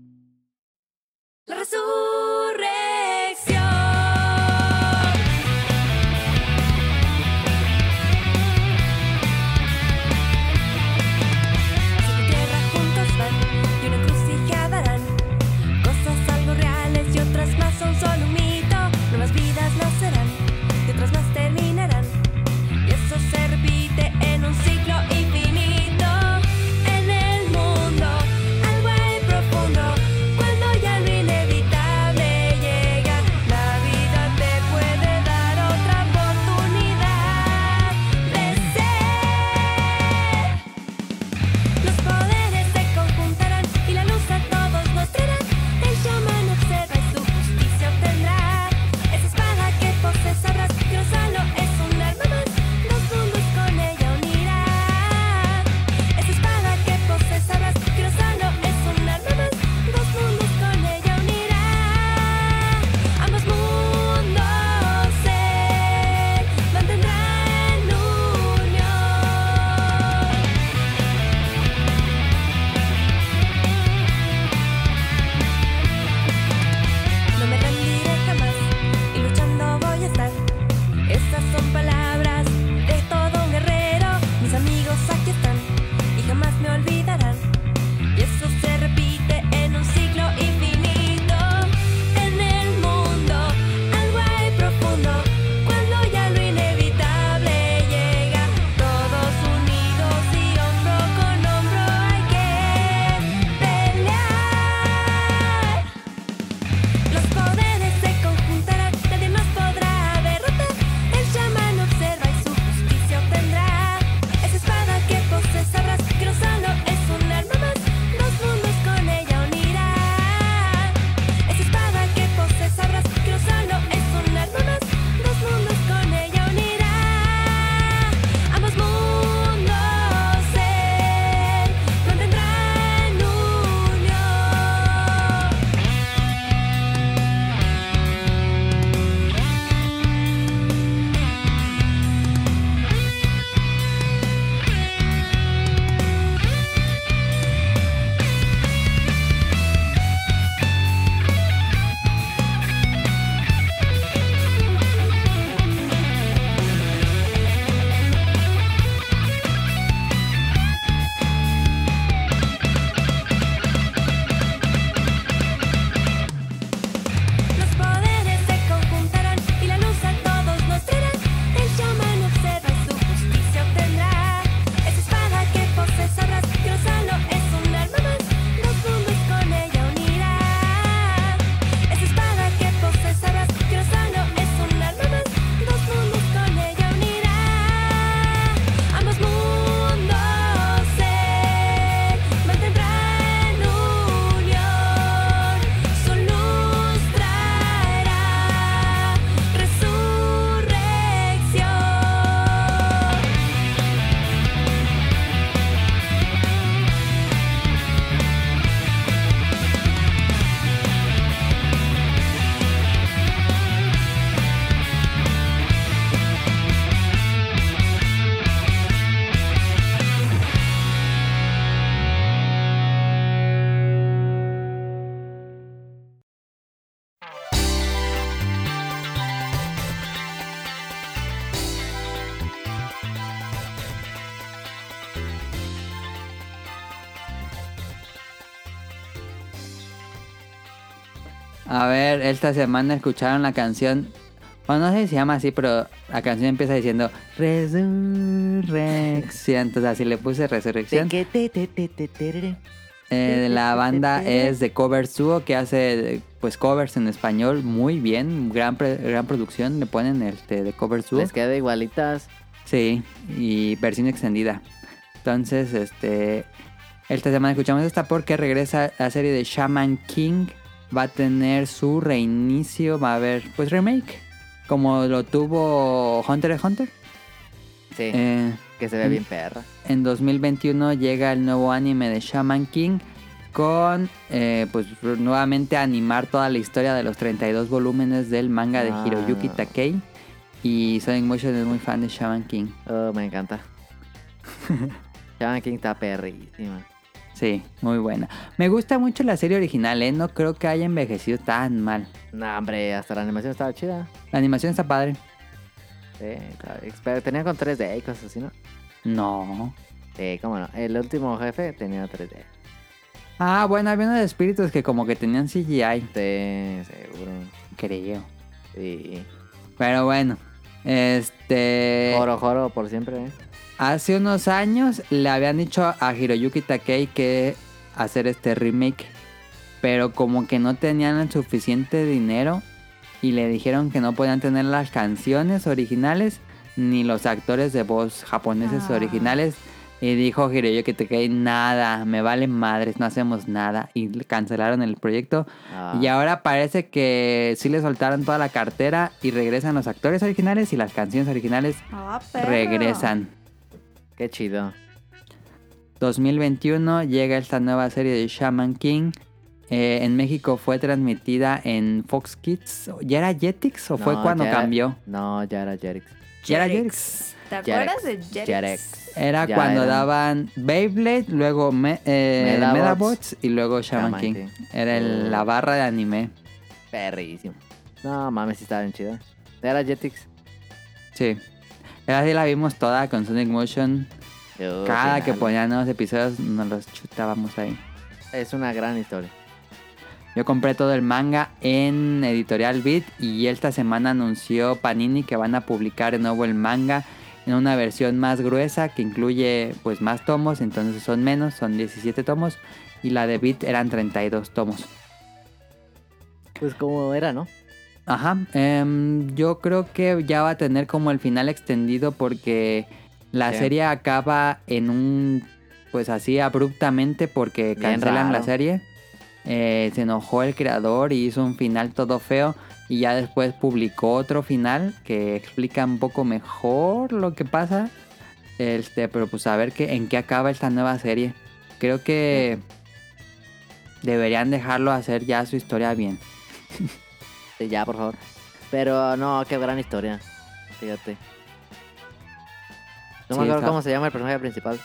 Speaker 1: Sobre tierra juntos van y una encrucijada dan Cosas algo reales y otras más son solo un mito Nuevas vidas nacerán y otras más terminarán Y eso se repite en un ciclo infinito En el mundo, algo hay profundo Cuando ya lo inevitable llega La vida te puede dar otra oportunidad de ser los poderes se conjuntarán y la luz a todos nos traerá. El chamán observa y su justicia obtendrá. Esa espada que poses sabrás que no solo es un arma más, los mundos con ella unirá. Esa espada que poses sabrás que no solo es un arma más, los mundos con ella unirá. Ambos mundos se mantendrán en unión. No me rendiré jamás y luchando voy a estar. Estas son palabras de todo un guerrero. Mis amigos aquí están y jamás me olvidarán. Y eso se repite en un ciclo infinito. En el mundo, algo hay profundo. Cuando ya lo inevitable llega, todos unidos y hombro con hombro hay que pelear. Los poderes se conjuntarán, nadie más podrá derrotar. El chamán observa y su justicia obtendrá. Esa espada que poses sabrás que no solo es un arma más, los mundos con ella unirá. Esa espada que poses sabrás que no solo es un arma más, los mundos con ella unirá. Ambos mundos se mantendrán unión. Los poderes se conjuntarán y la luz a todos nos traerán. El chamán observa y su justicia obtendrá. Esa espada que poses sabrás que no solo es un arma más, los mundos con ella unirá. Esa espada que poses sabrás que no solo es un arma más, los mundos con ella unirá. Ambos mundos se mantendrán unión. Su luz traerá resurrección.
Speaker 2: A ver, esta semana escucharon la canción. Bueno, no sé si se llama así, pero la canción empieza diciendo Resurrección. Entonces así le puse Resurrección. Eh, la banda es de Cover Suo, que hace pues covers en español muy bien. Gran, pre- gran producción le ponen este, de Cover Suo.
Speaker 3: Les queda igualitas.
Speaker 2: Sí, y versión extendida. Entonces, este. Esta semana escuchamos esta porque regresa la serie de Shaman King. Va a tener su reinicio, va a haber pues remake. Como lo tuvo Hunter x Hunter.
Speaker 3: Sí,
Speaker 2: Eh,
Speaker 3: que se ve bien perra.
Speaker 2: en 2021 llega el nuevo anime de Shaman King con, eh, pues nuevamente animar toda la historia de los 32 volúmenes del manga de
Speaker 3: Ah.
Speaker 2: Hiroyuki Takei. Y Sonic Motion es muy fan de Shaman King.
Speaker 3: Oh, me
Speaker 2: [laughs]
Speaker 3: encanta. Shaman King está perrísima.
Speaker 2: Sí, muy buena. Me gusta mucho la serie original, ¿eh? No creo que haya envejecido tan mal.
Speaker 3: No, hombre, hasta la animación estaba chida.
Speaker 2: La animación está padre.
Speaker 3: Sí, está- pero tenía con 3D y cosas así, ¿no?
Speaker 2: No.
Speaker 3: Sí, cómo no. El último jefe tenía 3D.
Speaker 2: Ah, bueno, había unos espíritus que como que tenían CGI,
Speaker 3: Sí, seguro.
Speaker 2: creo.
Speaker 3: Sí.
Speaker 2: Pero bueno, este...
Speaker 3: Joro, joro por siempre, ¿eh?
Speaker 2: Hace unos años le habían dicho a Hiroyuki Takei que hacer este remake, pero como que no tenían el suficiente dinero y le dijeron que no podían tener las canciones originales ni los actores de voz japoneses
Speaker 1: Ah.
Speaker 2: originales. Y dijo Hiroyuki Takei, nada, me vale madres, no hacemos nada. Y cancelaron el proyecto.
Speaker 3: Ah,
Speaker 2: Y ahora parece que sí le soltaron toda la cartera y regresan los actores originales y las canciones originales
Speaker 1: Ah, perro.
Speaker 2: regresan.
Speaker 3: Qué chido.
Speaker 2: 2021 llega esta nueva serie de Shaman King. Eh, en México fue transmitida en Fox Kids. ¿Ya era Jetix o fue
Speaker 3: No,
Speaker 2: cuando
Speaker 3: ya era-
Speaker 2: cambió?
Speaker 3: No, ya era Jerix.
Speaker 2: Ya era
Speaker 1: Jetix.
Speaker 2: Jetix.
Speaker 1: ¿Te
Speaker 3: Jerex,
Speaker 1: acuerdas de Jerex?
Speaker 3: Jerex.
Speaker 2: Era
Speaker 3: Ya
Speaker 2: cuando
Speaker 3: era.
Speaker 2: daban Beyblade, luego Me- eh,
Speaker 3: Medabots.
Speaker 2: Medabots. y luego Shaman
Speaker 3: Shaman
Speaker 2: King.
Speaker 3: King.
Speaker 2: Era el- la barra de anime.
Speaker 3: Perrísimo. No, mames, sí estaba bien chido. Era Jetix.
Speaker 2: Sí. Era así la vimos toda con Sonic Motion.
Speaker 3: Yo,
Speaker 2: Cada
Speaker 3: final.
Speaker 2: que ponían nuevos episodios nos los chutábamos ahí.
Speaker 3: Es una gran historia.
Speaker 2: Yo compré todo el manga en Editorial Beat y esta semana anunció Panini que van a publicar de nuevo el manga en una versión más gruesa que incluye pues más tomos, entonces son menos, son 17 tomos y la de Beat eran 32 tomos.
Speaker 3: Pues como era, ¿no?
Speaker 2: Ajá, em, yo creo que ya va a tener como el final extendido porque la
Speaker 3: Sí.
Speaker 2: serie acaba en un, pues así abruptamente porque
Speaker 3: Bien
Speaker 2: cancelan la
Speaker 3: raro.
Speaker 2: serie. Eh, se enojó el creador y hizo un final todo feo y ya después publicó otro final que explica un poco mejor lo que pasa. Este, pero pues a ver qué, en qué acaba esta nueva serie. Creo que deberían dejarlo hacer ya su historia bien.
Speaker 3: Sí, ya, por favor. Pero no, qué gran historia. Fíjate. No
Speaker 2: Sí,
Speaker 3: me acuerdo
Speaker 2: está-
Speaker 3: cómo se llama el personaje principal.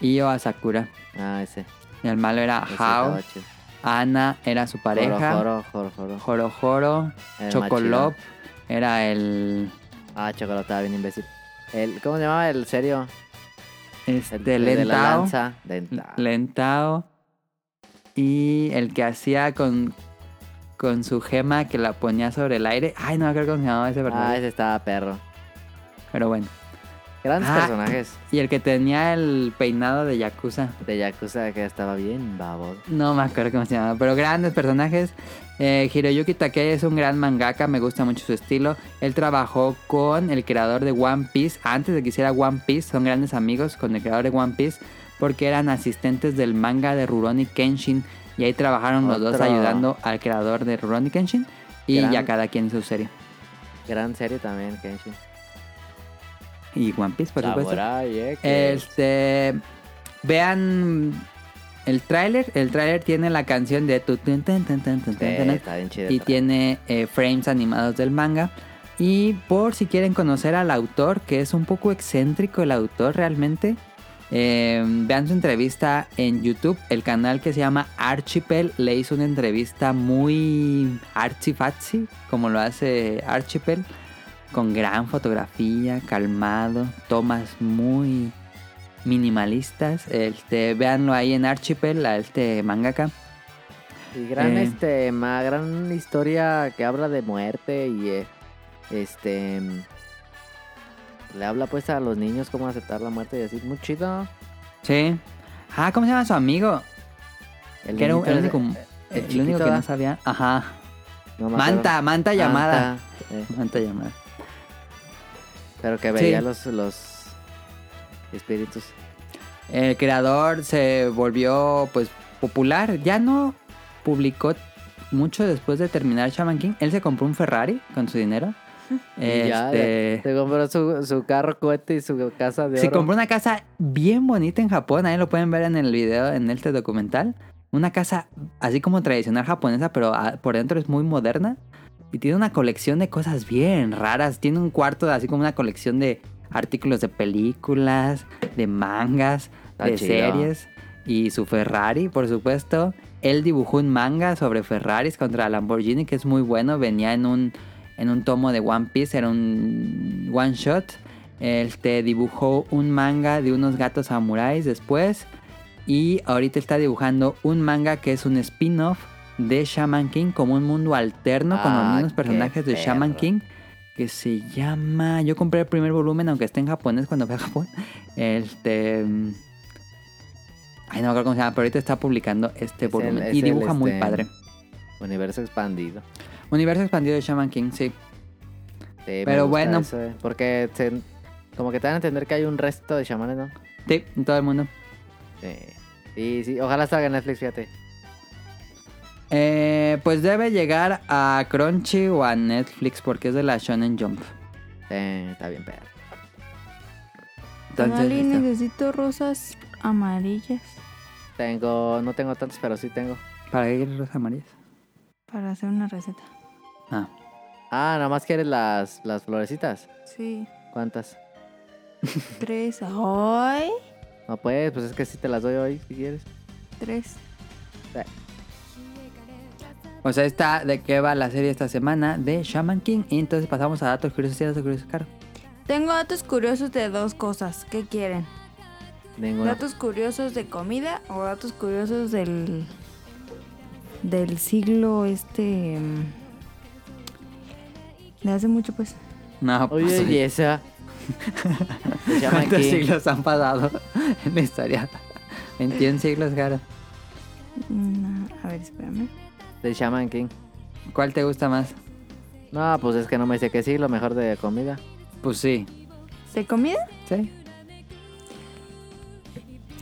Speaker 2: Y yo a Sakura.
Speaker 3: Ah, ese.
Speaker 2: Y El malo era
Speaker 3: ese
Speaker 2: Hao,
Speaker 3: estaba chido.
Speaker 2: Ana era su pareja,
Speaker 3: Joro, joro, joro, joro.
Speaker 2: Joro Joro,
Speaker 3: Era el
Speaker 2: Chocolop era el,
Speaker 3: más chido. Ah, Chocolop estaba bien imbécil. El, ¿Cómo se llamaba el serio? El
Speaker 2: este,
Speaker 3: el de la
Speaker 2: Lentao,
Speaker 3: lanza. Lentao.
Speaker 2: Lentao y el que hacía con, con su gema que la ponía sobre el aire. Ay, no me acuerdo cómo se llamaba ese
Speaker 3: ah,
Speaker 2: personaje,
Speaker 3: ese estaba perro.
Speaker 2: pero bueno.
Speaker 3: Grandes
Speaker 2: Ah.
Speaker 3: personajes
Speaker 2: Y el que tenía el peinado de Yakuza.
Speaker 3: de Yakuza que estaba bien baboso.
Speaker 2: No me acuerdo cómo se llamaba, pero grandes personajes. Eh, Hiroyuki Takei es un gran mangaka, me gusta mucho su estilo. Él trabajó con el creador de One Piece antes de que hiciera One Piece, son grandes amigos con el creador de One Piece porque eran asistentes del manga de Rurouni Kenshin y ahí trabajaron los dos
Speaker 3: Otro.
Speaker 2: ayudando al creador de Rurouni Kenshin y
Speaker 3: Gran-
Speaker 2: ya cada quien su serie.
Speaker 3: Gran serie también, Kenshin.
Speaker 2: Y One Piece, por supuesto.
Speaker 3: Samurai X.
Speaker 2: Este. Vean el tráiler. El tráiler tiene la canción de tu tun, tun, tun, tun, tun,
Speaker 3: Sí,
Speaker 2: tun, tun,
Speaker 3: está bien chido.
Speaker 2: y tiene eh, frames animados del manga. Y por si quieren conocer al autor, que es un poco excéntrico el autor realmente, eh, vean su entrevista en YouTube. El canal que se llama Archipel le hizo una entrevista muy archifaxi, como lo hace Archipel, con gran fotografía, calmado, tomas muy minimalistas. Este, véanlo ahí en Archipel, a este mangaka.
Speaker 3: Y gran
Speaker 2: Eh.
Speaker 3: este ma, gran historia que habla de muerte y eh, este mm, le habla pues a los niños cómo aceptar la muerte y decir muy chido.
Speaker 2: Sí. Ah, ¿cómo se llama su amigo?
Speaker 3: El
Speaker 2: Que era un-
Speaker 3: niñito
Speaker 2: el
Speaker 3: ese-
Speaker 2: único, eh,
Speaker 3: el
Speaker 2: el único
Speaker 3: chiquito,
Speaker 2: que
Speaker 3: ¿verdad?
Speaker 2: no sabía. Ajá.
Speaker 3: no me acuerdo.
Speaker 2: Manta, manta llamada.
Speaker 3: Manta, eh,
Speaker 2: Manta llamada.
Speaker 3: pero que
Speaker 2: Sí.
Speaker 3: veía los los espíritus.
Speaker 2: El creador se volvió pues popular. Ya no publicó mucho después de terminar Shaman King. Él se compró un Ferrari con su dinero.
Speaker 3: [laughs] Y ya,
Speaker 2: Este,
Speaker 3: Se compró su, su carro cohete y su casa de
Speaker 2: se
Speaker 3: oro.
Speaker 2: compró una casa bien bonita en Japón, ahí lo pueden ver en el video, en este documental. Una casa así como tradicional japonesa, pero ah, por dentro es muy moderna. Y tiene una colección de cosas bien raras. Tiene un cuarto de- así como una colección de artículos de películas, de mangas,
Speaker 3: Está
Speaker 2: de
Speaker 3: chido.
Speaker 2: series. Y su Ferrari, por supuesto. Él dibujó un manga sobre Ferraris contra Lamborghini, que es muy bueno. Venía en un, en un tomo de One Piece, era un one shot. Él te Este, dibujó un manga de unos gatos samuráis después. Y ahorita está dibujando un manga que es un spin-off de Shaman King, como un mundo alterno con los
Speaker 3: Ah,
Speaker 2: mismos
Speaker 3: qué
Speaker 2: personajes de Shaman
Speaker 3: perro.
Speaker 2: King. Que se llama. Yo compré el primer volumen, aunque esté en japonés cuando fui a Japón. Este. mm, Ay, no me acuerdo cómo se llama, pero ahorita está publicando este
Speaker 3: Es
Speaker 2: volumen.
Speaker 3: el- es
Speaker 2: y
Speaker 3: el,
Speaker 2: dibuja muy
Speaker 3: este,
Speaker 2: padre.
Speaker 3: Universo expandido.
Speaker 2: Universo expandido de Shaman King, sí.
Speaker 3: Sí, me
Speaker 2: Pero
Speaker 3: gusta
Speaker 2: bueno.
Speaker 3: eso, eh, porque se- como que te van a entender que hay un resto de chamanes, ¿no?
Speaker 2: Sí, en todo el mundo.
Speaker 3: Eh, y sí, ojalá salga en Netflix, fíjate.
Speaker 2: Eh, pues debe llegar a Crunchy o a Netflix porque es de la Shonen Jump.
Speaker 3: Eh, está bien, perro.
Speaker 2: Entonces,
Speaker 1: Tonali,
Speaker 2: listo.
Speaker 1: necesito rosas amarillas
Speaker 3: Tengo, no tengo tantos, pero sí tengo.
Speaker 2: ¿para ir los amarillos?
Speaker 1: para hacer una receta.
Speaker 2: Ah.
Speaker 3: Ah, nada más quieres las, las florecitas.
Speaker 1: Sí,
Speaker 3: ¿Cuántas?
Speaker 1: tres. Hoy,
Speaker 3: No puedes, pues es que sí te las doy hoy, si quieres.
Speaker 1: tres.
Speaker 2: Pues ahí está de qué va la serie esta semana de Shaman King. Y entonces pasamos a datos curiosos y datos curiosos, Caro.
Speaker 1: Tengo datos curiosos de dos cosas. ¿Qué quieren?
Speaker 3: Ninguno.
Speaker 1: ¿Datos curiosos de comida o datos curiosos del...
Speaker 5: Del siglo este. mm,
Speaker 1: de hace mucho, pues?
Speaker 2: No, pues,
Speaker 3: Oye,
Speaker 2: [laughs]
Speaker 3: y esa. Se llama
Speaker 2: ¿cuántos
Speaker 3: aquí.
Speaker 2: siglos han pasado [laughs] en la historia? 21 siglos, Caro.
Speaker 1: Mm, a ver, espérame.
Speaker 3: De Shaman King.
Speaker 2: ¿Cuál te gusta más?
Speaker 3: No, pues es que no me dice que sí, lo mejor de comida.
Speaker 2: Pues sí.
Speaker 1: ¿De comida?
Speaker 2: Sí.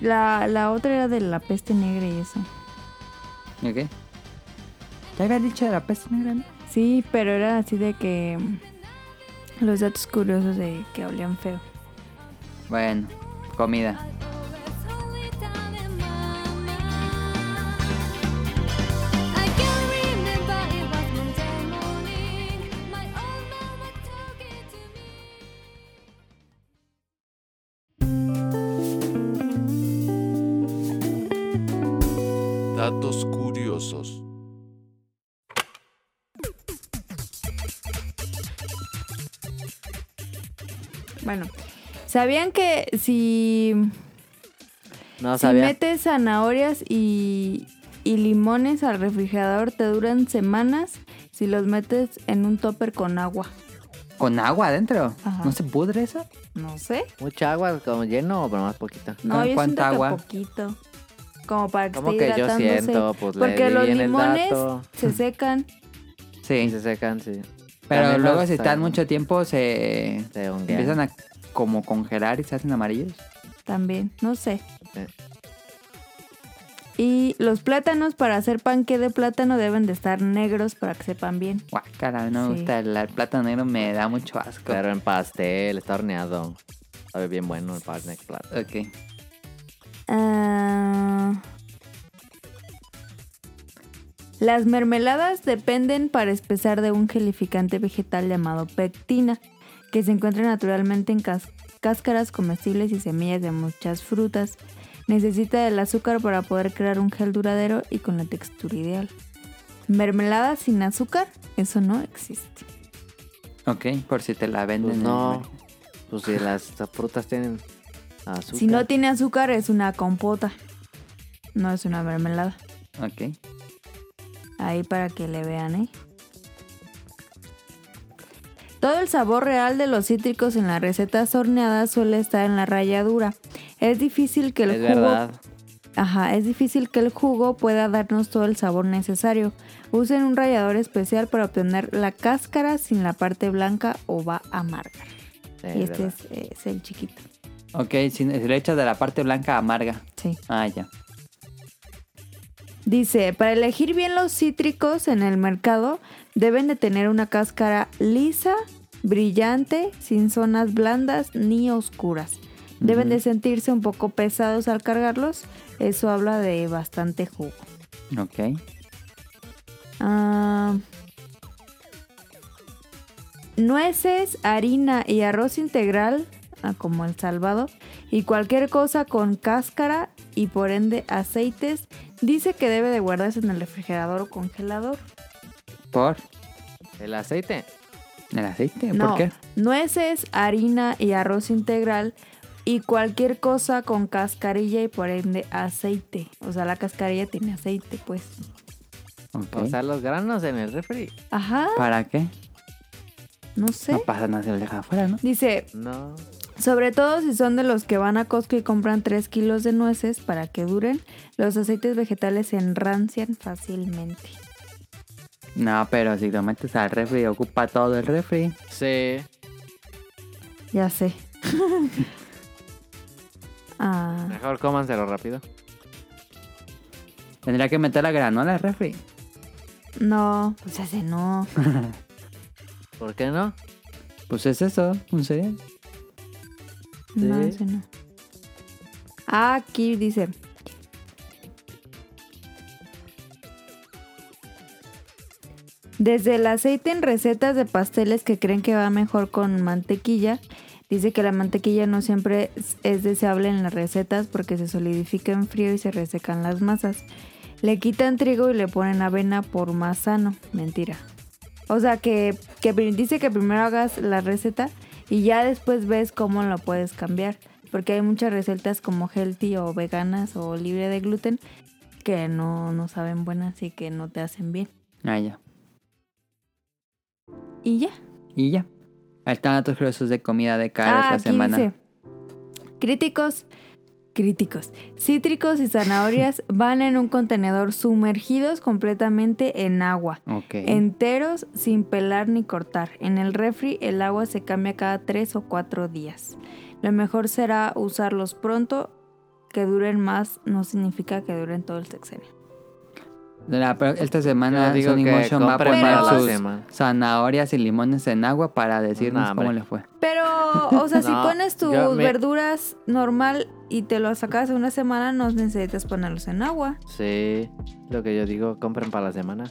Speaker 1: La, la otra era de la peste negra y eso.
Speaker 2: ¿Y qué? Ya había dicho de la peste negra, ¿no?
Speaker 1: Sí, pero era así de que... mm, Los datos curiosos de que olían feo.
Speaker 2: Bueno, comida.
Speaker 4: Datos curiosos.
Speaker 1: Bueno, ¿sabían que si,
Speaker 3: No
Speaker 1: si
Speaker 3: sabía.
Speaker 1: metes zanahorias y, y limones al refrigerador te duran semanas si los metes en un topper con agua?
Speaker 2: ¿Con agua adentro?
Speaker 1: Ajá.
Speaker 2: ¿No se pudre eso?
Speaker 1: No sé.
Speaker 3: Mucha agua, como lleno o más poquito.
Speaker 1: No,
Speaker 2: ¿Cuán-
Speaker 1: yo siento
Speaker 2: cuánta agua?
Speaker 1: que poquito. Como para que
Speaker 3: Como
Speaker 1: esté
Speaker 3: que yo
Speaker 1: hidratándose.
Speaker 3: siento, pues le
Speaker 1: Porque
Speaker 3: di
Speaker 1: los
Speaker 3: bien el
Speaker 1: limones
Speaker 3: dato.
Speaker 1: se secan.
Speaker 3: Y
Speaker 2: Sí.
Speaker 3: se secan, sí.
Speaker 2: Pero
Speaker 3: También
Speaker 2: luego
Speaker 3: los-
Speaker 2: si están mucho tiempo se
Speaker 3: Se honguean.
Speaker 2: empiezan a como congelar y se hacen amarillos.
Speaker 1: También, no sé.
Speaker 3: Eh.
Speaker 1: Y los plátanos para hacer panque de plátano deben de estar negros para que sepan bien.
Speaker 2: Guácala, no
Speaker 1: Sí.
Speaker 2: me gusta el, el plátano negro, me da mucho asco.
Speaker 3: Pero en pastel, está horneado. Sabe bien bueno el pastel plata.
Speaker 2: Ok.
Speaker 1: Ah. Las mermeladas dependen para espesar de un gelificante vegetal llamado pectina, que se encuentra naturalmente en cas- cáscaras comestibles y semillas de muchas frutas. Necesita el azúcar para poder crear un gel duradero y con la textura ideal. Mermelada sin azúcar, eso no existe.
Speaker 2: Ok, por si te la venden.
Speaker 3: Pues
Speaker 2: en
Speaker 3: no.
Speaker 2: el-
Speaker 3: Pues si las frutas tienen azúcar.
Speaker 1: Si no tiene azúcar es una compota, no es una mermelada.
Speaker 2: Ok.
Speaker 1: Ahí para que le vean, ¿eh? Todo el sabor real de los cítricos en las recetas horneadas suele estar en la ralladura. Es difícil que el
Speaker 3: es
Speaker 1: jugo,
Speaker 3: verdad.
Speaker 1: ajá, es difícil que el jugo pueda darnos todo el sabor necesario. Usen un rallador especial para obtener la cáscara sin la parte blanca o va a amargar.
Speaker 3: Sí, es
Speaker 1: y este
Speaker 3: verdad.
Speaker 1: es, eh, es el chiquito.
Speaker 2: Ok, si le echas de la parte blanca amarga.
Speaker 1: Sí.
Speaker 2: Ah, ya.
Speaker 1: Dice, para elegir bien los cítricos en el mercado, deben de tener una cáscara lisa, brillante, sin zonas blandas ni oscuras. Deben de sentirse un poco pesados al cargarlos, eso habla de bastante jugo.
Speaker 2: Ok.
Speaker 1: Ah, nueces, harina y arroz integral, ah, como el salvado, y cualquier cosa con cáscara y por ende aceites, dice que debe de guardarse en el refrigerador o congelador.
Speaker 2: ¿Por?
Speaker 3: El aceite.
Speaker 2: ¿El aceite?
Speaker 1: No,
Speaker 2: ¿Por qué?
Speaker 1: Nueces, harina y arroz integral y cualquier cosa con cascarilla y por ende aceite. O sea, la cascarilla tiene aceite, pues.
Speaker 2: Ok.
Speaker 3: Usar los granos en el refri.
Speaker 1: Ajá,
Speaker 2: ¿Para qué?
Speaker 1: no sé.
Speaker 2: No pasa nada, se lo deja afuera, ¿no?
Speaker 1: Dice,
Speaker 3: No.
Speaker 1: sobre todo si son de los que van a Costco y compran 3 kilos de nueces para que duren, los aceites vegetales se enrancian fácilmente.
Speaker 2: No, pero si lo metes al refri, ocupa todo el refri.
Speaker 3: Sí.
Speaker 1: Ya sé. [laughs] ah,
Speaker 3: Mejor cómanselo rápido.
Speaker 2: Tendría que meter la granola al refri.
Speaker 1: no, pues ese no.
Speaker 3: ¿Por qué no?
Speaker 2: Pues es eso, un cereal.
Speaker 1: No,
Speaker 2: Sí.
Speaker 1: ese no. Aquí dice. Desde el aceite en recetas de pasteles que creen que va mejor con mantequilla, dice que la mantequilla no siempre es- es deseable en las recetas porque se solidifica en frío y se resecan las masas. Le quitan trigo y le ponen avena por más sano. Mentira. O sea, que, que pri- dice que primero hagas la receta y ya después ves cómo lo puedes cambiar. Porque hay muchas recetas como healthy o veganas o libre de gluten que no, no saben buenas y que no te hacen bien.
Speaker 2: Ah, ya.
Speaker 1: Y ya.
Speaker 2: Y ya. Ahí están datos gruesos de comida de cara
Speaker 1: Ah,
Speaker 2: esta
Speaker 1: aquí
Speaker 2: semana.
Speaker 1: dice, Críticos, críticos. Cítricos y zanahorias van en un contenedor sumergidos completamente en agua.
Speaker 2: Ok.
Speaker 1: Enteros sin pelar ni cortar. En el refri el agua se cambia cada 3 o 4 días. Lo mejor será usarlos pronto. Que duren más no significa que duren todo el sexenio.
Speaker 2: La- pero esta
Speaker 3: Yo
Speaker 2: semana
Speaker 3: digo
Speaker 2: Sonic
Speaker 3: que
Speaker 2: Motion va a
Speaker 3: compren
Speaker 1: para la
Speaker 2: poner sus
Speaker 3: semana.
Speaker 2: zanahorias y limones en agua para decirnos
Speaker 3: Nah, hombre.
Speaker 2: cómo les fue.
Speaker 1: Pero, o sea, si
Speaker 3: No,
Speaker 1: pones tus
Speaker 3: yo me-
Speaker 1: verduras normal y te lo sacas en una semana, no necesitas ponerlos en agua.
Speaker 3: Sí. Lo que yo digo, compren para la semana.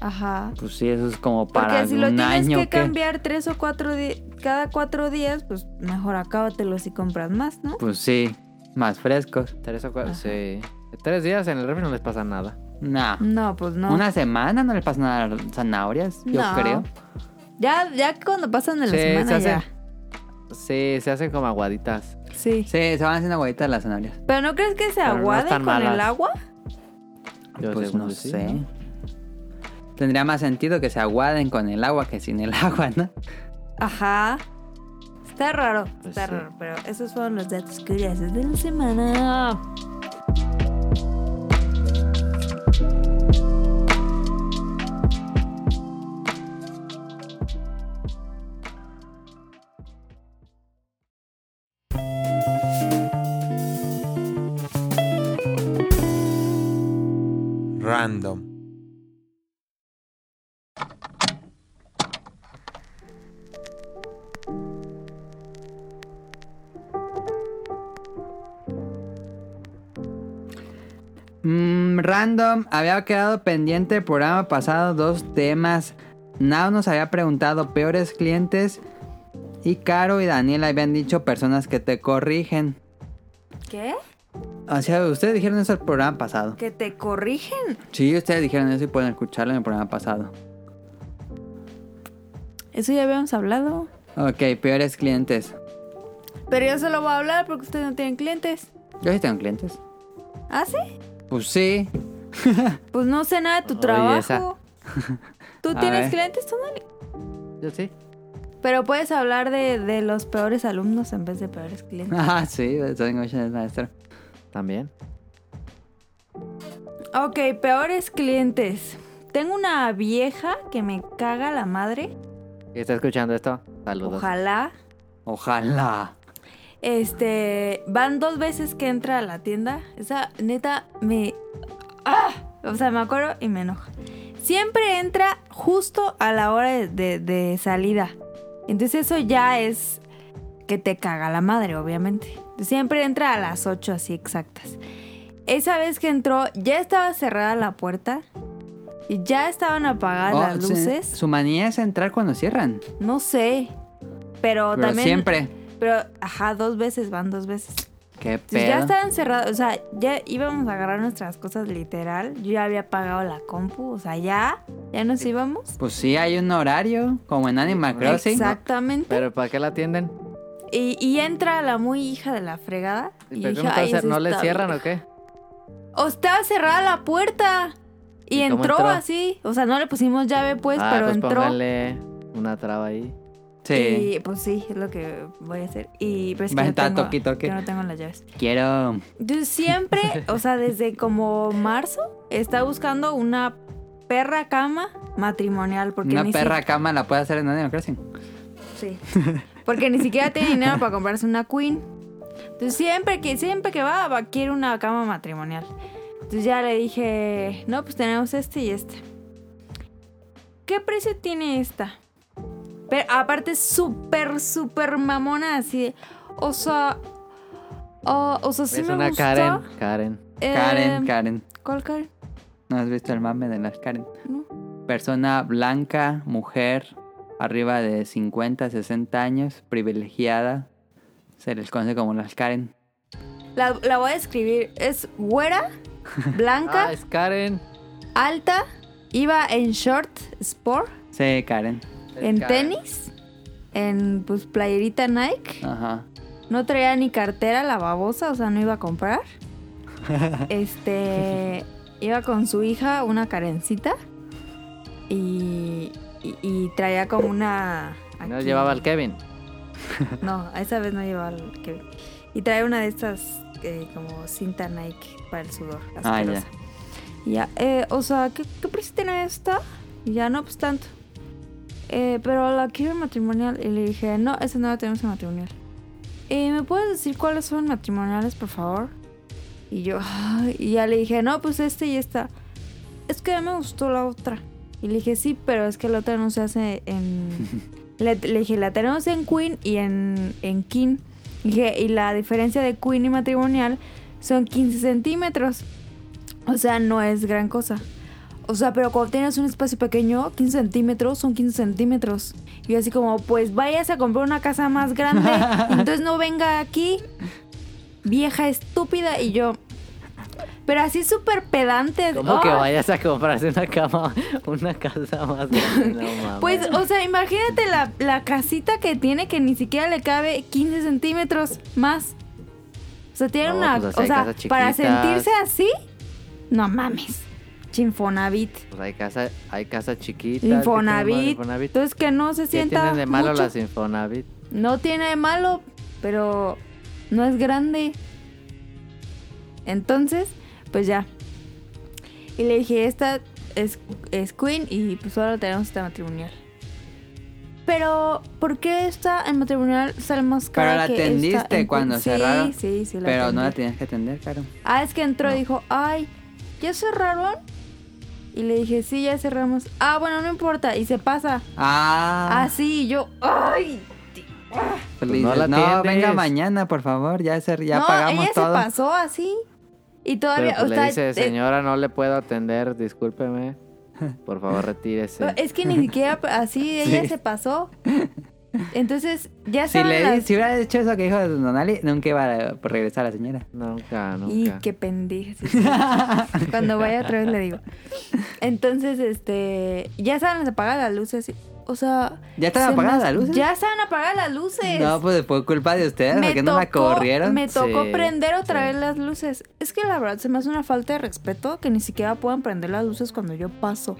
Speaker 1: Ajá.
Speaker 2: Pues sí, eso es como
Speaker 1: Porque
Speaker 2: para
Speaker 1: si
Speaker 2: un
Speaker 1: lo tienes
Speaker 2: año.
Speaker 1: que
Speaker 2: ¿qué?
Speaker 1: cambiar tres o cuatro días, cada cuatro días, pues mejor acábatelos y compras más, ¿no?
Speaker 2: Pues sí, más frescos.
Speaker 3: Tres o cuatro.
Speaker 1: Ajá.
Speaker 3: Sí. Tres días en el refri no les pasa nada.
Speaker 2: Nah.
Speaker 1: No, pues no.
Speaker 2: Una semana no le pasa nada a las zanahorias, yo
Speaker 1: No.
Speaker 2: creo.
Speaker 1: Ya, ya cuando pasan de la
Speaker 3: Sí, se
Speaker 1: semana
Speaker 3: hace-
Speaker 1: ya.
Speaker 3: Sí, se hacen como aguaditas.
Speaker 1: Sí.
Speaker 2: Sí, se van haciendo aguaditas las zanahorias.
Speaker 1: ¿Pero no crees que se
Speaker 3: Pero no
Speaker 1: aguade
Speaker 3: están
Speaker 1: con
Speaker 3: malas.
Speaker 1: el agua?
Speaker 3: Yo
Speaker 2: pues
Speaker 3: según
Speaker 2: no
Speaker 3: yo sí,
Speaker 2: sé.
Speaker 3: ¿no?
Speaker 2: Tendría más sentido que se aguaden con el agua que sin el [laughs] agua, ¿no?
Speaker 1: Ajá. Está raro,
Speaker 3: Pues
Speaker 1: está
Speaker 3: sí.
Speaker 1: raro, pero esos fueron los datos curiosos de la semana.
Speaker 7: Random.
Speaker 2: Mm, random, había quedado pendiente el programa pasado dos temas. Nao nos había preguntado peores clientes y Caro y Daniel habían dicho personas que te corrigen.
Speaker 1: ¿Qué?
Speaker 2: O sea, ustedes dijeron eso el programa pasado.
Speaker 1: ¿Que te corrigen?
Speaker 2: Sí, ustedes dijeron eso y pueden escucharlo en el programa pasado.
Speaker 1: Eso ya habíamos hablado.
Speaker 2: Ok, peores clientes.
Speaker 1: Pero yo solo voy a hablar porque ustedes no tienen clientes.
Speaker 2: Yo sí tengo clientes.
Speaker 1: ¿Ah, sí?
Speaker 2: Pues sí. [laughs]
Speaker 1: Pues no sé nada de tu
Speaker 3: Oye,
Speaker 1: trabajo.
Speaker 3: esa.
Speaker 1: [laughs] ¿Tú
Speaker 2: A
Speaker 1: tienes
Speaker 2: ver.
Speaker 1: clientes, tú, Dani?
Speaker 3: Yo sí.
Speaker 1: Pero puedes hablar de, de los peores alumnos en vez de peores clientes.
Speaker 2: Ah, sí, tengo es maestro.
Speaker 3: También.
Speaker 1: Ok, peores clientes. Tengo una vieja que me caga la madre.
Speaker 3: ¿Está escuchando esto? Saludos.
Speaker 1: Ojalá.
Speaker 2: Ojalá.
Speaker 1: Este, van dos veces que entra a la tienda. Esa neta me... ¡Ah! O sea, me acuerdo y me enoja. Siempre entra justo a la hora de, de- de salida. Entonces eso ya es que te caga la madre, obviamente. Siempre entra a las 8 así exactas. Esa vez que entró, ya estaba cerrada la puerta y ya estaban apagadas
Speaker 2: Oh,
Speaker 1: las
Speaker 2: sí,
Speaker 1: luces.
Speaker 2: Su manía es entrar cuando cierran.
Speaker 1: No sé. Pero,
Speaker 2: pero
Speaker 1: también.
Speaker 2: siempre.
Speaker 1: Pero, ajá, dos veces van dos veces.
Speaker 2: Qué pedo.
Speaker 1: Entonces, ya estaban cerrados. O sea, ya íbamos a agarrar nuestras cosas literal. Yo ya había pagado la compu. O sea, ya. Ya nos íbamos.
Speaker 2: Pues sí, hay un horario, como en Animal Crossing.
Speaker 1: Exactamente.
Speaker 3: Pero ¿para qué la atienden?
Speaker 1: Y, y entra la muy hija de la fregada. Y yo
Speaker 3: Pero
Speaker 1: dije,
Speaker 3: nunca
Speaker 1: "Ay,
Speaker 3: se-
Speaker 1: eso
Speaker 3: ¿No le
Speaker 1: está
Speaker 3: cierran
Speaker 1: bien".
Speaker 3: o qué?
Speaker 1: O estaba cerrada la puerta. Y,
Speaker 3: ¿Y cómo
Speaker 1: entró,
Speaker 3: entró?
Speaker 1: así. O sea, no le pusimos llave, pues,
Speaker 3: ah,
Speaker 1: pero
Speaker 3: pues
Speaker 1: entró.
Speaker 3: pónganle una traba ahí.
Speaker 2: Sí.
Speaker 1: Y pues sí, es lo que voy a hacer. Y pero es que
Speaker 2: Va a
Speaker 1: no
Speaker 2: estar
Speaker 1: tengo-
Speaker 2: toqui, toqui.
Speaker 1: yo no tengo las llaves.
Speaker 2: Quiero.
Speaker 1: Yo siempre, o sea, desde como marzo, está buscando una perra cama matrimonial. Porque
Speaker 2: Una
Speaker 1: ni si-
Speaker 2: perra cama la puede hacer en Animal Crossing.
Speaker 1: sí. Porque ni siquiera tiene dinero para comprarse una queen. Entonces siempre que, siempre que va, va, quiere una cama matrimonial. Entonces ya le dije, no, pues tenemos este y este. ¿Qué precio tiene esta? Pero aparte es súper, súper mamona, así. de, O sea... ah, o sea, sí
Speaker 3: es
Speaker 1: me
Speaker 3: una
Speaker 1: gustó.
Speaker 3: Karen. Karen.
Speaker 1: Eh,
Speaker 2: Karen, Karen.
Speaker 1: ¿Cuál Karen?
Speaker 2: ¿No has visto el mame de las Karen?
Speaker 1: No.
Speaker 2: Persona blanca, mujer, arriba de 50, 60 años, privilegiada. Se les conoce como las Karen.
Speaker 1: La, la voy a describir. Es
Speaker 3: [laughs]
Speaker 1: güera,
Speaker 3: Ah,
Speaker 1: blanca,
Speaker 3: es Karen.
Speaker 1: alta, iba en short sport,
Speaker 2: Sí, Karen.
Speaker 3: Es
Speaker 1: en
Speaker 3: Karen.
Speaker 1: tenis, en pues playerita Nike.
Speaker 2: Ajá.
Speaker 1: No traía ni cartera la babosa, o sea, no iba a
Speaker 3: [laughs]
Speaker 1: comprar. Este, iba con su hija, una carencita, y, y, y traía como una...
Speaker 3: No
Speaker 1: aquí-
Speaker 3: llevaba al Kevin.
Speaker 1: [laughs] No, esa vez no llevaba el que- Y trae una de estas eh, como cinta Nike para el sudor.
Speaker 2: Ah, ya.
Speaker 1: asquerosa. Y ya, eh, o sea, ¿qué, qué precio tiene esta? Y ya no, pues tanto. Eh, pero la quiero en matrimonial. Y le dije, no, esa no la tenemos en matrimonial. Eh, ¿Me puedes decir cuáles son matrimoniales, por favor? Y yo, "Ay", y ya le dije, no, pues este y esta. Es que ya me gustó la otra. Y le dije, sí, pero es que la otra no se hace
Speaker 2: [laughs]
Speaker 1: en... le, le dije, la tenemos en Queen y en, en King. Y, dije, y la diferencia de Queen y matrimonial son 15 centímetros. O sea, no es gran cosa. O sea, pero cuando tienes un espacio pequeño, 15 centímetros son 15 centímetros. Y yo así como, pues vayas a comprar una casa más grande. entonces no venga aquí, vieja estúpida. Y yo... Pero así súper pedante.
Speaker 3: ¿Cómo que
Speaker 1: ¡Ay!
Speaker 3: vayas a comprarse una cama, una casa más grande? No,
Speaker 1: [laughs]
Speaker 3: mames.
Speaker 1: Pues, o sea, imagínate la, la casita que tiene que ni siquiera le cabe 15 centímetros más. O sea, tiene
Speaker 3: No,
Speaker 1: una.
Speaker 3: pues, así
Speaker 1: o
Speaker 3: hay
Speaker 1: sea,
Speaker 3: casas
Speaker 1: para
Speaker 3: chiquitas.
Speaker 1: sentirse así, no mames. Chinfonavit,
Speaker 3: Pues hay casa, hay casa chiquita.
Speaker 1: Infonavit.
Speaker 3: Infonavit.
Speaker 1: Entonces, que no se
Speaker 3: ¿Qué
Speaker 1: sienta.
Speaker 3: tienen de malo
Speaker 1: mucho.
Speaker 3: las Infonavit?
Speaker 1: No tiene de malo, pero no es grande. Entonces, pues ya. Y le dije, esta es, es Queen y pues ahora tenemos esta matrimonial. Pero, ¿por qué esta en matrimonial sale más cara?
Speaker 2: Pero la
Speaker 1: que esta
Speaker 2: atendiste
Speaker 1: en
Speaker 2: cuando
Speaker 1: Queen?
Speaker 2: cerraron.
Speaker 1: Sí, sí, sí. La
Speaker 2: Pero no la
Speaker 1: atendí.
Speaker 2: tenías que atender, Karen.
Speaker 1: Ah, es que entró y dijo, ay, ¿ya cerraron? Y le dije, sí, ya cerramos. Ah, bueno, no importa. Y se pasa.
Speaker 2: Ah,
Speaker 1: Ah, sí, y yo, ay.
Speaker 2: pues
Speaker 3: Pues
Speaker 2: le
Speaker 3: no
Speaker 2: dices,
Speaker 3: la
Speaker 2: no,
Speaker 3: atiendes".
Speaker 2: venga mañana, por favor. Ya, cer- ya
Speaker 1: no,
Speaker 2: pagamos
Speaker 1: ella
Speaker 2: todo.
Speaker 1: se pasó así. Y
Speaker 3: Pero
Speaker 1: todavía.
Speaker 3: pues
Speaker 1: o
Speaker 3: le
Speaker 1: sea,
Speaker 3: dice,
Speaker 1: eh,
Speaker 3: señora, no le puedo atender,
Speaker 1: [laughs]
Speaker 3: discúlpeme. Por favor, retírese.
Speaker 1: no, pues, Es que ni
Speaker 2: [laughs]
Speaker 1: siquiera así ella
Speaker 2: Sí.
Speaker 1: se pasó. Entonces, ya
Speaker 2: Si,
Speaker 1: saben
Speaker 2: le,
Speaker 1: las-
Speaker 2: si hubiera hecho eso que dijo Donali, nunca iba a regresar a la señora. [laughs]
Speaker 3: Nunca,
Speaker 1: Y
Speaker 3: nunca.
Speaker 1: qué pendeja. sí, sí. Cuando vaya otra vez le digo. Entonces, este. Ya estaban apagadas las luces. O sea.
Speaker 2: ¿Ya estaban
Speaker 1: se me-
Speaker 2: apagadas las luces?
Speaker 1: Ya estaban apagadas las luces.
Speaker 2: No, pues fue culpa de ustedes,
Speaker 1: Me
Speaker 2: porque no la
Speaker 1: tocó-
Speaker 2: corrieron.
Speaker 1: Me tocó
Speaker 3: Sí,
Speaker 1: prender otra
Speaker 3: sí.
Speaker 1: vez las luces. Es que la verdad se me hace una falta de respeto que ni siquiera puedan prender las luces cuando yo paso.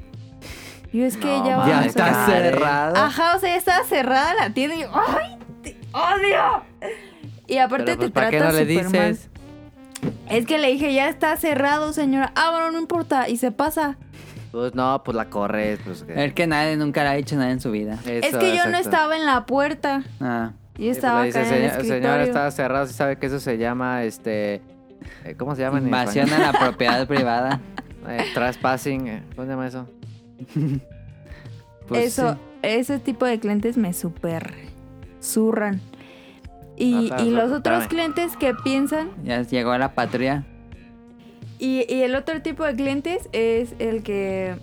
Speaker 1: Yo es que
Speaker 3: No,
Speaker 1: ya
Speaker 3: mames,
Speaker 1: va.
Speaker 2: Ya
Speaker 3: Ah,
Speaker 2: está
Speaker 3: claro.
Speaker 2: cerrado.
Speaker 1: Ajá, o sea, ya estaba cerrada la tienda y yo, ¡ay! ¡Te odio! Y aparte
Speaker 3: Pero, pues,
Speaker 1: te
Speaker 3: ¿Para qué no
Speaker 1: tratan
Speaker 3: le
Speaker 1: súper mal.
Speaker 3: dices?
Speaker 1: Es que le dije, ya está cerrado, señora. Ah, bueno, no importa. Y se pasa.
Speaker 3: Pues no, pues la corres. Pues, que-
Speaker 2: Es que nadie nunca la ha hecho nada en su vida.
Speaker 1: es
Speaker 3: Eso,
Speaker 1: que yo no
Speaker 3: exacto.
Speaker 1: estaba en la puerta.
Speaker 2: Ah,
Speaker 1: Yo
Speaker 3: Sí, pues,
Speaker 1: estaba
Speaker 3: le dice,
Speaker 1: acá en el
Speaker 3: "Señor-
Speaker 1: escritorio.
Speaker 3: Señora, estaba cerrado, si sabe que eso se llama, este... eh, ¿Cómo se llama en
Speaker 2: invasión a
Speaker 3: español?
Speaker 2: la
Speaker 3: [laughs]
Speaker 2: propiedad privada.
Speaker 3: Eh, trespassing, eh, ¿cómo se llama eso?
Speaker 2: Pues,
Speaker 1: Eso.
Speaker 2: sí.
Speaker 1: ese tipo de clientes me super zurran. Y,
Speaker 3: No, claro,
Speaker 1: y
Speaker 3: claro,
Speaker 1: los otros
Speaker 2: eh.
Speaker 3: espérame.
Speaker 1: clientes que piensan,
Speaker 2: Ya llegó la patrulla.
Speaker 1: y, y el otro tipo de clientes es el que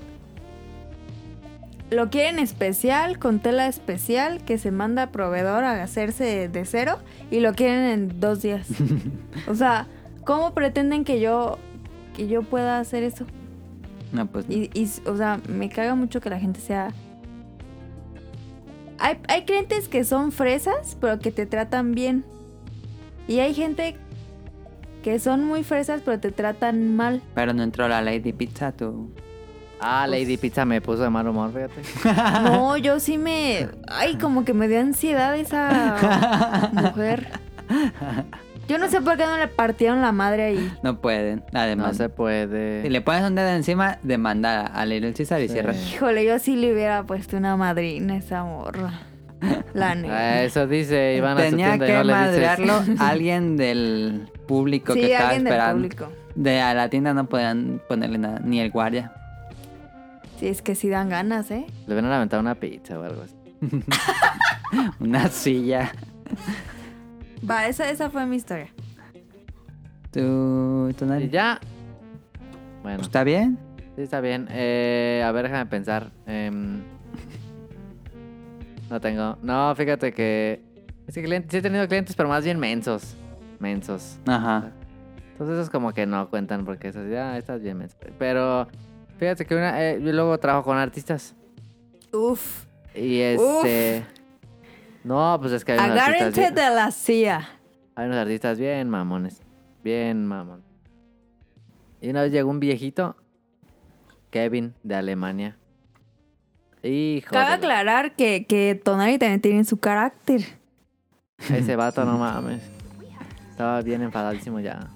Speaker 1: lo quieren especial, con tela especial, que se manda a proveedor a hacerse de cero y lo quieren en dos
Speaker 2: [laughs]
Speaker 1: días. o sea, ¿cómo pretenden que yo, que yo pueda hacer eso?
Speaker 2: No, pues. no.
Speaker 1: Y, y, o sea, me caga mucho que la gente sea. Hay, hay clientes que son fresas, pero que te tratan bien. Y hay gente que son muy fresas, pero te tratan mal.
Speaker 2: Pero no entró la Lady Pizza, tú.
Speaker 3: Ah,
Speaker 1: pues
Speaker 3: Lady Pizza me puso de mal humor, fíjate.
Speaker 2: [laughs]
Speaker 1: No, yo sí me. Ay, como que me dio ansiedad esa mujer. Yo no sé por qué no le partieron la madre ahí.
Speaker 2: [laughs] No pueden.
Speaker 3: No
Speaker 2: Además,
Speaker 3: se puede.
Speaker 2: si le pones un dedo encima, demanda a Little César y
Speaker 3: Sí.
Speaker 2: cierras.
Speaker 1: Híjole, yo sí le hubiera puesto una madrina a esa morra. La
Speaker 2: [laughs]
Speaker 1: neta.
Speaker 3: Ah, Eso dice Iván a su
Speaker 2: Tenía
Speaker 3: tienda y
Speaker 2: que
Speaker 3: no le dices. [laughs]
Speaker 2: madrearlo alguien del público
Speaker 1: Sí,
Speaker 2: que estaba
Speaker 1: alguien del
Speaker 2: esperando.
Speaker 1: público.
Speaker 2: De a la tienda no podían ponerle nada, ni el guardia. [laughs]
Speaker 1: Sí, es que sí dan ganas, ¿eh?
Speaker 3: Le hubieran aventado una pizza o algo así.
Speaker 2: Una silla.
Speaker 1: Va, esa, esa fue mi historia.
Speaker 2: Tú, tú
Speaker 3: Y
Speaker 2: Nari. Pues,
Speaker 3: ya. Bueno,
Speaker 2: ¿Está bien?
Speaker 3: sí está bien. Eh, a ver, déjame pensar. Em, no tengo. No, fíjate que. Es que cliente- sí he tenido clientes, pero más bien mensos. Mensos.
Speaker 2: Ajá.
Speaker 3: Entonces esos como que no cuentan porque esas ya estás bien menso. Pero fíjate que una, eh, yo luego trabajo con artistas.
Speaker 1: Uf.
Speaker 3: Y este. No, pues es que hay unos artistas.
Speaker 1: Agárrense
Speaker 3: bien-
Speaker 1: de la CIA.
Speaker 3: Hay unos artistas bien mamones. Bien mamón. Y una vez llegó un viejito, Kevin, de Alemania. Hijo.
Speaker 1: Cabe
Speaker 3: de la-
Speaker 1: aclarar que, que Tonari también tiene su carácter.
Speaker 3: [laughs] Ese vato, no mames. Estaba bien enfadadísimo ya.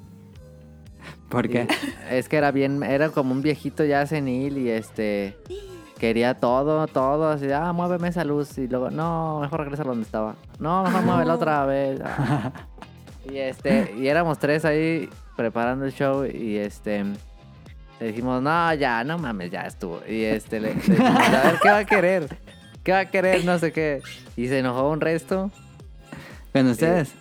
Speaker 2: ¿Por qué?
Speaker 3: Y [laughs] Es que era bien, era como un viejito ya senil y este quería todo, todo, así, ah, muéveme esa luz y luego, no, mejor regresa a donde estaba. No, mejor muévela otra vez. Ah. Y este, y éramos tres ahí preparando el show y este le dijimos, "No, ya, no mames, ya estuvo." Y este le, le dijimos, "A ver qué va a querer." ¿Qué va a querer? No sé qué. Y se enojó un resto.
Speaker 2: ¿Con ustedes?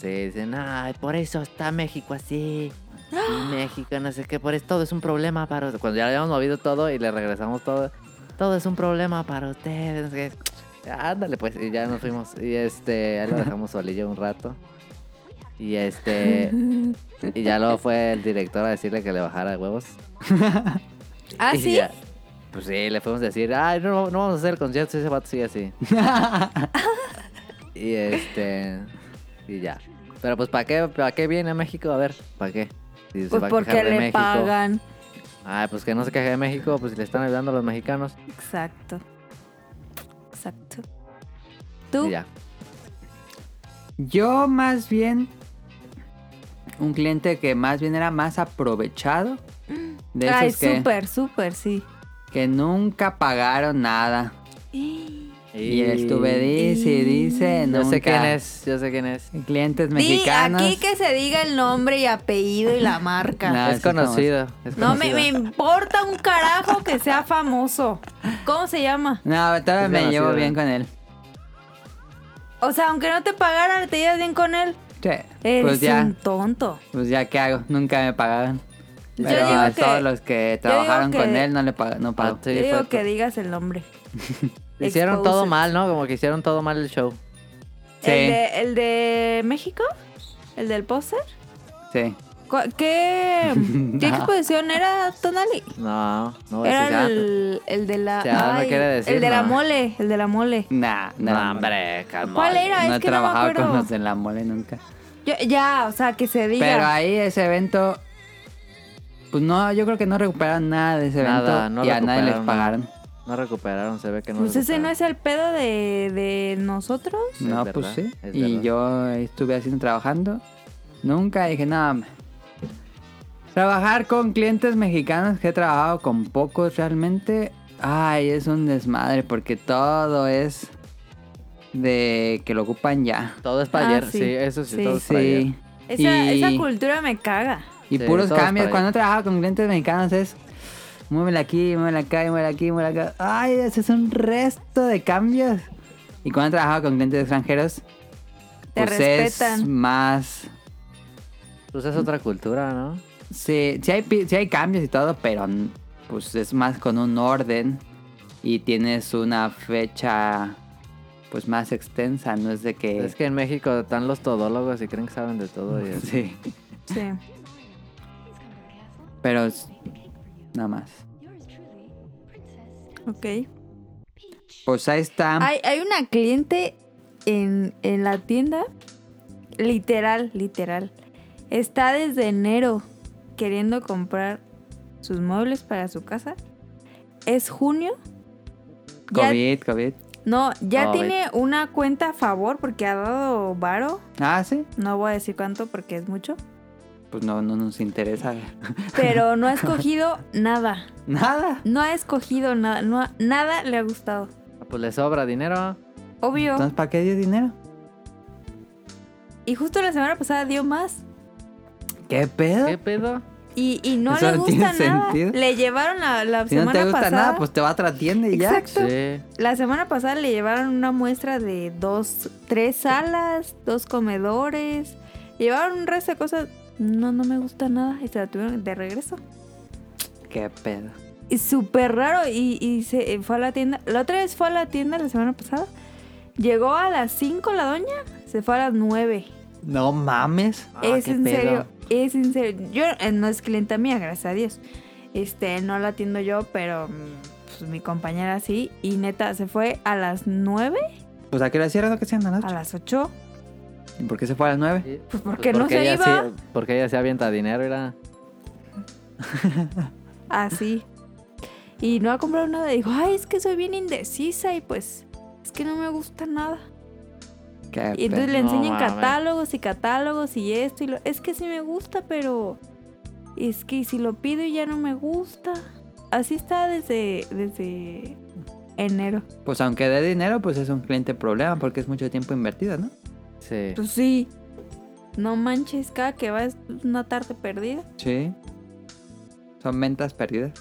Speaker 3: Sí, dicen, ay, por eso está México así. Y México, no sé qué, por eso todo es un problema para ustedes. Cuando ya le habíamos movido todo y le regresamos todo, todo es un problema para ustedes. no sé qué. Ándale, pues, y ya nos fuimos. Y este, ya lo dejamos solillo un rato. Y este, y ya luego fue el director a decirle que le bajara huevos.
Speaker 1: ¿Ah,
Speaker 3: Y
Speaker 1: sí?
Speaker 3: ya, pues sí, le fuimos a decir, ay, no, no vamos a hacer el concierto si ese vato
Speaker 1: [laughs]
Speaker 3: sigue así. y este. Y ya. Pero pues, ¿para qué, ¿para qué viene a México? A ver, ¿para qué? Si se
Speaker 1: Pues
Speaker 3: va a
Speaker 1: porque
Speaker 3: quejar de
Speaker 1: le
Speaker 3: México.
Speaker 1: pagan.
Speaker 3: Ay, pues que no se queje de México, pues le están ayudando a los mexicanos.
Speaker 1: Exacto. Exacto. ¿Tú?
Speaker 3: Y ya.
Speaker 2: Yo más bien un cliente que más bien era más aprovechado de esos
Speaker 1: Ay,
Speaker 2: que,
Speaker 1: súper, súper, sí.
Speaker 2: que nunca pagaron nada. Y, estuve dice y dice,
Speaker 3: Yo
Speaker 2: no
Speaker 3: sé quién es, yo sé quién es.
Speaker 2: Clientes
Speaker 1: Sí,
Speaker 2: mexicanos.
Speaker 1: aquí que se diga el nombre y apellido y la marca.
Speaker 3: [laughs]
Speaker 2: Ah,
Speaker 3: es
Speaker 2: sí, como-
Speaker 3: conocido. es
Speaker 1: No, me,
Speaker 3: conocido.
Speaker 1: me importa un carajo que sea famoso. ¿Cómo se llama?
Speaker 2: No, todavía
Speaker 3: Es
Speaker 2: me llevo
Speaker 3: demasiado.
Speaker 2: bien con él.
Speaker 1: O sea, aunque no te pagaran, te llevas bien con él.
Speaker 2: Sí,
Speaker 1: Eres
Speaker 2: Pues ya,
Speaker 1: un tonto.
Speaker 2: pues ya qué hago, nunca me pagaban.
Speaker 1: Yo
Speaker 2: Pero
Speaker 1: digo
Speaker 2: a
Speaker 1: que-
Speaker 2: todos los que
Speaker 1: yo digo
Speaker 2: trabajaron con
Speaker 1: que-
Speaker 2: él no le pag- no pagó.
Speaker 3: Ah, sí.
Speaker 1: Yo digo
Speaker 3: fue-
Speaker 1: que digas el nombre.
Speaker 3: Hicieron todo
Speaker 1: Exposed.
Speaker 3: mal, ¿no? Como que hicieron todo mal el show.
Speaker 2: Sí.
Speaker 1: ¿El, de, el de México? ¿El del póster?
Speaker 2: Sí.
Speaker 1: ¿Cu- ¿Qué, ¿qué
Speaker 2: No.
Speaker 1: exposición era Tonali?
Speaker 3: No, no voy a decir
Speaker 1: Era
Speaker 3: nada.
Speaker 1: el, el de la.
Speaker 3: Oh, Ya, no
Speaker 1: ay,
Speaker 3: quiere decir
Speaker 1: el de la
Speaker 3: nada.
Speaker 1: mole, el de la mole.
Speaker 2: Nah,
Speaker 3: No,
Speaker 2: nah,
Speaker 3: hombre, calma.
Speaker 1: ¿Cuál era?
Speaker 2: No
Speaker 1: es
Speaker 2: he
Speaker 1: que no me
Speaker 2: trabajado
Speaker 1: acuerdo.
Speaker 2: con los de la mole nunca.
Speaker 1: Yo- ya, o sea, que se diga.
Speaker 2: Pero ahí ese evento, pues no, yo creo que no recuperaron nada de ese
Speaker 3: Nada,
Speaker 2: evento
Speaker 3: no
Speaker 2: y a nadie les
Speaker 3: recuperaron
Speaker 2: pagaron.
Speaker 3: No recuperaron, se ve que no.
Speaker 1: pues ese no
Speaker 3: recuperaron.
Speaker 1: es el pedo de, de nosotros.
Speaker 3: Es
Speaker 2: No,
Speaker 3: verdad,
Speaker 2: pues sí.
Speaker 3: es
Speaker 2: Y
Speaker 3: verdad.
Speaker 2: yo estuve haciendo trabajando. Nunca dije nada. ma. Trabajar con clientes mexicanos que he trabajado con pocos realmente, ay, es un desmadre porque todo es de que lo ocupan ya.
Speaker 3: Todo es para
Speaker 1: Ah,
Speaker 3: ayer,
Speaker 1: sí.
Speaker 3: sí. eso sí,
Speaker 1: Sí.
Speaker 3: todo es para ayer.
Speaker 2: Sí.
Speaker 1: Esa,
Speaker 2: y
Speaker 1: esa cultura me caga.
Speaker 2: y
Speaker 3: Sí,
Speaker 2: puros
Speaker 3: todo es
Speaker 2: cambios.
Speaker 3: para
Speaker 2: Cuando he trabajado con clientes mexicanos es muévela aquí, muévela acá, y muévela aquí, muévela acá. Ay, ese es un resto de cambios. Y cuando he trabajado con clientes extranjeros,
Speaker 1: Te
Speaker 2: pues es
Speaker 1: respetan.
Speaker 2: más...
Speaker 3: Pues es otra cultura, ¿no?
Speaker 2: Sí, sí hay, pi- sí hay cambios y todo, pero mm, pues es más con un orden y tienes una fecha pues más extensa, no es de que...
Speaker 3: Es que en México están los todólogos y creen que saben de todo. Y
Speaker 2: [laughs] Sí,
Speaker 1: Sí.
Speaker 2: pero es- nada más.
Speaker 1: Ok.
Speaker 2: Pues ahí está.
Speaker 1: Hay, hay una cliente en, en la tienda. Literal, literal. Está desde enero queriendo comprar sus muebles para su casa. Es junio. Ya-
Speaker 2: COVID, COVID.
Speaker 1: no, ya
Speaker 3: Covid.
Speaker 1: tiene una cuenta a favor porque ha dado varo.
Speaker 2: Ah, sí.
Speaker 1: No voy a decir cuánto porque es mucho.
Speaker 2: Pues no, no nos interesa [laughs]
Speaker 1: Pero no ha escogido nada.
Speaker 2: nada.
Speaker 1: No ha escogido nada. No ha- nada le ha gustado.
Speaker 3: Ah, Pues le sobra dinero.
Speaker 1: Obvio.
Speaker 2: Entonces, ¿para qué dio dinero?
Speaker 1: Y justo la semana pasada dio más.
Speaker 2: ¿Qué pedo?
Speaker 3: ¿Qué pedo?
Speaker 1: Y, y no
Speaker 2: Eso
Speaker 1: le
Speaker 2: no
Speaker 1: gusta
Speaker 2: tiene
Speaker 1: nada.
Speaker 2: sentido.
Speaker 1: Le llevaron la, la
Speaker 2: si no
Speaker 1: semana
Speaker 2: te gusta
Speaker 1: pasada.
Speaker 2: nada, pues te va a otra tienda y ya.
Speaker 1: Exacto.
Speaker 3: Sí.
Speaker 1: La semana pasada le llevaron una muestra de dos, tres salas, dos comedores. Llevaron un resto de cosas. No, no me gusta nada. Y se la tuvieron de regreso.
Speaker 2: ¿Qué pedo?
Speaker 1: Y súper raro. Y, y se eh, fue a la tienda. La otra vez fue a la tienda la semana pasada. Llegó a las 5 la doña. Se fue a las 9.
Speaker 2: No mames.
Speaker 3: Ah,
Speaker 1: Es
Speaker 3: qué
Speaker 1: en
Speaker 3: pedo.
Speaker 1: serio, es en serio. Yo eh, no es clienta mía, gracias a Dios. Este, no la atiendo yo, pero mm, pues, mi compañera sí. Y neta, se fue a las 9,
Speaker 2: Pues a qué hora cierran o qué cierran a las
Speaker 1: a
Speaker 2: ocho?
Speaker 1: las 8.
Speaker 2: ¿Y por qué se fue a las nueve?
Speaker 3: Sí.
Speaker 1: Pues
Speaker 3: Pues
Speaker 1: porque no se
Speaker 3: ella
Speaker 1: iba
Speaker 3: sí- porque ella se avienta dinero, era.
Speaker 1: así. Y no ha comprado nada. Dijo, ay, es que soy bien indecisa y pues es que no me gusta nada.
Speaker 2: Qué
Speaker 1: Y entonces
Speaker 2: pedo.
Speaker 1: le
Speaker 3: No
Speaker 1: enseñan
Speaker 3: mames.
Speaker 1: catálogos y catálogos y esto y lo. Es que sí me gusta, pero. Es que si lo pido y ya no me gusta. Así está desde. desde enero.
Speaker 2: Pues aunque dé dinero, pues es un cliente problema porque es mucho tiempo invertido, ¿no?
Speaker 3: Sí.
Speaker 1: Pues sí. No manches, cada que va es una tarde perdida.
Speaker 2: Sí. Son ventas perdidas.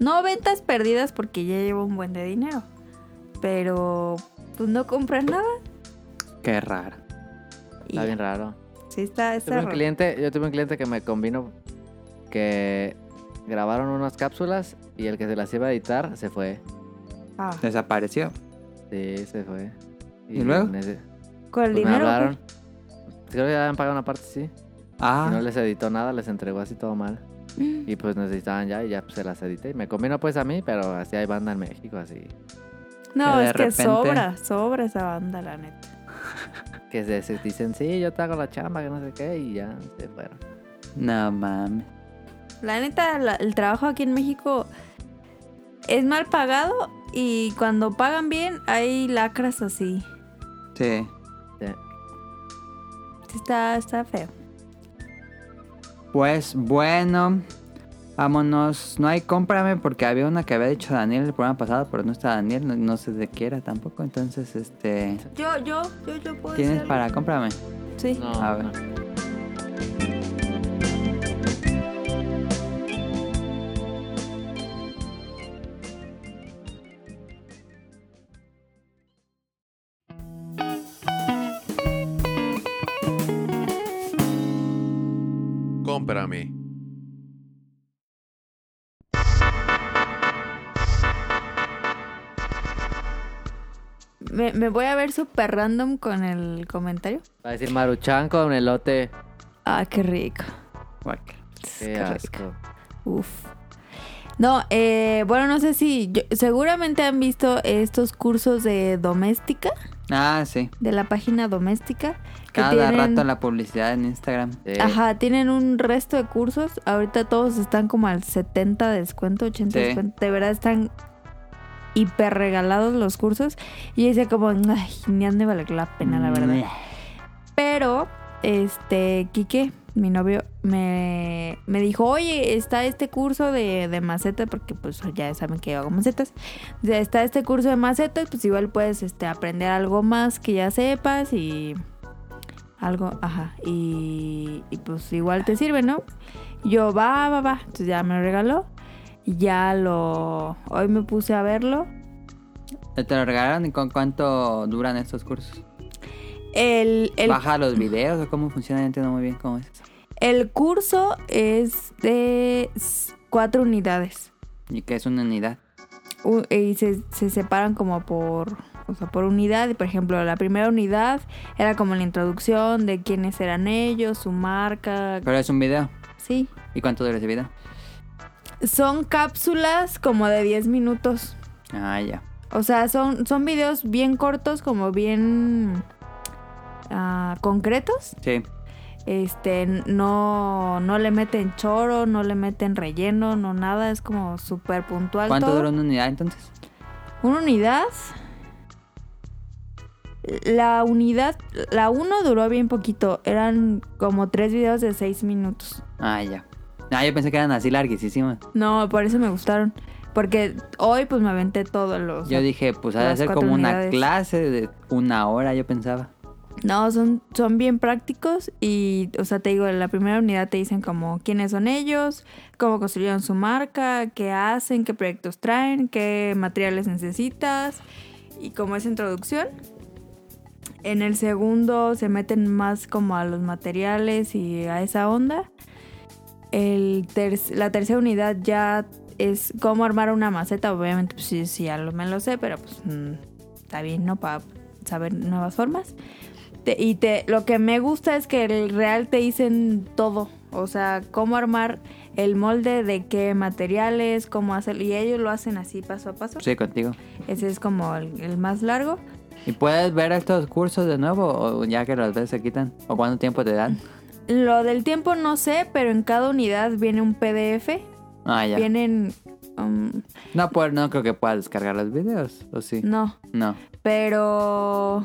Speaker 1: No ventas perdidas porque ya llevo un buen de dinero. Pero. Pues no compra nada.
Speaker 2: Qué raro.
Speaker 1: Y
Speaker 3: Está bien
Speaker 1: ya.
Speaker 3: raro.
Speaker 1: sí, está, está
Speaker 3: Tuve un
Speaker 1: raro.
Speaker 3: cliente, yo tuve un cliente que me combinó que grabaron unas cápsulas y el que se las iba a editar se fue.
Speaker 1: Ah,
Speaker 2: Desapareció.
Speaker 3: Sí, se fue.
Speaker 2: ¿Y luego?
Speaker 3: en ese-
Speaker 1: con el
Speaker 3: pues me
Speaker 1: dinero.
Speaker 3: hablaron. Creo que ya habían pagado una parte, sí. Y no
Speaker 2: Ah,
Speaker 3: les editó nada, les entregó así todo mal.
Speaker 1: mm.
Speaker 3: Y pues necesitaban ya y ya pues, se las edité. Y me combinó pues a mí, pero así hay banda en México, así.
Speaker 1: No,
Speaker 2: Que de
Speaker 1: es que
Speaker 2: repente-
Speaker 1: sobra, sobra esa banda, la neta.
Speaker 3: Que se, se dicen, sí, yo te hago la chamba, que no sé qué, y ya se fueron.
Speaker 2: no mames.
Speaker 1: La neta, la- el trabajo aquí en México es mal pagado y cuando pagan bien hay lacras así.
Speaker 2: Sí.
Speaker 1: Sí Está, está feo.
Speaker 2: Pues bueno, vámonos. No hay cómprame porque había una que había dicho Daniel el programa pasado, pero no está Daniel, no, no sé de qué era tampoco. Entonces, este.
Speaker 1: Yo, yo, yo, yo puedo
Speaker 2: ¿Tienes para cómprame?
Speaker 1: Sí.
Speaker 3: No,
Speaker 2: A ver.
Speaker 3: no.
Speaker 4: Cómprame.
Speaker 1: Me, me voy a ver súper random con el comentario.
Speaker 3: Va a decir Maruchan con elote.
Speaker 1: Ah, qué rico.
Speaker 2: Guácala.
Speaker 3: Qué asco.
Speaker 1: Uf. No, eh, bueno, no sé si. yo- seguramente han visto estos cursos de doméstica,
Speaker 2: Ah, sí.
Speaker 1: de la página doméstica. que
Speaker 2: Cada
Speaker 1: tienen-
Speaker 2: rato la publicidad en Instagram.
Speaker 3: Sí.
Speaker 1: Ajá, tienen un resto de cursos. Ahorita todos están como al 70 de descuento, 80 de
Speaker 2: Sí.
Speaker 1: descuento. De verdad están hiper regalados los cursos. Y dice como, ay, ni han de valer la pena, la verdad. Pero, este, Quique, mi novio, me, me dijo, oye, está este curso de, de maceta, porque pues ya saben que yo hago macetas. O sea, está este curso de macetas, pues igual puedes este, aprender algo más que ya sepas y algo, ajá, y, y, pues igual te sirve, ¿no? Y Yo, va, va, va, entonces ya me lo regaló. Ya lo... Hoy me puse a verlo.
Speaker 2: ¿Te lo regalaron y con cuánto duran estos cursos?
Speaker 1: El, el,
Speaker 2: ¿Baja los videos o cómo funciona? No entiendo muy bien cómo es.
Speaker 1: el curso es de s- cuatro unidades.
Speaker 2: Y que es una unidad.
Speaker 1: U- eh, y se, se separan como por o sea, por unidad y por ejemplo la primera unidad era como la introducción de quiénes eran ellos su marca
Speaker 2: Pero es un video.
Speaker 1: sí
Speaker 2: ¿Y cuánto dura ese video?
Speaker 1: son cápsulas como de 10 minutos
Speaker 2: Ah, ya.
Speaker 1: o sea son son videos bien cortos como bien ah, concretos
Speaker 2: Sí.
Speaker 1: este no no le meten choro no le meten relleno no nada es como súper puntual
Speaker 2: ¿Cuánto
Speaker 1: todo.
Speaker 2: dura una unidad entonces?
Speaker 1: Una unidad. La unidad, la 1 duró bien poquito. Eran como tres videos de seis minutos.
Speaker 2: Ah, ya. Ah, yo pensé que eran así larguísimas.
Speaker 1: No, por eso me gustaron. Porque hoy pues me aventé todos los...
Speaker 2: Yo dije, pues ha de
Speaker 1: las
Speaker 2: ser
Speaker 1: cuatro
Speaker 2: como una
Speaker 1: unidades.
Speaker 2: clase de una hora, yo pensaba.
Speaker 1: No, son, son bien prácticos y, o sea, te digo, en la primera unidad te dicen como quiénes son ellos, cómo construyeron su marca, qué hacen, qué proyectos traen, qué materiales necesitas y como es introducción. En el segundo se meten más como a los materiales y a esa onda. El ter- la tercera unidad ya es cómo armar una maceta, obviamente pues sí, sí, ya lo, me lo sé, pero pues mm, está bien, ¿no? Para saber nuevas formas. Te- y te, lo que me gusta es que el real te dicen todo. O sea, cómo armar el molde, de qué materiales, cómo hacerlo. Y ellos lo hacen así paso a paso.
Speaker 2: Sí, contigo.
Speaker 1: Ese es como el, el más largo.
Speaker 2: ¿Y puedes ver estos cursos de nuevo o ya que los ves se quitan? ¿O cuánto tiempo
Speaker 1: [laughs]
Speaker 2: te dan?
Speaker 1: Lo del tiempo no sé, pero en cada unidad viene un PDF.
Speaker 2: Ah, ya.
Speaker 1: Vienen... um,
Speaker 2: No, pues, no creo que puedas descargar los videos, ¿o sí?
Speaker 1: no,
Speaker 2: No.
Speaker 1: pero...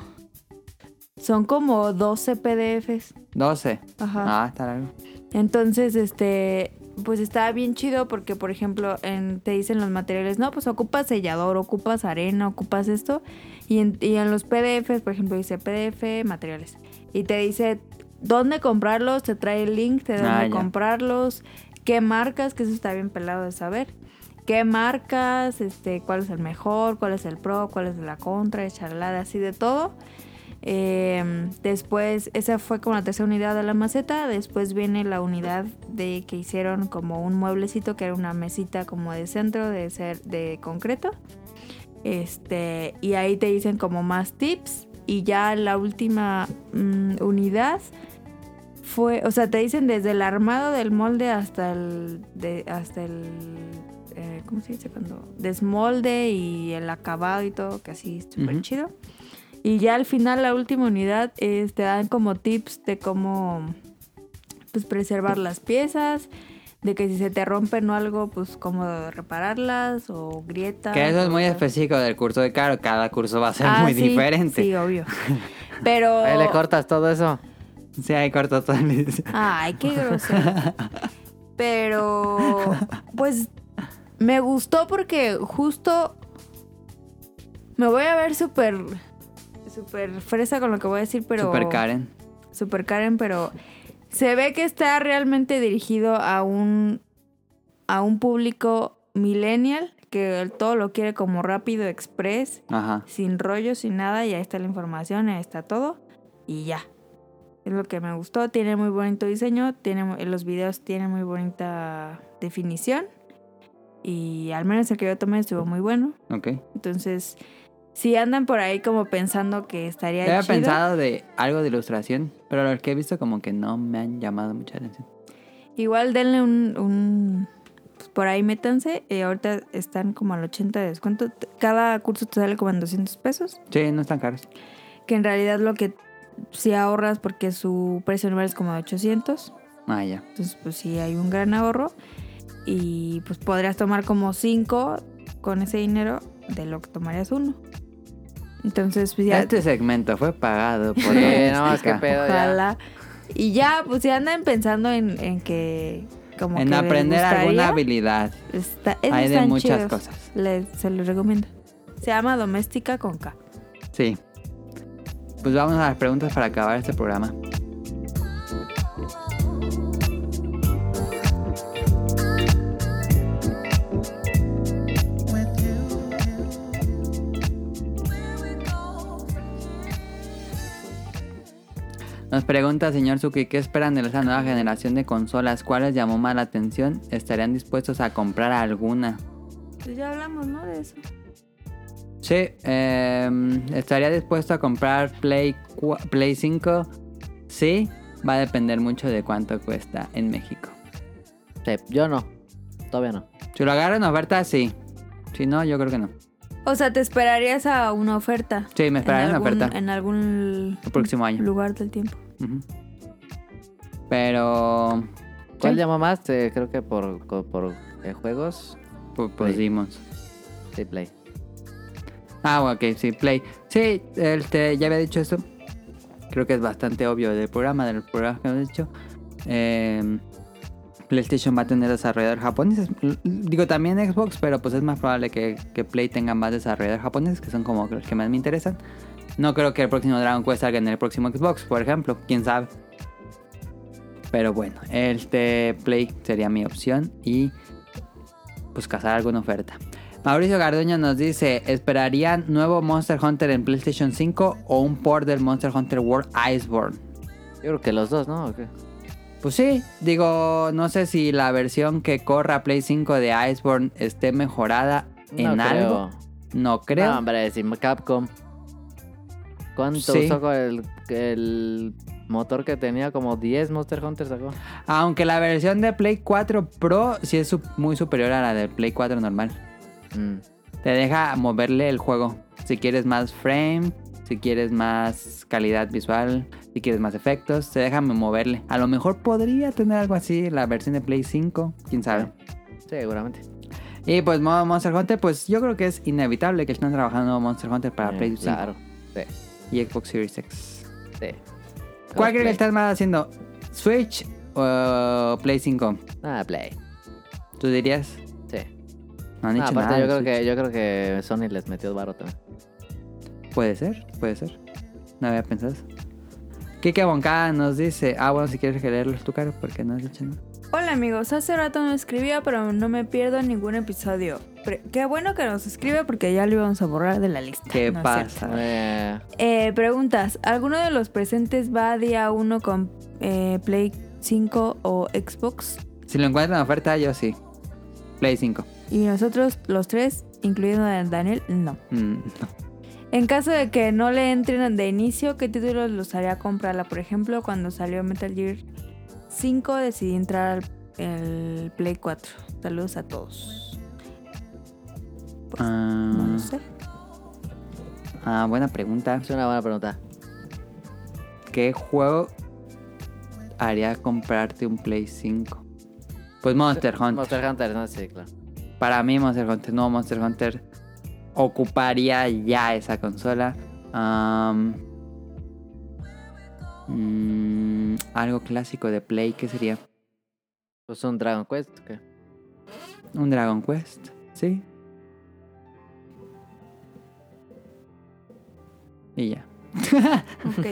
Speaker 1: Son como 12 PDFs.
Speaker 2: 12.
Speaker 1: Ajá.
Speaker 2: Ah, está largo.
Speaker 1: Entonces, este, pues está bien chido porque, por ejemplo, en- te dicen los materiales, no, pues ocupas sellador, ocupas arena, ocupas esto. Y en, y en los PDFs, por ejemplo, dice PDF, materiales. Y te dice dónde comprarlos, te trae el link de
Speaker 2: Ah,
Speaker 1: dónde
Speaker 2: ya.
Speaker 1: comprarlos, qué marcas, que eso está bien pelado de saber. ¿Qué marcas? Este, ¿Cuál es el mejor? ¿Cuál es el pro? ¿Cuál es la contra? y Charlada, así de todo. Eh, después, esa fue como la tercera unidad de la maceta. Después viene la unidad de que hicieron como un mueblecito que era una mesita como de centro de ser de concreto. Este, y ahí te dicen como más tips. Y ya la última mm, unidad fue, o sea, te dicen desde el armado del molde hasta el, de- hasta el, eh, ¿cómo se dice? Cuando desmolde y el acabado y todo, que así súper
Speaker 2: Ujú.
Speaker 1: chido. Y ya al final, la última unidad, es- te dan como tips de cómo pues, preservar las piezas, de que si se te rompen o algo, pues cómo repararlas o grietas.
Speaker 2: Que eso es
Speaker 1: o
Speaker 2: muy
Speaker 1: sea.
Speaker 2: [laughs] específico del curso de Caro. Cada curso va a ser
Speaker 1: Ah,
Speaker 2: muy
Speaker 1: sí,
Speaker 2: diferente.
Speaker 1: Sí,
Speaker 2: [laughs]
Speaker 1: obvio. Pero.
Speaker 3: Ahí le cortas todo eso.
Speaker 2: Sí, ahí corto todo el-
Speaker 1: Ay, qué grosero. Pero, pues, me gustó porque justo me voy a ver súper, súper fresa con lo que voy a decir, pero...
Speaker 2: Super Karen.
Speaker 1: Super Karen, pero se ve que está realmente dirigido a un, a un público millennial que todo lo quiere como rápido, express,
Speaker 2: Ajá.
Speaker 1: sin rollo, sin nada, y ahí está la información, ahí está todo, y ya. Es lo que me gustó, tiene muy bonito diseño, tiene, mu- los videos tienen muy bonita definición, y al menos el que yo tomé estuvo muy bueno.
Speaker 2: Ok.
Speaker 1: Entonces, si andan por ahí como pensando que estaría
Speaker 2: Había
Speaker 1: chido,
Speaker 2: pensado de algo de ilustración, pero los que he visto como que no me han llamado mucha atención.
Speaker 1: igual denle un... un- pues, por ahí métanse, eh, ahorita están como al 80 de descuento. T- Cada curso te sale como en 200 pesos.
Speaker 2: Sí, no están caros.
Speaker 1: que en realidad lo que si ahorras porque su precio normal es como de 800,
Speaker 2: Ah, ya.
Speaker 1: entonces pues sí hay un gran ahorro y pues podrías tomar como 5 con ese dinero de lo que tomarías uno. Entonces pues ya
Speaker 2: Este segmento fue
Speaker 1: [laughs]
Speaker 2: pagado por...
Speaker 3: Sí, no, es que
Speaker 2: Doméstica.
Speaker 3: pedo ya.
Speaker 1: ojalá y ya pues si andan pensando en, en que como
Speaker 2: En
Speaker 1: que les
Speaker 2: aprender alguna
Speaker 1: gustaría,
Speaker 2: habilidad.
Speaker 1: está- esos
Speaker 2: Hay de
Speaker 1: están
Speaker 2: muchas
Speaker 1: chidos.
Speaker 2: cosas.
Speaker 1: Les- se los recomiendo. Se llama Doméstica con K.
Speaker 2: Sí. Pues vamos a las preguntas para acabar este programa. Nos pregunta, señor Suki, ¿qué esperan de esa nueva generación de consolas? ¿Cuáles llamó más la atención? ¿Estarían dispuestos a comprar alguna?
Speaker 1: Pues ya hablamos, ¿no? De eso.
Speaker 2: Sí, eh, estaría dispuesto a comprar Play, cua- Play 5. Sí, va a depender mucho de cuánto cuesta en México.
Speaker 3: Sí, yo no. Todavía no.
Speaker 2: Si lo agarran en oferta, sí. Si no, yo creo que no.
Speaker 1: O sea, te esperarías a una oferta.
Speaker 2: Sí, me esperaría
Speaker 1: en
Speaker 2: una
Speaker 1: algún-
Speaker 2: oferta.
Speaker 1: En algún
Speaker 2: El próximo año.
Speaker 1: lugar del tiempo.
Speaker 2: Ujú. Pero.
Speaker 3: ¿Cuál
Speaker 2: Sí.
Speaker 3: llamó más? Eh, creo que por, co- por eh, juegos.
Speaker 2: pu- Pues
Speaker 3: Play.
Speaker 2: dimos.
Speaker 3: Sí, Play.
Speaker 2: Ah, ok, sí, Play. Sí, este, ya había dicho eso. Creo que es bastante obvio del programa, del programa que hemos dicho. Eh, PlayStation va a tener desarrolladores japoneses. L- Digo, también Xbox, pero pues es más probable que, que Play tenga más desarrolladores japoneses, que son como los que más me interesan. No creo que el próximo Dragon Quest salga en el próximo Xbox, por ejemplo. Quién sabe. Pero bueno, este Play sería mi opción y pues cazar alguna oferta. Mauricio Garduño nos dice, ¿esperarían nuevo Monster Hunter en PlayStation 5 o un port del Monster Hunter World Iceborne?
Speaker 3: Yo creo que los dos, ¿no? ¿O qué?
Speaker 2: Pues sí, digo, no sé si la versión que corra Play 5 de Iceborne esté mejorada en
Speaker 3: No
Speaker 2: algo.
Speaker 3: creo. Ah.
Speaker 2: No creo.
Speaker 3: No, hombre, si Capcom. ¿Cuánto
Speaker 2: Sí.
Speaker 3: usó con el, el motor que tenía? Como 10 Monster Hunter sacó.
Speaker 2: Aunque la versión de Play 4 Pro sí es su- muy superior a la de Play 4 normal.
Speaker 3: Mm.
Speaker 2: Te deja moverle el juego. Si quieres más frame, si quieres más calidad visual, si quieres más efectos, te deja moverle. A lo mejor podría tener algo así la versión de Play 5, quién sabe.
Speaker 3: Seguramente.
Speaker 2: Y pues modo Monster Hunter, pues yo creo que es inevitable que estén trabajando en Monster Hunter para
Speaker 3: Mm,
Speaker 2: Play 5
Speaker 3: Claro. Sí,
Speaker 2: y Xbox Series X.
Speaker 3: sí.
Speaker 2: ¿Cuál creen que
Speaker 3: Play.
Speaker 2: están más haciendo? ¿Switch o Play 5?
Speaker 3: Ah, Play.
Speaker 2: ¿Tú dirías?
Speaker 3: Sí.
Speaker 2: No han
Speaker 3: No,
Speaker 2: dicho
Speaker 3: aparte,
Speaker 2: nada.
Speaker 3: yo,
Speaker 2: de
Speaker 3: creo
Speaker 2: Switch.
Speaker 3: que, yo creo que Sony les metió el baro también.
Speaker 2: Puede ser, puede ser. No había pensado eso. Kike Boncada nos dice... Ah, bueno, si quieres que leerlos tú, Caro, porque no has dicho nada.
Speaker 1: Hola amigos, hace rato no escribía, pero no me pierdo ningún episodio. Pre- qué bueno que nos escribe porque ya lo íbamos a borrar de la lista.
Speaker 2: ¿Qué
Speaker 1: No es cierto.
Speaker 2: pasa?
Speaker 3: Eh,
Speaker 1: Eh, preguntas, ¿alguno de los presentes va día 1 con eh, Play 5 o Xbox?
Speaker 2: Si lo encuentran en oferta, yo sí. Play 5.
Speaker 1: Y nosotros, los tres, incluyendo a Daniel, no.
Speaker 2: Mm,
Speaker 1: En caso de que no le entren de inicio, ¿qué títulos los haría comprarla? Por ejemplo, cuando salió Metal Gear 5 decidí entrar al el Play 4. Saludos a todos.
Speaker 2: ah,
Speaker 1: No lo sé.
Speaker 2: ah, buena pregunta.
Speaker 3: es una buena pregunta.
Speaker 2: ¿Qué juego haría comprarte un Play 5? Pues Monster Hunter.
Speaker 3: Monster Hunter, no, sí, claro.
Speaker 2: Para mí Monster Hunter, no, Monster Hunter ocuparía ya esa consola. Am, mm, algo clásico de Play, ¿qué sería?
Speaker 3: Pues un Dragon Quest. ¿qué?
Speaker 2: Un Dragon Quest, ¿sí? Y ya.
Speaker 1: [laughs] Ok.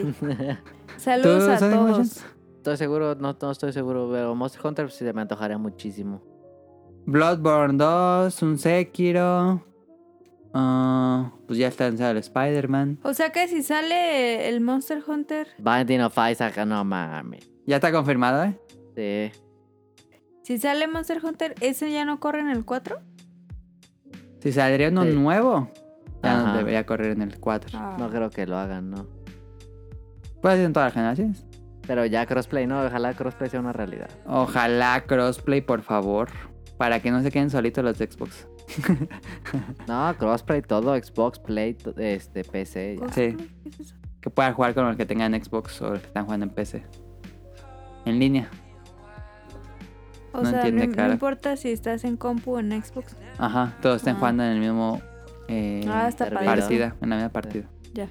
Speaker 1: Saludos
Speaker 2: ¿Tú,
Speaker 1: a
Speaker 2: Sonic
Speaker 1: todos.
Speaker 2: Motion?
Speaker 3: Estoy seguro, no, no estoy seguro, pero Monster Hunter sí me antojaría muchísimo.
Speaker 2: Bloodborne 2, un Sekiro. ah, pues ya está lanzado el Spider-Man.
Speaker 1: O sea que si sale el Monster Hunter,
Speaker 3: Binding of Isaac, no mames.
Speaker 2: Ya está confirmado, ¿eh?
Speaker 3: Sí.
Speaker 1: si sale Monster Hunter, ¿ese ya no corre en el 4?
Speaker 2: Si saldría uno
Speaker 3: Sí.
Speaker 2: nuevo, ya no
Speaker 3: Ajá.
Speaker 2: debería correr en el 4.
Speaker 1: Ah.
Speaker 3: No creo que lo hagan, ¿no?
Speaker 2: Puede ser Pues en todas las generaciones.
Speaker 3: Pero ya crossplay, ¿no? Ojalá crossplay sea una realidad.
Speaker 2: Ojalá crossplay, por favor. Para que no se queden solitos los de Xbox.
Speaker 3: No, crossplay todo, Xbox, Play, to- este, PC. ya.
Speaker 2: Sí. Que puedan jugar con los que tengan Xbox o los que están jugando en PC. En línea.
Speaker 1: O
Speaker 2: No
Speaker 1: sea, no,
Speaker 2: entiende,
Speaker 1: im- no
Speaker 2: cara.
Speaker 1: importa si estás en compu o en Xbox.
Speaker 2: Ajá. Todos estén
Speaker 1: Ah.
Speaker 2: jugando en el mismo eh,
Speaker 1: Ah, está
Speaker 3: servidor.
Speaker 1: padre.
Speaker 2: partida. En la misma partida.
Speaker 1: Ya.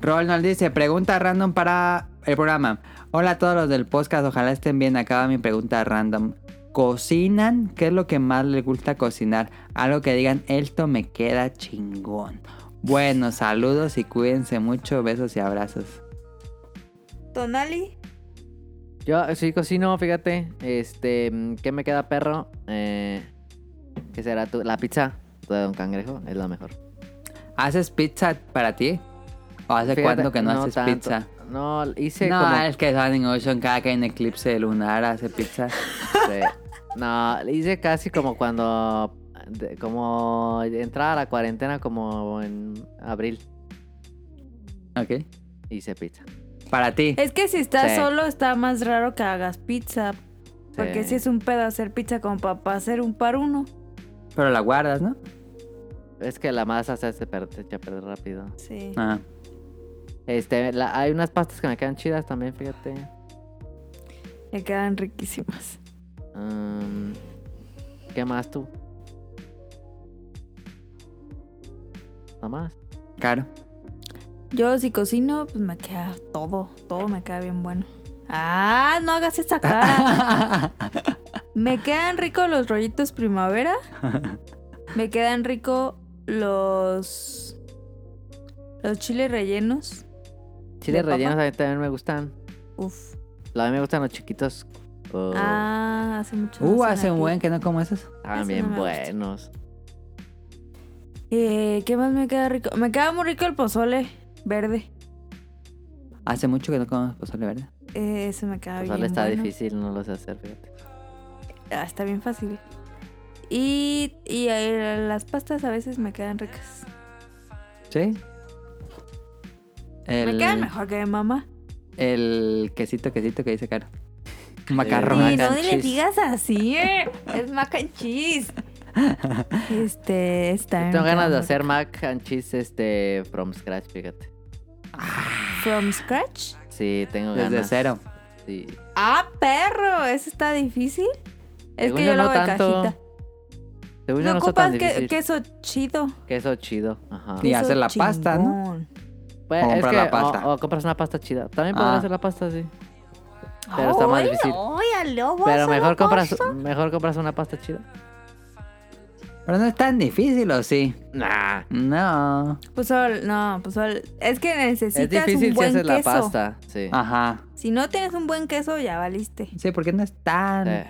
Speaker 2: Rol nos dice, pregunta random para el programa. Hola a todos los del podcast, ojalá estén bien. Acaba mi pregunta random. ¿Cocinan? ¿Qué es lo que más les gusta cocinar? Algo que digan, esto me queda chingón. Bueno, saludos y cuídense mucho. Besos y abrazos.
Speaker 1: Tonali,
Speaker 3: Yo sí cocino, fíjate. Este, mm, ¿qué me queda, perro? Eh, ¿Qué será tú? La pizza de Don Cangrejo es la mejor.
Speaker 2: ¿Haces pizza para ti? ¿O hace
Speaker 3: Fíjate,
Speaker 2: cuánto que no, haces
Speaker 3: tanto.
Speaker 2: pizza?
Speaker 3: No, hice
Speaker 2: no,
Speaker 3: como...
Speaker 2: es que Sonic Ocean cada que hay un eclipse lunar hace pizza.
Speaker 3: Sí. No, hice casi como cuando... de- Como entraba la cuarentena como en abril.
Speaker 2: Ok.
Speaker 3: Hice pizza.
Speaker 2: Para ti.
Speaker 1: Es que si estás
Speaker 3: Sí.
Speaker 1: solo está más raro que hagas pizza. Porque
Speaker 3: Sí.
Speaker 1: si es un pedo hacer pizza con papá, hacer un par uno.
Speaker 2: Pero la guardas, ¿no?
Speaker 3: Es que la masa se hace per- se echa a perder rápido.
Speaker 1: Sí.
Speaker 2: Ah.
Speaker 3: Este, la- hay unas pastas que me quedan chidas también, fíjate.
Speaker 1: Le quedan riquísimas.
Speaker 3: Mm, ¿Qué más tú? ¿Nada más?
Speaker 2: Caro.
Speaker 1: Yo si cocino, pues me queda todo. Todo me queda bien bueno. Ah, no hagas esa
Speaker 2: [laughs]
Speaker 1: cara. me quedan ricos los rollitos primavera. Me quedan rico los... Los chiles rellenos.
Speaker 3: Chiles
Speaker 1: papa?
Speaker 3: rellenos a mí también me gustan.
Speaker 1: Uf.
Speaker 3: A mí me gustan los chiquitos. Oh,
Speaker 1: Ah, hace mucho no
Speaker 2: Uh,
Speaker 1: hacen
Speaker 2: hace un
Speaker 1: aquí.
Speaker 2: buen que no como esos.
Speaker 3: estaban
Speaker 1: eso
Speaker 3: bien
Speaker 1: no me gusta.
Speaker 3: buenos.
Speaker 1: Eh, ¿Qué más me queda rico? Me queda muy rico el pozole verde.
Speaker 2: Hace mucho que no comemos pozole, ¿verdad?
Speaker 1: Eh, Ese me queda
Speaker 3: Solo
Speaker 1: bien.
Speaker 3: está
Speaker 1: bueno.
Speaker 3: difícil, no lo sé hacer, fíjate.
Speaker 1: Ah, está bien fácil. Y, y eh, las pastas a veces me quedan ricas.
Speaker 2: Sí. El,
Speaker 1: Me quedan mejor que de mamá.
Speaker 2: El quesito, quesito que dice Caro. Macarrón.
Speaker 3: Sí,
Speaker 1: Y no
Speaker 2: mac and
Speaker 1: le
Speaker 2: cheese.
Speaker 1: digas así, eh. Es mac and
Speaker 3: [laughs]
Speaker 1: cheese. Este, está.
Speaker 3: Tengo ganas de hacer mac and cheese este, from scratch, fíjate.
Speaker 1: From scratch.
Speaker 3: Sí, tengo ganas.
Speaker 2: Desde cero.
Speaker 3: Sí.
Speaker 1: Ah, perro. Eso está difícil. Es
Speaker 3: Según
Speaker 1: que yo lo
Speaker 3: no
Speaker 1: hago de
Speaker 3: tanto.
Speaker 1: cajita.
Speaker 3: Según yo
Speaker 1: No
Speaker 3: no está tan
Speaker 1: ocupas que-
Speaker 3: difícil.
Speaker 1: queso chido.
Speaker 3: Queso chido. Ajá.
Speaker 2: Y
Speaker 1: queso
Speaker 2: hacer la pasta, ¿no?
Speaker 1: chingón.
Speaker 3: Pues,
Speaker 2: O
Speaker 3: es
Speaker 2: compras
Speaker 3: que-
Speaker 2: la pasta.
Speaker 3: O, o compras una pasta chida. También podrías
Speaker 2: Ah.
Speaker 3: hacer la pasta, sí. Pero está más
Speaker 1: Ay,
Speaker 3: difícil.
Speaker 1: ay, al lobo,
Speaker 3: Pero
Speaker 1: solo
Speaker 3: mejor compras,
Speaker 1: pasta.
Speaker 3: mejor compras una pasta chida.
Speaker 2: Pero no es tan difícil, ¿o sí?
Speaker 3: Nah.
Speaker 2: No.
Speaker 1: Pues solo- no, pues solo- es que
Speaker 3: Es
Speaker 1: necesitas un
Speaker 3: difícil si
Speaker 1: buen
Speaker 3: haces la
Speaker 1: queso.
Speaker 3: pasta. Sí.
Speaker 2: Ajá.
Speaker 1: Si no tienes un buen queso, ya valiste.
Speaker 2: Sí, porque no es tan
Speaker 3: Sí.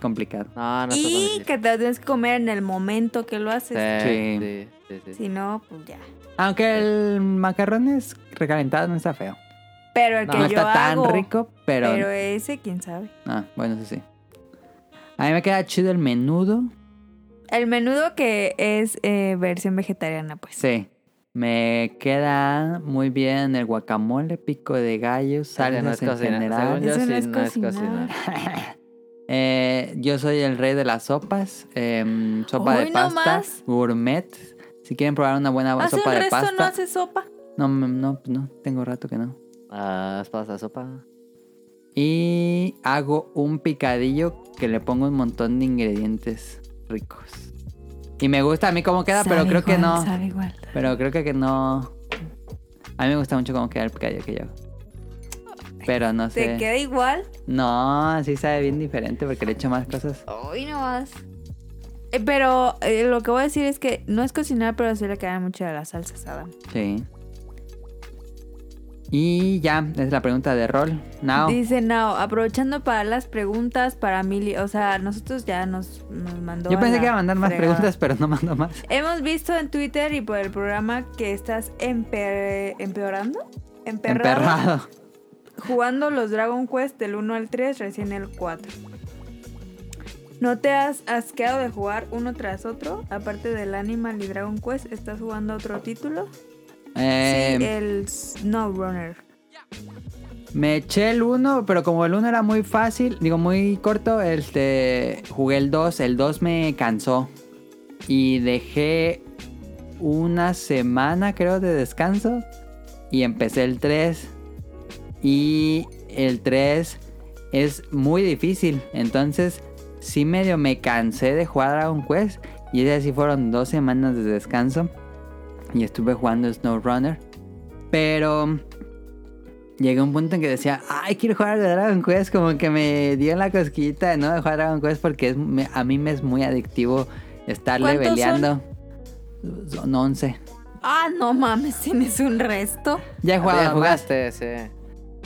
Speaker 2: complicado.
Speaker 3: No, no está tan
Speaker 1: Y
Speaker 3: difícil.
Speaker 1: que te lo tienes que comer en el momento que lo haces.
Speaker 3: Sí,
Speaker 2: Sí.
Speaker 3: sí, sí, sí.
Speaker 1: Si no, pues ya.
Speaker 2: Aunque el macarrón es recalentado, no está feo.
Speaker 1: Pero el
Speaker 3: No,
Speaker 1: que
Speaker 2: No
Speaker 1: yo
Speaker 2: está tan
Speaker 1: hago,
Speaker 2: rico, pero...
Speaker 1: pero... ese, quién sabe.
Speaker 2: Ah, bueno, eso sí. A mí me queda chido el menudo.
Speaker 1: El menudo que es eh, versión vegetariana, pues.
Speaker 2: Sí. Me queda muy bien el guacamole, pico de gallo,
Speaker 3: Ese no es
Speaker 2: salsas en
Speaker 3: cocinar. Según
Speaker 2: general.
Speaker 3: yo,
Speaker 1: Eso no
Speaker 3: sí,
Speaker 1: es
Speaker 3: no es cocinar.
Speaker 1: cocinar.
Speaker 2: Eh, yo soy el rey de las sopas. em, sopa
Speaker 1: Hoy
Speaker 2: de
Speaker 1: no
Speaker 2: pasta.
Speaker 1: más.
Speaker 2: Gourmet. Si quieren probar una buena
Speaker 1: ¿Hace
Speaker 2: sopa
Speaker 1: un
Speaker 2: de
Speaker 1: resto no
Speaker 2: pasta.
Speaker 1: hace sopa?
Speaker 2: No, no, no, no, tengo rato que no.
Speaker 3: Ah, pasta sopa.
Speaker 2: Y hago un picadillo que le pongo un montón de ingredientes ricos. Y me gusta a mí cómo queda, pero
Speaker 1: Sabe
Speaker 2: creo que
Speaker 1: igual,
Speaker 2: no.
Speaker 1: Sabe igual.
Speaker 2: Pero creo que, que no. A mí me gusta mucho cómo queda el picadillo que yo hago. Pero no
Speaker 1: ¿Te
Speaker 2: sé.
Speaker 1: queda igual?
Speaker 2: No, sí sabe bien diferente porque le echo más cosas.
Speaker 1: Hoy no más. Eh, Pero eh, lo que voy a decir es que no es cocinar, pero sí le queda mucho de las salsas, Adam.
Speaker 2: Sí. Y ya, es la pregunta de rol. Now.
Speaker 1: Dice Nao, aprovechando para las preguntas para Mili, o sea, nosotros ya nos, nos mandó.
Speaker 2: Yo
Speaker 1: a
Speaker 2: pensé
Speaker 1: la
Speaker 2: que iba a mandar más
Speaker 1: fregada.
Speaker 2: preguntas, pero no mando más.
Speaker 1: Hemos visto en Twitter y por el programa que estás empe- empeorando, emperrado,
Speaker 2: Emperrado.
Speaker 1: [laughs] jugando los Dragon Quest del 1 al 3, recién el 4. ¿No te has asqueado de jugar uno tras otro? Aparte del Animal y Dragon Quest, ¿estás jugando otro título?
Speaker 2: Eh,
Speaker 1: sí, el Snowrunner.
Speaker 2: Me eché el 1, pero como el 1 era muy fácil, digo muy corto, este jugué el 2, el 2 me cansó y dejé una semana creo de descanso y empecé el 3 y el 3 es muy difícil, entonces sí medio me cansé de jugar Dragon Quest y esas sí fueron dos semanas de descanso y estuve jugando SnowRunner, pero llegué a un punto en que decía, ay, quiero jugar de Dragon Quest, como que me dio la cosquillita de no de jugar Dragon Quest porque es, me- a mí me es muy adictivo estar
Speaker 1: ¿Cuántos
Speaker 2: leveleando. Son 11.
Speaker 1: Ah, no mames, tienes un resto.
Speaker 2: Ya he jugado,
Speaker 3: Ya
Speaker 2: más,
Speaker 3: jugaste, sí.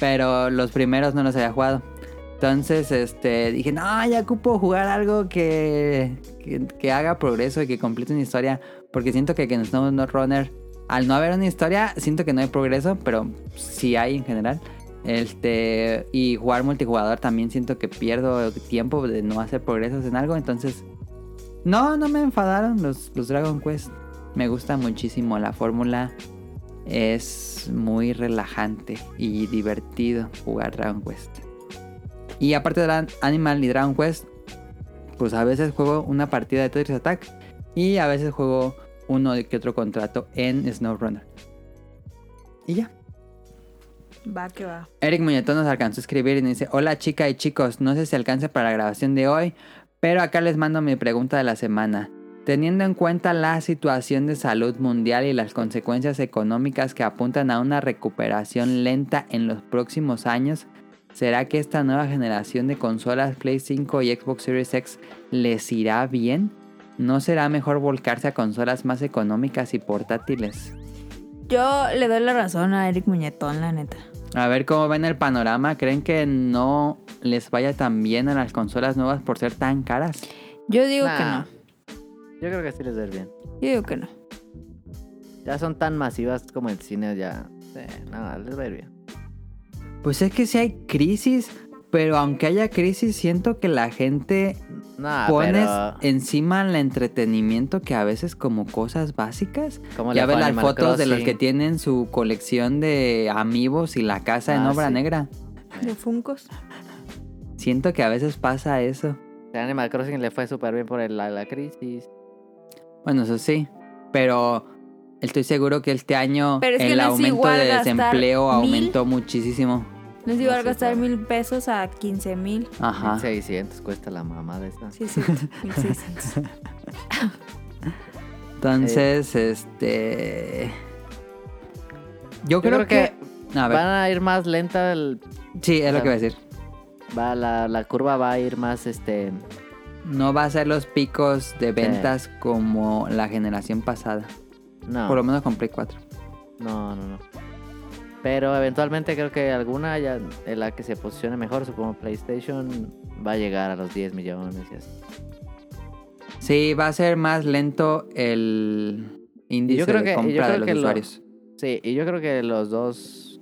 Speaker 2: pero los primeros no los había jugado. Entonces, este, dije, no, ya ocupo jugar algo que, que, que haga progreso y que complete una historia. Porque siento que, que en SnowRunner al no haber una historia, siento que no hay progreso, pero sí hay en general. Este, y jugar multijugador también siento que pierdo tiempo de no hacer progresos en algo, entonces no, no me enfadaron los, los Dragon Quest. Me gusta muchísimo la fórmula. Es muy relajante y divertido jugar Dragon Quest. Y aparte de Animal y Dragon Quest, pues a veces juego una partida de Tetris Attack y a veces juego uno que otro contrato en SnowRunner. Y ya.
Speaker 5: Va que va.
Speaker 2: Eric Muñetón nos alcanzó a escribir y nos dice, hola chica y chicos, no sé si alcanza para la grabación de hoy, pero acá les mando mi pregunta de la semana. Teniendo en cuenta la situación de salud mundial y las consecuencias económicas que apuntan a una recuperación lenta en los próximos años, ¿será que esta nueva generación de consolas Play 5 y Xbox Series X les irá bien? ¿No será mejor volcarse a consolas más económicas y portátiles?
Speaker 5: Yo le doy la razón a Eric Muñetón, la neta.
Speaker 2: A ver cómo ven el panorama. ¿Creen que no les vaya tan bien a las consolas nuevas por ser tan caras?
Speaker 5: Yo digo
Speaker 3: Nah.
Speaker 5: que no.
Speaker 3: Yo creo que sí les va a ir bien.
Speaker 5: Yo digo que no.
Speaker 3: Ya son tan masivas como el cine, ya. Eh, nada, les va a ir bien.
Speaker 2: Pues es que sí hay crisis, pero aunque haya crisis, siento que la gente
Speaker 3: Nada,
Speaker 2: pones
Speaker 3: Ah, pero...
Speaker 2: encima el entretenimiento que a veces como cosas básicas.
Speaker 3: ¿Cómo le
Speaker 2: eh, Ya
Speaker 3: fue
Speaker 2: ves
Speaker 3: a
Speaker 2: las
Speaker 3: Animal
Speaker 2: fotos de los
Speaker 3: Crossing?
Speaker 2: que tienen su colección de amigos y la casa en
Speaker 3: Ah,
Speaker 2: obra
Speaker 3: sí.
Speaker 2: negra.
Speaker 5: De Funcos.
Speaker 2: Siento que a veces pasa eso.
Speaker 3: De Animal Crossing le fue súper bien por el- la, la crisis.
Speaker 2: Bueno, eso sí, pero estoy seguro que este año
Speaker 5: Pero es que
Speaker 2: el
Speaker 5: no es
Speaker 2: aumento
Speaker 5: igual
Speaker 2: de
Speaker 5: gastar
Speaker 2: desempleo
Speaker 5: mil.
Speaker 2: aumentó muchísimo.
Speaker 5: No se iba a
Speaker 3: No, sí,
Speaker 5: gastar
Speaker 3: claro.
Speaker 5: mil pesos a quince mil.
Speaker 2: Ajá.
Speaker 3: 600 cuesta la mamada esta.
Speaker 5: Sí, sí. mil seiscientos.
Speaker 2: Entonces, este...
Speaker 3: Yo
Speaker 2: Yo,
Speaker 3: creo, que,
Speaker 2: A ver,
Speaker 3: van a ir más lenta el-
Speaker 2: sí, es lo que voy a decir.
Speaker 3: va, la, la curva va a ir más este
Speaker 2: No va a ser los picos de ventas como la generación pasada.
Speaker 3: no,
Speaker 2: Por lo menos con Play 4.
Speaker 3: no, no, no. Pero eventualmente creo que alguna ya en la que se posicione mejor, supongo PlayStation va a llegar a los 10 millones y así.
Speaker 2: Sí, va a ser más lento el índice
Speaker 3: Yo creo
Speaker 2: de
Speaker 3: que-
Speaker 2: compra
Speaker 3: yo creo
Speaker 2: de los
Speaker 3: que lo-
Speaker 2: usuarios.
Speaker 3: Sí, y yo creo que los dos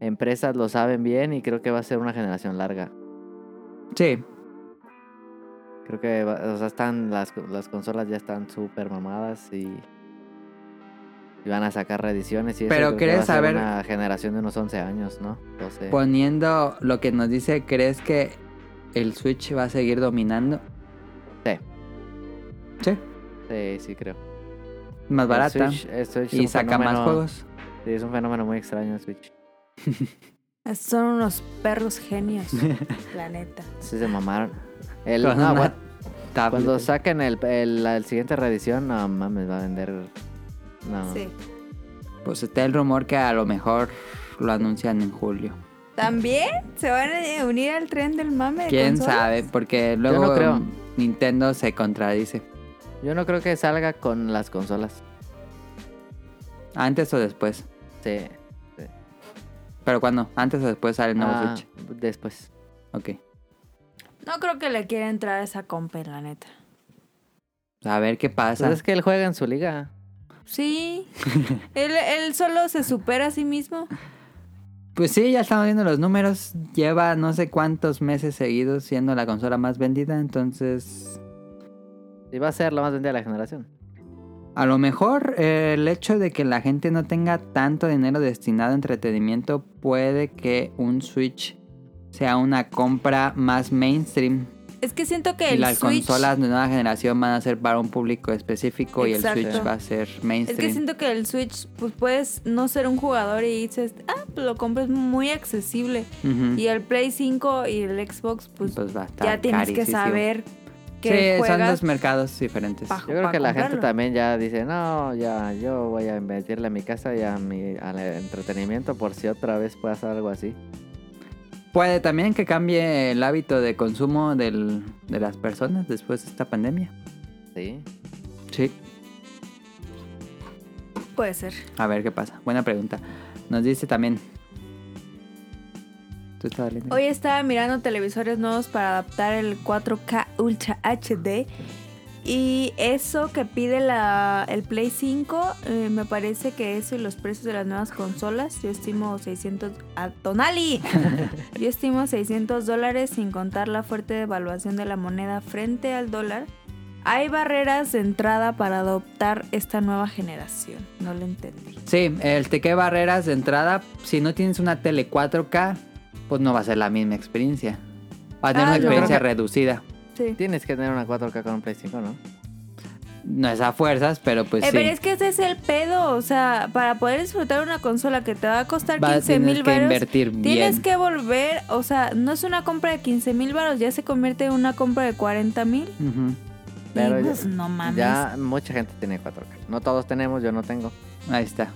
Speaker 3: empresas lo saben bien y creo que va a ser una generación larga.
Speaker 2: Sí,
Speaker 3: Creo que va- o sea, están las, las consolas ya están súper mamadas y, y van a sacar reediciones y eso
Speaker 2: Pero
Speaker 3: creo que
Speaker 2: ¿quieres
Speaker 3: va a ser
Speaker 2: saber- Pues,
Speaker 3: una generación de unos 11 años, ¿no? 12.
Speaker 2: poniendo lo que nos dice, ¿crees que el Switch va a seguir dominando?
Speaker 3: Sí.
Speaker 2: Sí,
Speaker 3: Sí, sí creo.
Speaker 2: más
Speaker 3: El
Speaker 2: barata.
Speaker 3: Switch- el Switch es
Speaker 2: Y
Speaker 3: un
Speaker 2: saca más
Speaker 3: fenómeno-
Speaker 2: juegos.
Speaker 3: Sí, es un fenómeno muy extraño el Switch.
Speaker 5: Son unos perros genios. la neta.
Speaker 3: Sí, se mamaron. El,
Speaker 2: Con
Speaker 3: no,
Speaker 2: una
Speaker 3: bueno,
Speaker 2: tablet.
Speaker 3: cuando saquen el, el- la siguiente reedición, no mames, va a vender. No.
Speaker 5: Sí.
Speaker 2: Pues está el rumor que a lo mejor lo anuncian en julio.
Speaker 5: ¿También se van a unir al tren del mame? de
Speaker 2: ¿Quién
Speaker 5: consolas?
Speaker 2: sabe? Porque luego
Speaker 3: no creo.
Speaker 2: mm, Nintendo se contradice.
Speaker 3: Yo no creo que salga con las consolas.
Speaker 2: Antes o después.
Speaker 3: Sí.
Speaker 2: Pero cuando, antes o después sale el nuevo
Speaker 3: Ah,
Speaker 2: Switch.
Speaker 3: Después.
Speaker 2: Ok.
Speaker 5: No creo que le quiera entrar a esa compa, la neta.
Speaker 2: A ver qué
Speaker 3: O sea,
Speaker 2: pasa.
Speaker 3: Pues es que él juega en su liga.
Speaker 5: Sí. él, él solo se supera a sí mismo.
Speaker 2: Pues sí, ya estamos viendo los números. Lleva no sé cuántos meses seguidos siendo la consola más vendida. Entonces,
Speaker 3: Y va a ser la más vendida de la generación.
Speaker 2: a lo mejor eh, el hecho de que la gente no tenga tanto dinero destinado a entretenimiento puede que un Switch sea una compra más mainstream.
Speaker 5: Es que siento que
Speaker 2: Y
Speaker 5: el
Speaker 2: las
Speaker 5: Switch.
Speaker 2: consolas de nueva generación van a ser para un público específico y el
Speaker 5: Exacto.
Speaker 2: Switch va a ser mainstream.
Speaker 5: Es que siento que el Switch, pues puedes no ser un jugador y dices, ah, pues lo compras muy accesible.
Speaker 2: Ujú.
Speaker 5: Y el Play 5 y el Xbox, pues,
Speaker 2: Mm. Pues va a estar
Speaker 5: ya tienes que
Speaker 2: carísimo.
Speaker 5: saber
Speaker 2: sí,
Speaker 5: que
Speaker 2: son
Speaker 5: juegas.
Speaker 2: dos mercados diferentes.
Speaker 5: Bajo.
Speaker 3: Yo creo
Speaker 5: Para
Speaker 3: que la gente
Speaker 5: comprarlo.
Speaker 3: también ya dice, no, ya, yo voy a invertirle a mi casa y a mi al entretenimiento por si otra vez pasa algo así.
Speaker 2: Puede también que cambie el hábito de consumo del- de las personas después de esta pandemia.
Speaker 3: Sí.
Speaker 2: Sí.
Speaker 5: Puede ser.
Speaker 2: A ver qué pasa. Buena pregunta. Nos dice también. Tú estabas leyendo.
Speaker 5: Hoy estaba mirando televisores nuevos para adaptar el 4K Ultra HD
Speaker 1: Y eso que pide la, el Play 5, eh, me parece que eso y los precios de las nuevas consolas, yo estimo 600... ¡A Tonali! yo estimo 600 dólares sin contar la fuerte devaluación de la moneda frente al dólar. Hay barreras de entrada para adoptar esta nueva generación. No lo entendí.
Speaker 2: Sí, el te que barreras de entrada, si no tienes una tele 4K, pues no va a ser la misma experiencia. Va a tener
Speaker 1: Ah,
Speaker 2: una
Speaker 1: no.
Speaker 2: experiencia
Speaker 3: Creo que-
Speaker 2: reducida.
Speaker 1: Sí.
Speaker 3: Tienes que tener una 4K con un Play 5, ¿no?
Speaker 2: No es a fuerzas, pero pues
Speaker 1: Eh,
Speaker 2: sí.
Speaker 1: Pero es que ese es el pedo, o sea, para poder disfrutar una consola que te va a costar
Speaker 2: Va-
Speaker 1: 15
Speaker 2: tienes
Speaker 1: mil
Speaker 2: que
Speaker 1: varos,
Speaker 2: invertir bien.
Speaker 1: tienes que volver, o sea, no es una compra de 15 mil varos, ya se convierte en una compra de 40 mil.
Speaker 2: Ujú.
Speaker 3: Pero
Speaker 1: y
Speaker 3: ya-
Speaker 1: pues no mames.
Speaker 3: Ya mucha gente tiene 4K. No todos tenemos, yo
Speaker 1: [laughs]
Speaker 3: no tengo.
Speaker 2: Ahí está.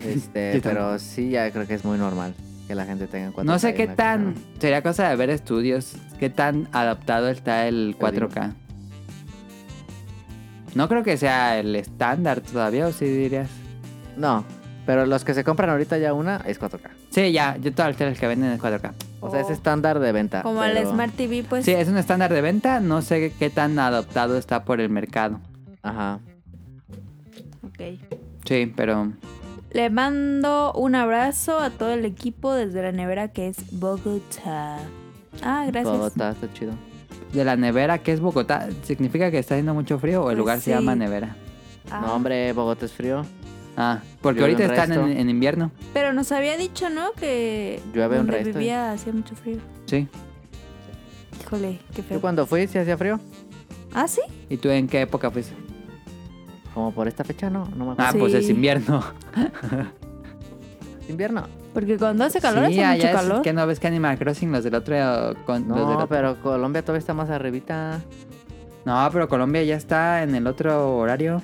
Speaker 3: Este,
Speaker 2: Yo
Speaker 3: pero sí, ya creo que es muy normal que la gente tenga 4K.
Speaker 2: No sé
Speaker 3: y
Speaker 2: qué
Speaker 3: una
Speaker 2: tan...
Speaker 3: cosa,
Speaker 2: Sería cosa de ver estudios. ¿Qué tan adaptado está el 4K? No creo que sea el estándar todavía, o sí dirías.
Speaker 3: ¿no? No, pero los que se compran ahorita ya una es 4K.
Speaker 2: Sí, ya, yo todas las teles que venden es 4K.
Speaker 3: O sea, es
Speaker 1: Oh.
Speaker 3: estándar de venta.
Speaker 1: Como el
Speaker 3: pero-
Speaker 1: Smart TV, pues
Speaker 2: Sí, es un estándar de venta, no sé qué tan adoptado está por el mercado.
Speaker 3: Ajá.
Speaker 1: ok.
Speaker 2: Sí, pero
Speaker 1: Le mando un abrazo a todo el equipo desde la nevera que es Bogotá. Ah, gracias.
Speaker 3: Todo está, está chido.
Speaker 2: de la nevera, que es Bogotá? ¿Significa que está haciendo mucho frío o el
Speaker 1: Pues
Speaker 2: lugar
Speaker 1: sí.
Speaker 2: se llama nevera?
Speaker 1: Ah,
Speaker 3: No, hombre, Bogotá es frío.
Speaker 2: Ah, porque
Speaker 3: Llueve
Speaker 2: ahorita
Speaker 3: un
Speaker 2: están en,
Speaker 3: resto.
Speaker 2: en invierno.
Speaker 1: Pero nos había dicho, ¿no? Que
Speaker 3: Llueve un
Speaker 1: donde
Speaker 3: resto.
Speaker 1: vivía hacía mucho frío.
Speaker 2: Sí.
Speaker 1: Híjole, qué
Speaker 3: Yo
Speaker 1: feo.
Speaker 3: cuando fui, sí hacía frío.
Speaker 1: ¿Ah, sí?
Speaker 2: ¿Y tú en qué época fuiste?
Speaker 3: Como por esta fecha, no, no me acuerdo.
Speaker 2: Ah, pues
Speaker 1: Sí.
Speaker 2: es invierno. Ah.
Speaker 3: Invierno.
Speaker 1: Porque cuando hace calor
Speaker 2: sí,
Speaker 1: hace
Speaker 2: allá
Speaker 1: mucho
Speaker 2: es
Speaker 1: calor.
Speaker 2: que no ves que Animal Crossing los del otro con los del
Speaker 3: No,
Speaker 2: otro-
Speaker 3: pero Colombia todavía está más arribita.
Speaker 2: No, pero Colombia ya está en el otro horario.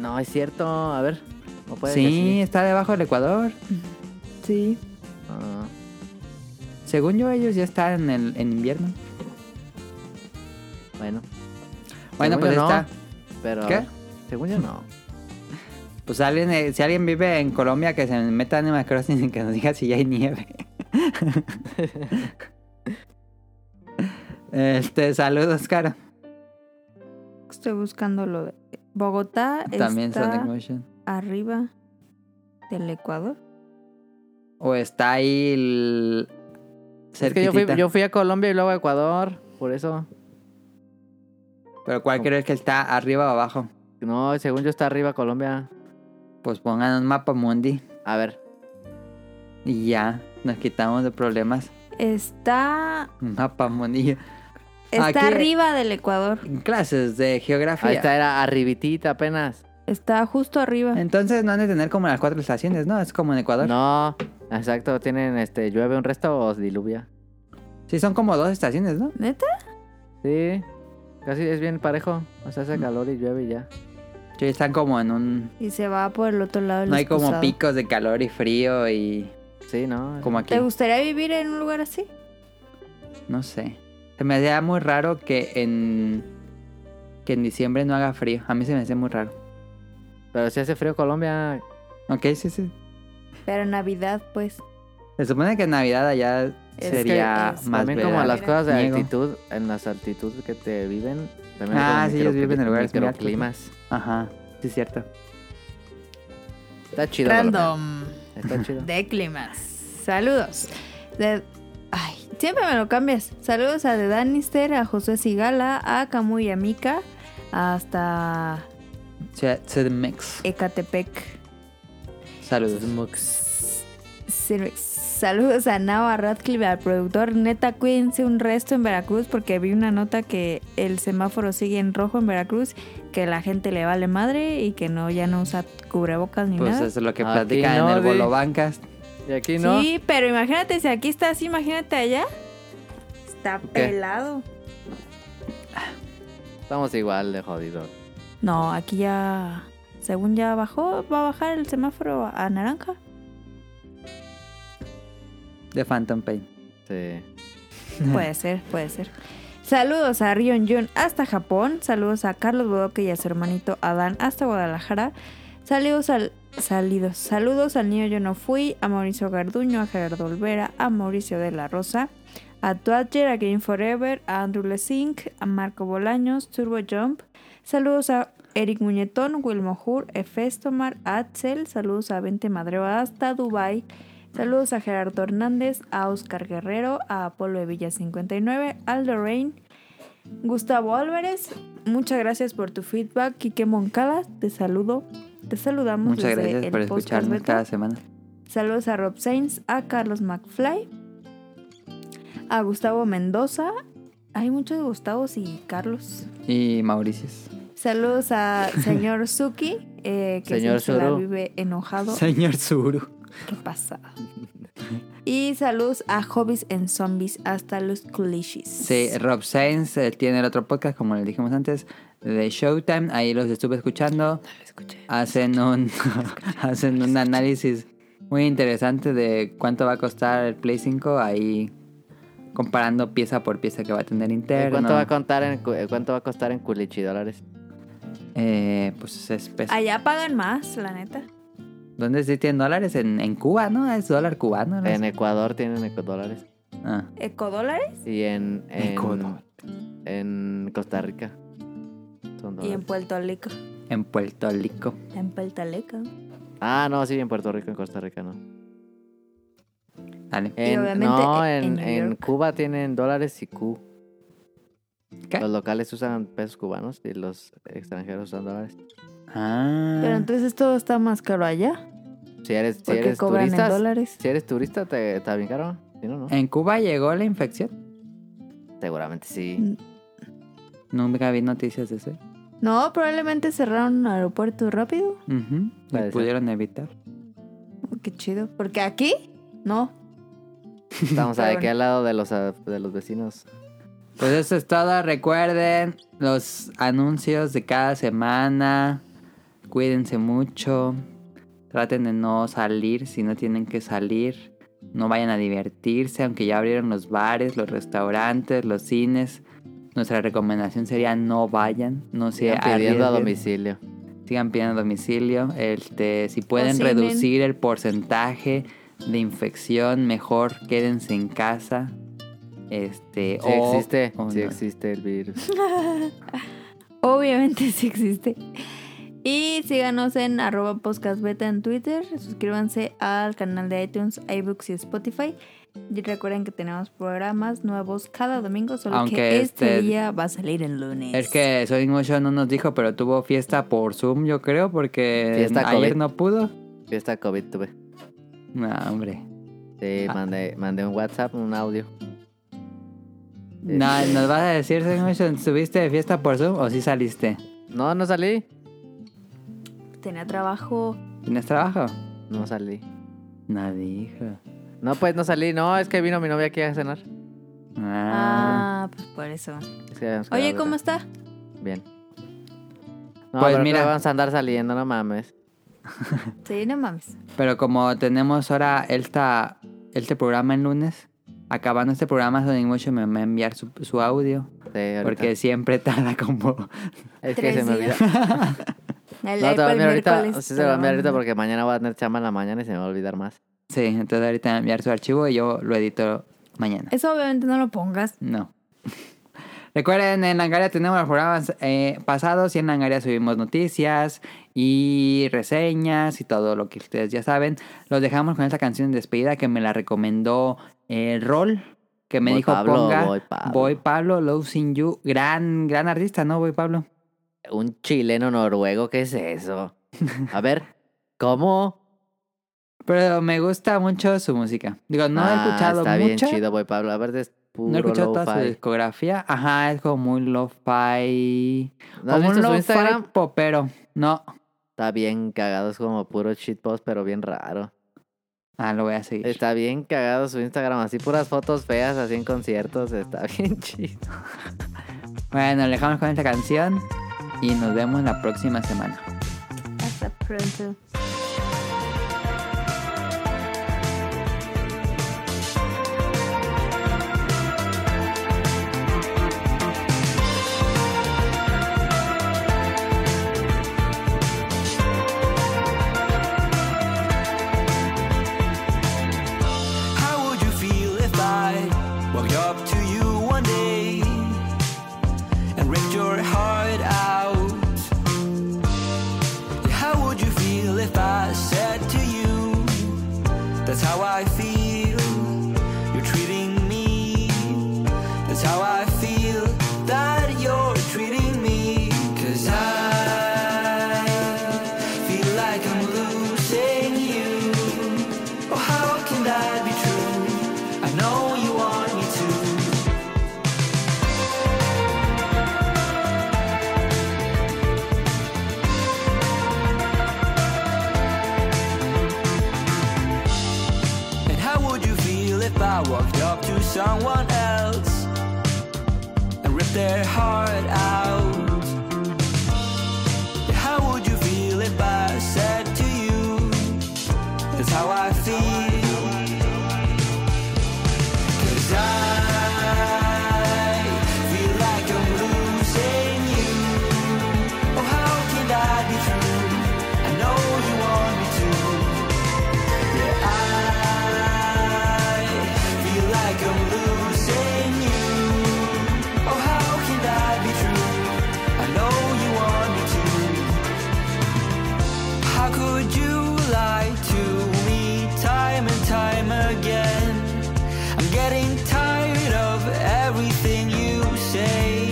Speaker 3: No, es cierto. A ver. ¿o puede
Speaker 2: sí,
Speaker 3: que sí?
Speaker 2: está debajo del Ecuador.
Speaker 1: Sí.
Speaker 3: Ah,
Speaker 2: Según yo ellos ya están en el en invierno.
Speaker 3: bueno.
Speaker 2: Bueno,
Speaker 3: Según
Speaker 2: pues
Speaker 3: yo no,
Speaker 2: está.
Speaker 3: Pero,
Speaker 2: ¿Qué?
Speaker 3: Según yo no.
Speaker 2: Pues alguien, eh, si alguien vive en Colombia, que se meta a Animal Crossing y que nos diga si ya hay nieve. [laughs] este, saludos, cara.
Speaker 1: Estoy buscando lo de Bogotá.
Speaker 2: También
Speaker 1: está
Speaker 2: Sonic Motion.
Speaker 1: arriba del Ecuador.
Speaker 2: O está ahí el...
Speaker 3: Es que yo fui,
Speaker 2: cerquitita.
Speaker 3: yo fui a Colombia y luego a Ecuador. Por eso.
Speaker 2: Pero ¿cuál crees que está arriba o abajo?
Speaker 3: No, según yo está arriba Colombia.
Speaker 2: Pues pongan un mapa mundi
Speaker 3: A ver.
Speaker 2: y ya nos quitamos de problemas.
Speaker 1: Está
Speaker 2: Un mapa mundi.
Speaker 1: está
Speaker 2: Aquí-
Speaker 1: arriba del Ecuador.
Speaker 2: Clases de geografía.
Speaker 3: Ahí está, era arribitita apenas.
Speaker 1: Está justo arriba.
Speaker 2: Entonces no han de tener como las cuatro estaciones, ¿no? Es como en Ecuador.
Speaker 3: No. Exacto. Tienen este. Llueve un resto o diluvia.
Speaker 2: Sí, son como dos estaciones, ¿no?
Speaker 1: ¿Neta?
Speaker 3: Sí. Casi es bien parejo. O sea,
Speaker 2: Mm.
Speaker 3: hace calor y llueve y ya.
Speaker 2: Sí, están como en un...
Speaker 1: Y se va por el otro lado del
Speaker 2: No hay como
Speaker 1: excusado.
Speaker 2: picos de calor y frío y
Speaker 3: Sí, ¿no?
Speaker 2: como aquí.
Speaker 1: ¿Te gustaría vivir en un lugar así?
Speaker 2: No sé. Se me hacía muy raro que en que en diciembre no haga frío. A mí se me hacía muy raro.
Speaker 3: Pero si hace frío Colombia.
Speaker 2: Ok, sí, sí.
Speaker 1: Pero en Navidad, pues.
Speaker 2: Se supone que en Navidad allá
Speaker 1: Es
Speaker 2: sería
Speaker 1: que es
Speaker 2: más
Speaker 3: también
Speaker 2: verano.
Speaker 3: como las cosas de
Speaker 2: Niego.
Speaker 3: altitud, en las altitudes que te viven. También
Speaker 2: Ah,
Speaker 3: hay
Speaker 2: sí,
Speaker 3: como
Speaker 2: ellos
Speaker 3: microcli-
Speaker 2: viven en lugares muy altos, ¿no?
Speaker 3: Microclimas.
Speaker 2: Ajá, sí es cierto.
Speaker 3: Está chido. la verdad.
Speaker 1: Random.
Speaker 3: Está chido.
Speaker 1: De climas. Saludos. De- Ay, siempre me lo cambias. Saludos a The Danister, a José Sigala, a Camuy Amica, hasta
Speaker 2: Ciudad Sedmex.
Speaker 1: Ecatepec.
Speaker 2: Saludos.
Speaker 1: Cervex. Saludos a Nao, a Radcliffe, al productor. Neta, cuídense un resto en Veracruz porque vi una nota que el semáforo sigue en rojo en Veracruz, que la gente le vale madre y que no ya no usa cubrebocas ni
Speaker 2: Pues
Speaker 1: nada.
Speaker 2: eso es lo que
Speaker 3: Aquí
Speaker 2: platican
Speaker 3: no,
Speaker 2: en el
Speaker 3: di.
Speaker 2: Bolo Bancas.
Speaker 3: Y aquí no.
Speaker 1: Sí, pero imagínate, si aquí estás, imagínate allá. Está pelado.
Speaker 3: Estamos igual de jodidos.
Speaker 1: No, aquí ya, según ya bajó, va a bajar el semáforo a naranja.
Speaker 2: de Phantom Pain.
Speaker 3: Sí.
Speaker 1: Puede ser, puede ser. Saludos a Rion Jun hasta Japón. Saludos a Carlos Bodoque y a su hermanito Adán hasta Guadalajara. Saludos al. Salidos. Saludos al niño Yo No Fui, a Mauricio Garduño, a Gerardo Olvera, a Mauricio de la Rosa, a Twatcher, a Game Forever, a Andrew Lesink, a Marco Bolaños, Turbo Jump, Saludos a Eric Muñetón, Wilmo Hur, Efestomar, Axel. Saludos a Vente Madreo hasta Dubai. Saludos a Gerardo Hernández, a Oscar Guerrero, a Apolo de Villa 59, Aldo Rain, Gustavo Álvarez. Muchas gracias por tu feedback. Quique Moncada, te saludo. Te saludamos.
Speaker 2: Muchas
Speaker 1: desde
Speaker 2: gracias
Speaker 1: el
Speaker 2: por
Speaker 1: podcast
Speaker 2: escucharnos
Speaker 1: Beto.
Speaker 2: cada semana.
Speaker 1: Saludos a Rob Sainz, a Carlos McFly, a Gustavo Mendoza. Hay muchos Gustavos y Carlos.
Speaker 2: Y Mauricios.
Speaker 1: Saludos
Speaker 3: [laughs]
Speaker 1: a señor Suki, eh, que
Speaker 3: Señor
Speaker 1: siempre la
Speaker 3: Zuru.
Speaker 1: vive enojado.
Speaker 2: Señor Zuru.
Speaker 1: ¿Qué pasa? Y saludos a Hobbies en Zombies hasta los clichés.
Speaker 2: Sí, Rob Sainz eh, tiene el otro podcast, como le dijimos antes, de Showtime. Ahí los estuve escuchando. Hacen un, [laughs] hacen un análisis muy interesante de cuánto va a costar el Play 5. Ahí comparando pieza por pieza que va a tener
Speaker 3: ¿Y
Speaker 2: interno.
Speaker 3: ¿Cuánto va a contar en cu- eh, cuánto va a costar en culichi dólares?
Speaker 2: Eh, pues es peso.
Speaker 1: Allá pagan más, la neta.
Speaker 2: ¿Dónde se tienen dólares? En, en Cuba, ¿no? Es dólar cubano. ¿no?
Speaker 3: En Ecuador tienen ecodólares.
Speaker 2: Ah.
Speaker 1: Ecodólares
Speaker 3: Y en, en,
Speaker 2: Ecuador.
Speaker 3: en Costa Rica. Son
Speaker 1: y en
Speaker 3: dólares.
Speaker 1: Puerto Rico.
Speaker 2: En Puerto Rico.
Speaker 1: En Puerto Rico.
Speaker 3: Ah, no, sí, en Puerto Rico, en Costa Rica, no.
Speaker 2: Dale.
Speaker 3: En-
Speaker 1: obviamente eh,
Speaker 3: no,
Speaker 1: en-
Speaker 3: en,
Speaker 1: en New
Speaker 3: en
Speaker 1: York.
Speaker 3: Cuba tienen dólares y Q.
Speaker 2: ¿Qué?
Speaker 3: Los locales usan pesos cubanos y los extranjeros usan dólares.
Speaker 2: Ah.
Speaker 1: Pero entonces todo está más caro allá.
Speaker 3: Si eres, si
Speaker 1: Porque
Speaker 3: eres
Speaker 1: cobran en
Speaker 3: turista,
Speaker 1: dólares. Eh.
Speaker 3: si eres turista te está bien caro. Si no, no.
Speaker 2: ¿En Cuba llegó la infección?
Speaker 3: Seguramente sí.
Speaker 1: Mm.
Speaker 2: Nunca vi noticias de eso.
Speaker 1: No, probablemente cerraron un aeropuerto rápido.
Speaker 2: Ujú.
Speaker 3: Puede
Speaker 2: Y
Speaker 3: ser.
Speaker 2: pudieron evitar.
Speaker 1: Oh, Qué chido. Porque aquí, no. [laughs]
Speaker 3: Estamos
Speaker 1: Está
Speaker 3: aquí
Speaker 1: bueno.
Speaker 3: al lado de los ah, de los vecinos.
Speaker 2: Pues eso es todo. Recuerden los anuncios de cada semana. Cuídense mucho. Traten de no salir si no tienen que salir. No vayan a divertirse, aunque ya abrieron los bares, los restaurantes, los cines. Nuestra recomendación sería no vayan, no se
Speaker 3: Sigan pidiendo a
Speaker 2: arriesguen.
Speaker 3: domicilio.
Speaker 1: Eh,
Speaker 2: sigan pidiendo domicilio. Este, si pueden
Speaker 1: cinen.
Speaker 2: reducir el porcentaje de infección, mejor quédense en casa. Este,
Speaker 3: Si
Speaker 2: o-
Speaker 3: existe,
Speaker 1: oh,
Speaker 2: o
Speaker 3: sí
Speaker 2: no.
Speaker 3: existe el virus.
Speaker 1: [laughs] Obviamente [laughs] sí existe. Y síganos en arroba podcastbeta en Twitter. Suscríbanse al canal de iTunes, iBooks y Spotify. Y recuerden que tenemos programas nuevos cada domingo, solo
Speaker 2: Aunque
Speaker 1: que este,
Speaker 2: este-
Speaker 1: día va a salir el lunes.
Speaker 2: Es que Sonic Motion no nos dijo, pero tuvo fiesta por Zoom, yo creo, porque
Speaker 3: Fiesta
Speaker 2: ayer
Speaker 3: COVID.
Speaker 2: no pudo.
Speaker 3: Fiesta COVID tuve.
Speaker 2: No, hombre.
Speaker 3: Sí,
Speaker 2: Ah.
Speaker 3: mandé, mandé un WhatsApp, un audio.
Speaker 2: No,
Speaker 3: Eh.
Speaker 2: nos vas a decir, Sonic Motion, ¿subiste de fiesta por Zoom o sí saliste?
Speaker 3: No, no salí.
Speaker 1: Tenía trabajo.
Speaker 2: ¿Tienes trabajo?
Speaker 3: No salí.
Speaker 2: No dijo.
Speaker 3: No, pues no salí. No, es que vino mi novia aquí a cenar.
Speaker 2: Ah.
Speaker 1: Ah, pues por eso.
Speaker 3: Es que habíamos
Speaker 1: Oye,
Speaker 3: quedado
Speaker 1: ¿cómo
Speaker 3: de-
Speaker 1: está?
Speaker 3: Bien. No,
Speaker 2: Pues
Speaker 3: pero
Speaker 2: mira.
Speaker 3: mira. Vamos a andar saliendo, no mames.
Speaker 1: Sí, no mames.
Speaker 2: Pero como tenemos ahora esta, este programa el lunes, acabando este programa, Sonic Motion me va a enviar su, su audio.
Speaker 3: Sí, ahorita.
Speaker 2: Porque siempre [laughs] tarda como.
Speaker 3: es que
Speaker 1: Tres
Speaker 3: se me olvida.
Speaker 1: días. [laughs] El-
Speaker 3: No,
Speaker 1: el
Speaker 3: te lo voy a enviar ahorita.
Speaker 1: miércoles
Speaker 3: Sí,
Speaker 1: te
Speaker 3: se lo voy a
Speaker 1: lo
Speaker 3: enviar
Speaker 1: mando.
Speaker 3: ahorita porque mañana voy a tener chamba en la mañana y se me va a olvidar más.
Speaker 2: Sí, entonces ahorita va a enviar su archivo y yo lo edito mañana.
Speaker 1: Eso obviamente no lo pongas.
Speaker 2: No. [laughs] Recuerden, en Langaria tenemos los programas eh, pasados y en Langaria subimos noticias y reseñas y todo lo que ustedes ya saben. Los dejamos con esta canción de despedida que me la recomendó eh, Rol, que me
Speaker 3: Voy
Speaker 2: dijo
Speaker 3: Pablo,
Speaker 2: ponga
Speaker 3: voy Pablo.
Speaker 2: Voy Pablo, Love Sin You. Gran, gran artista, ¿no? Voy Pablo.
Speaker 3: Un chileno noruego, ¿qué es eso? A ver, ¿cómo?
Speaker 2: Pero me gusta mucho su música. Digo, [laughs] no
Speaker 3: Ah,
Speaker 2: he escuchado
Speaker 3: Está bien
Speaker 2: mucha.
Speaker 3: chido, voy Pablo. A ver, es puro
Speaker 2: No he escuchado toda su
Speaker 3: lo-fi.
Speaker 2: discografía. Ajá, es como muy lo-fi.
Speaker 3: ¿No has
Speaker 2: como un
Speaker 3: visto su
Speaker 2: lo-fi
Speaker 3: Instagram?
Speaker 2: popero. No.
Speaker 3: Está bien cagado, es como puro shitpost, pero bien raro.
Speaker 2: Ah, lo voy a seguir.
Speaker 3: Está bien cagado su Instagram, así puras fotos feas, así en conciertos, está [laughs] bien chido.
Speaker 2: Bueno, le dejamos con esta canción y nos vemos la próxima semana.
Speaker 1: Hasta pronto.
Speaker 7: How would you feel if I walked up to you one day and ripped your heart out That's how I feel that you're treating me. Cause I feel like I'm losing you. Oh, how can that be true? I know you want me to. And how would you feel if I walked up to someone else and ripped their heart out? And How would you feel if I said to you, That's how I feel? Cause I feel like I'm losing you. Oh, how can that be true? I know you want me to. Yeah, I feel like I'm losing you. Oh, how can that be true? I know you want me to. How could you lie to me time and time again? I'm getting tired of everything you say.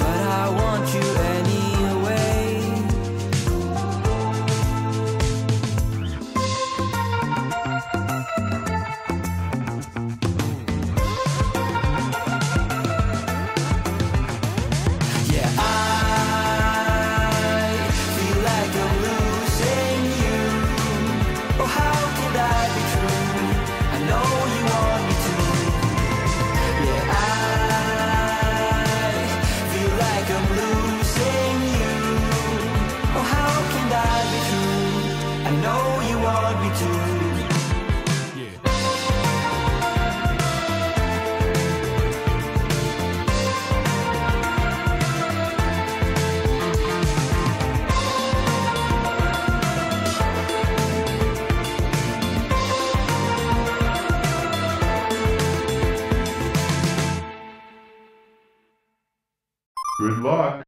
Speaker 7: But I want you anyway. Yeah, I feel like I'm losing you. Oh, how could that be true? I know you want me to. Yeah, I feel like I'm losing you. Oh, how can that be true? I know you want me to.
Speaker 8: Good luck.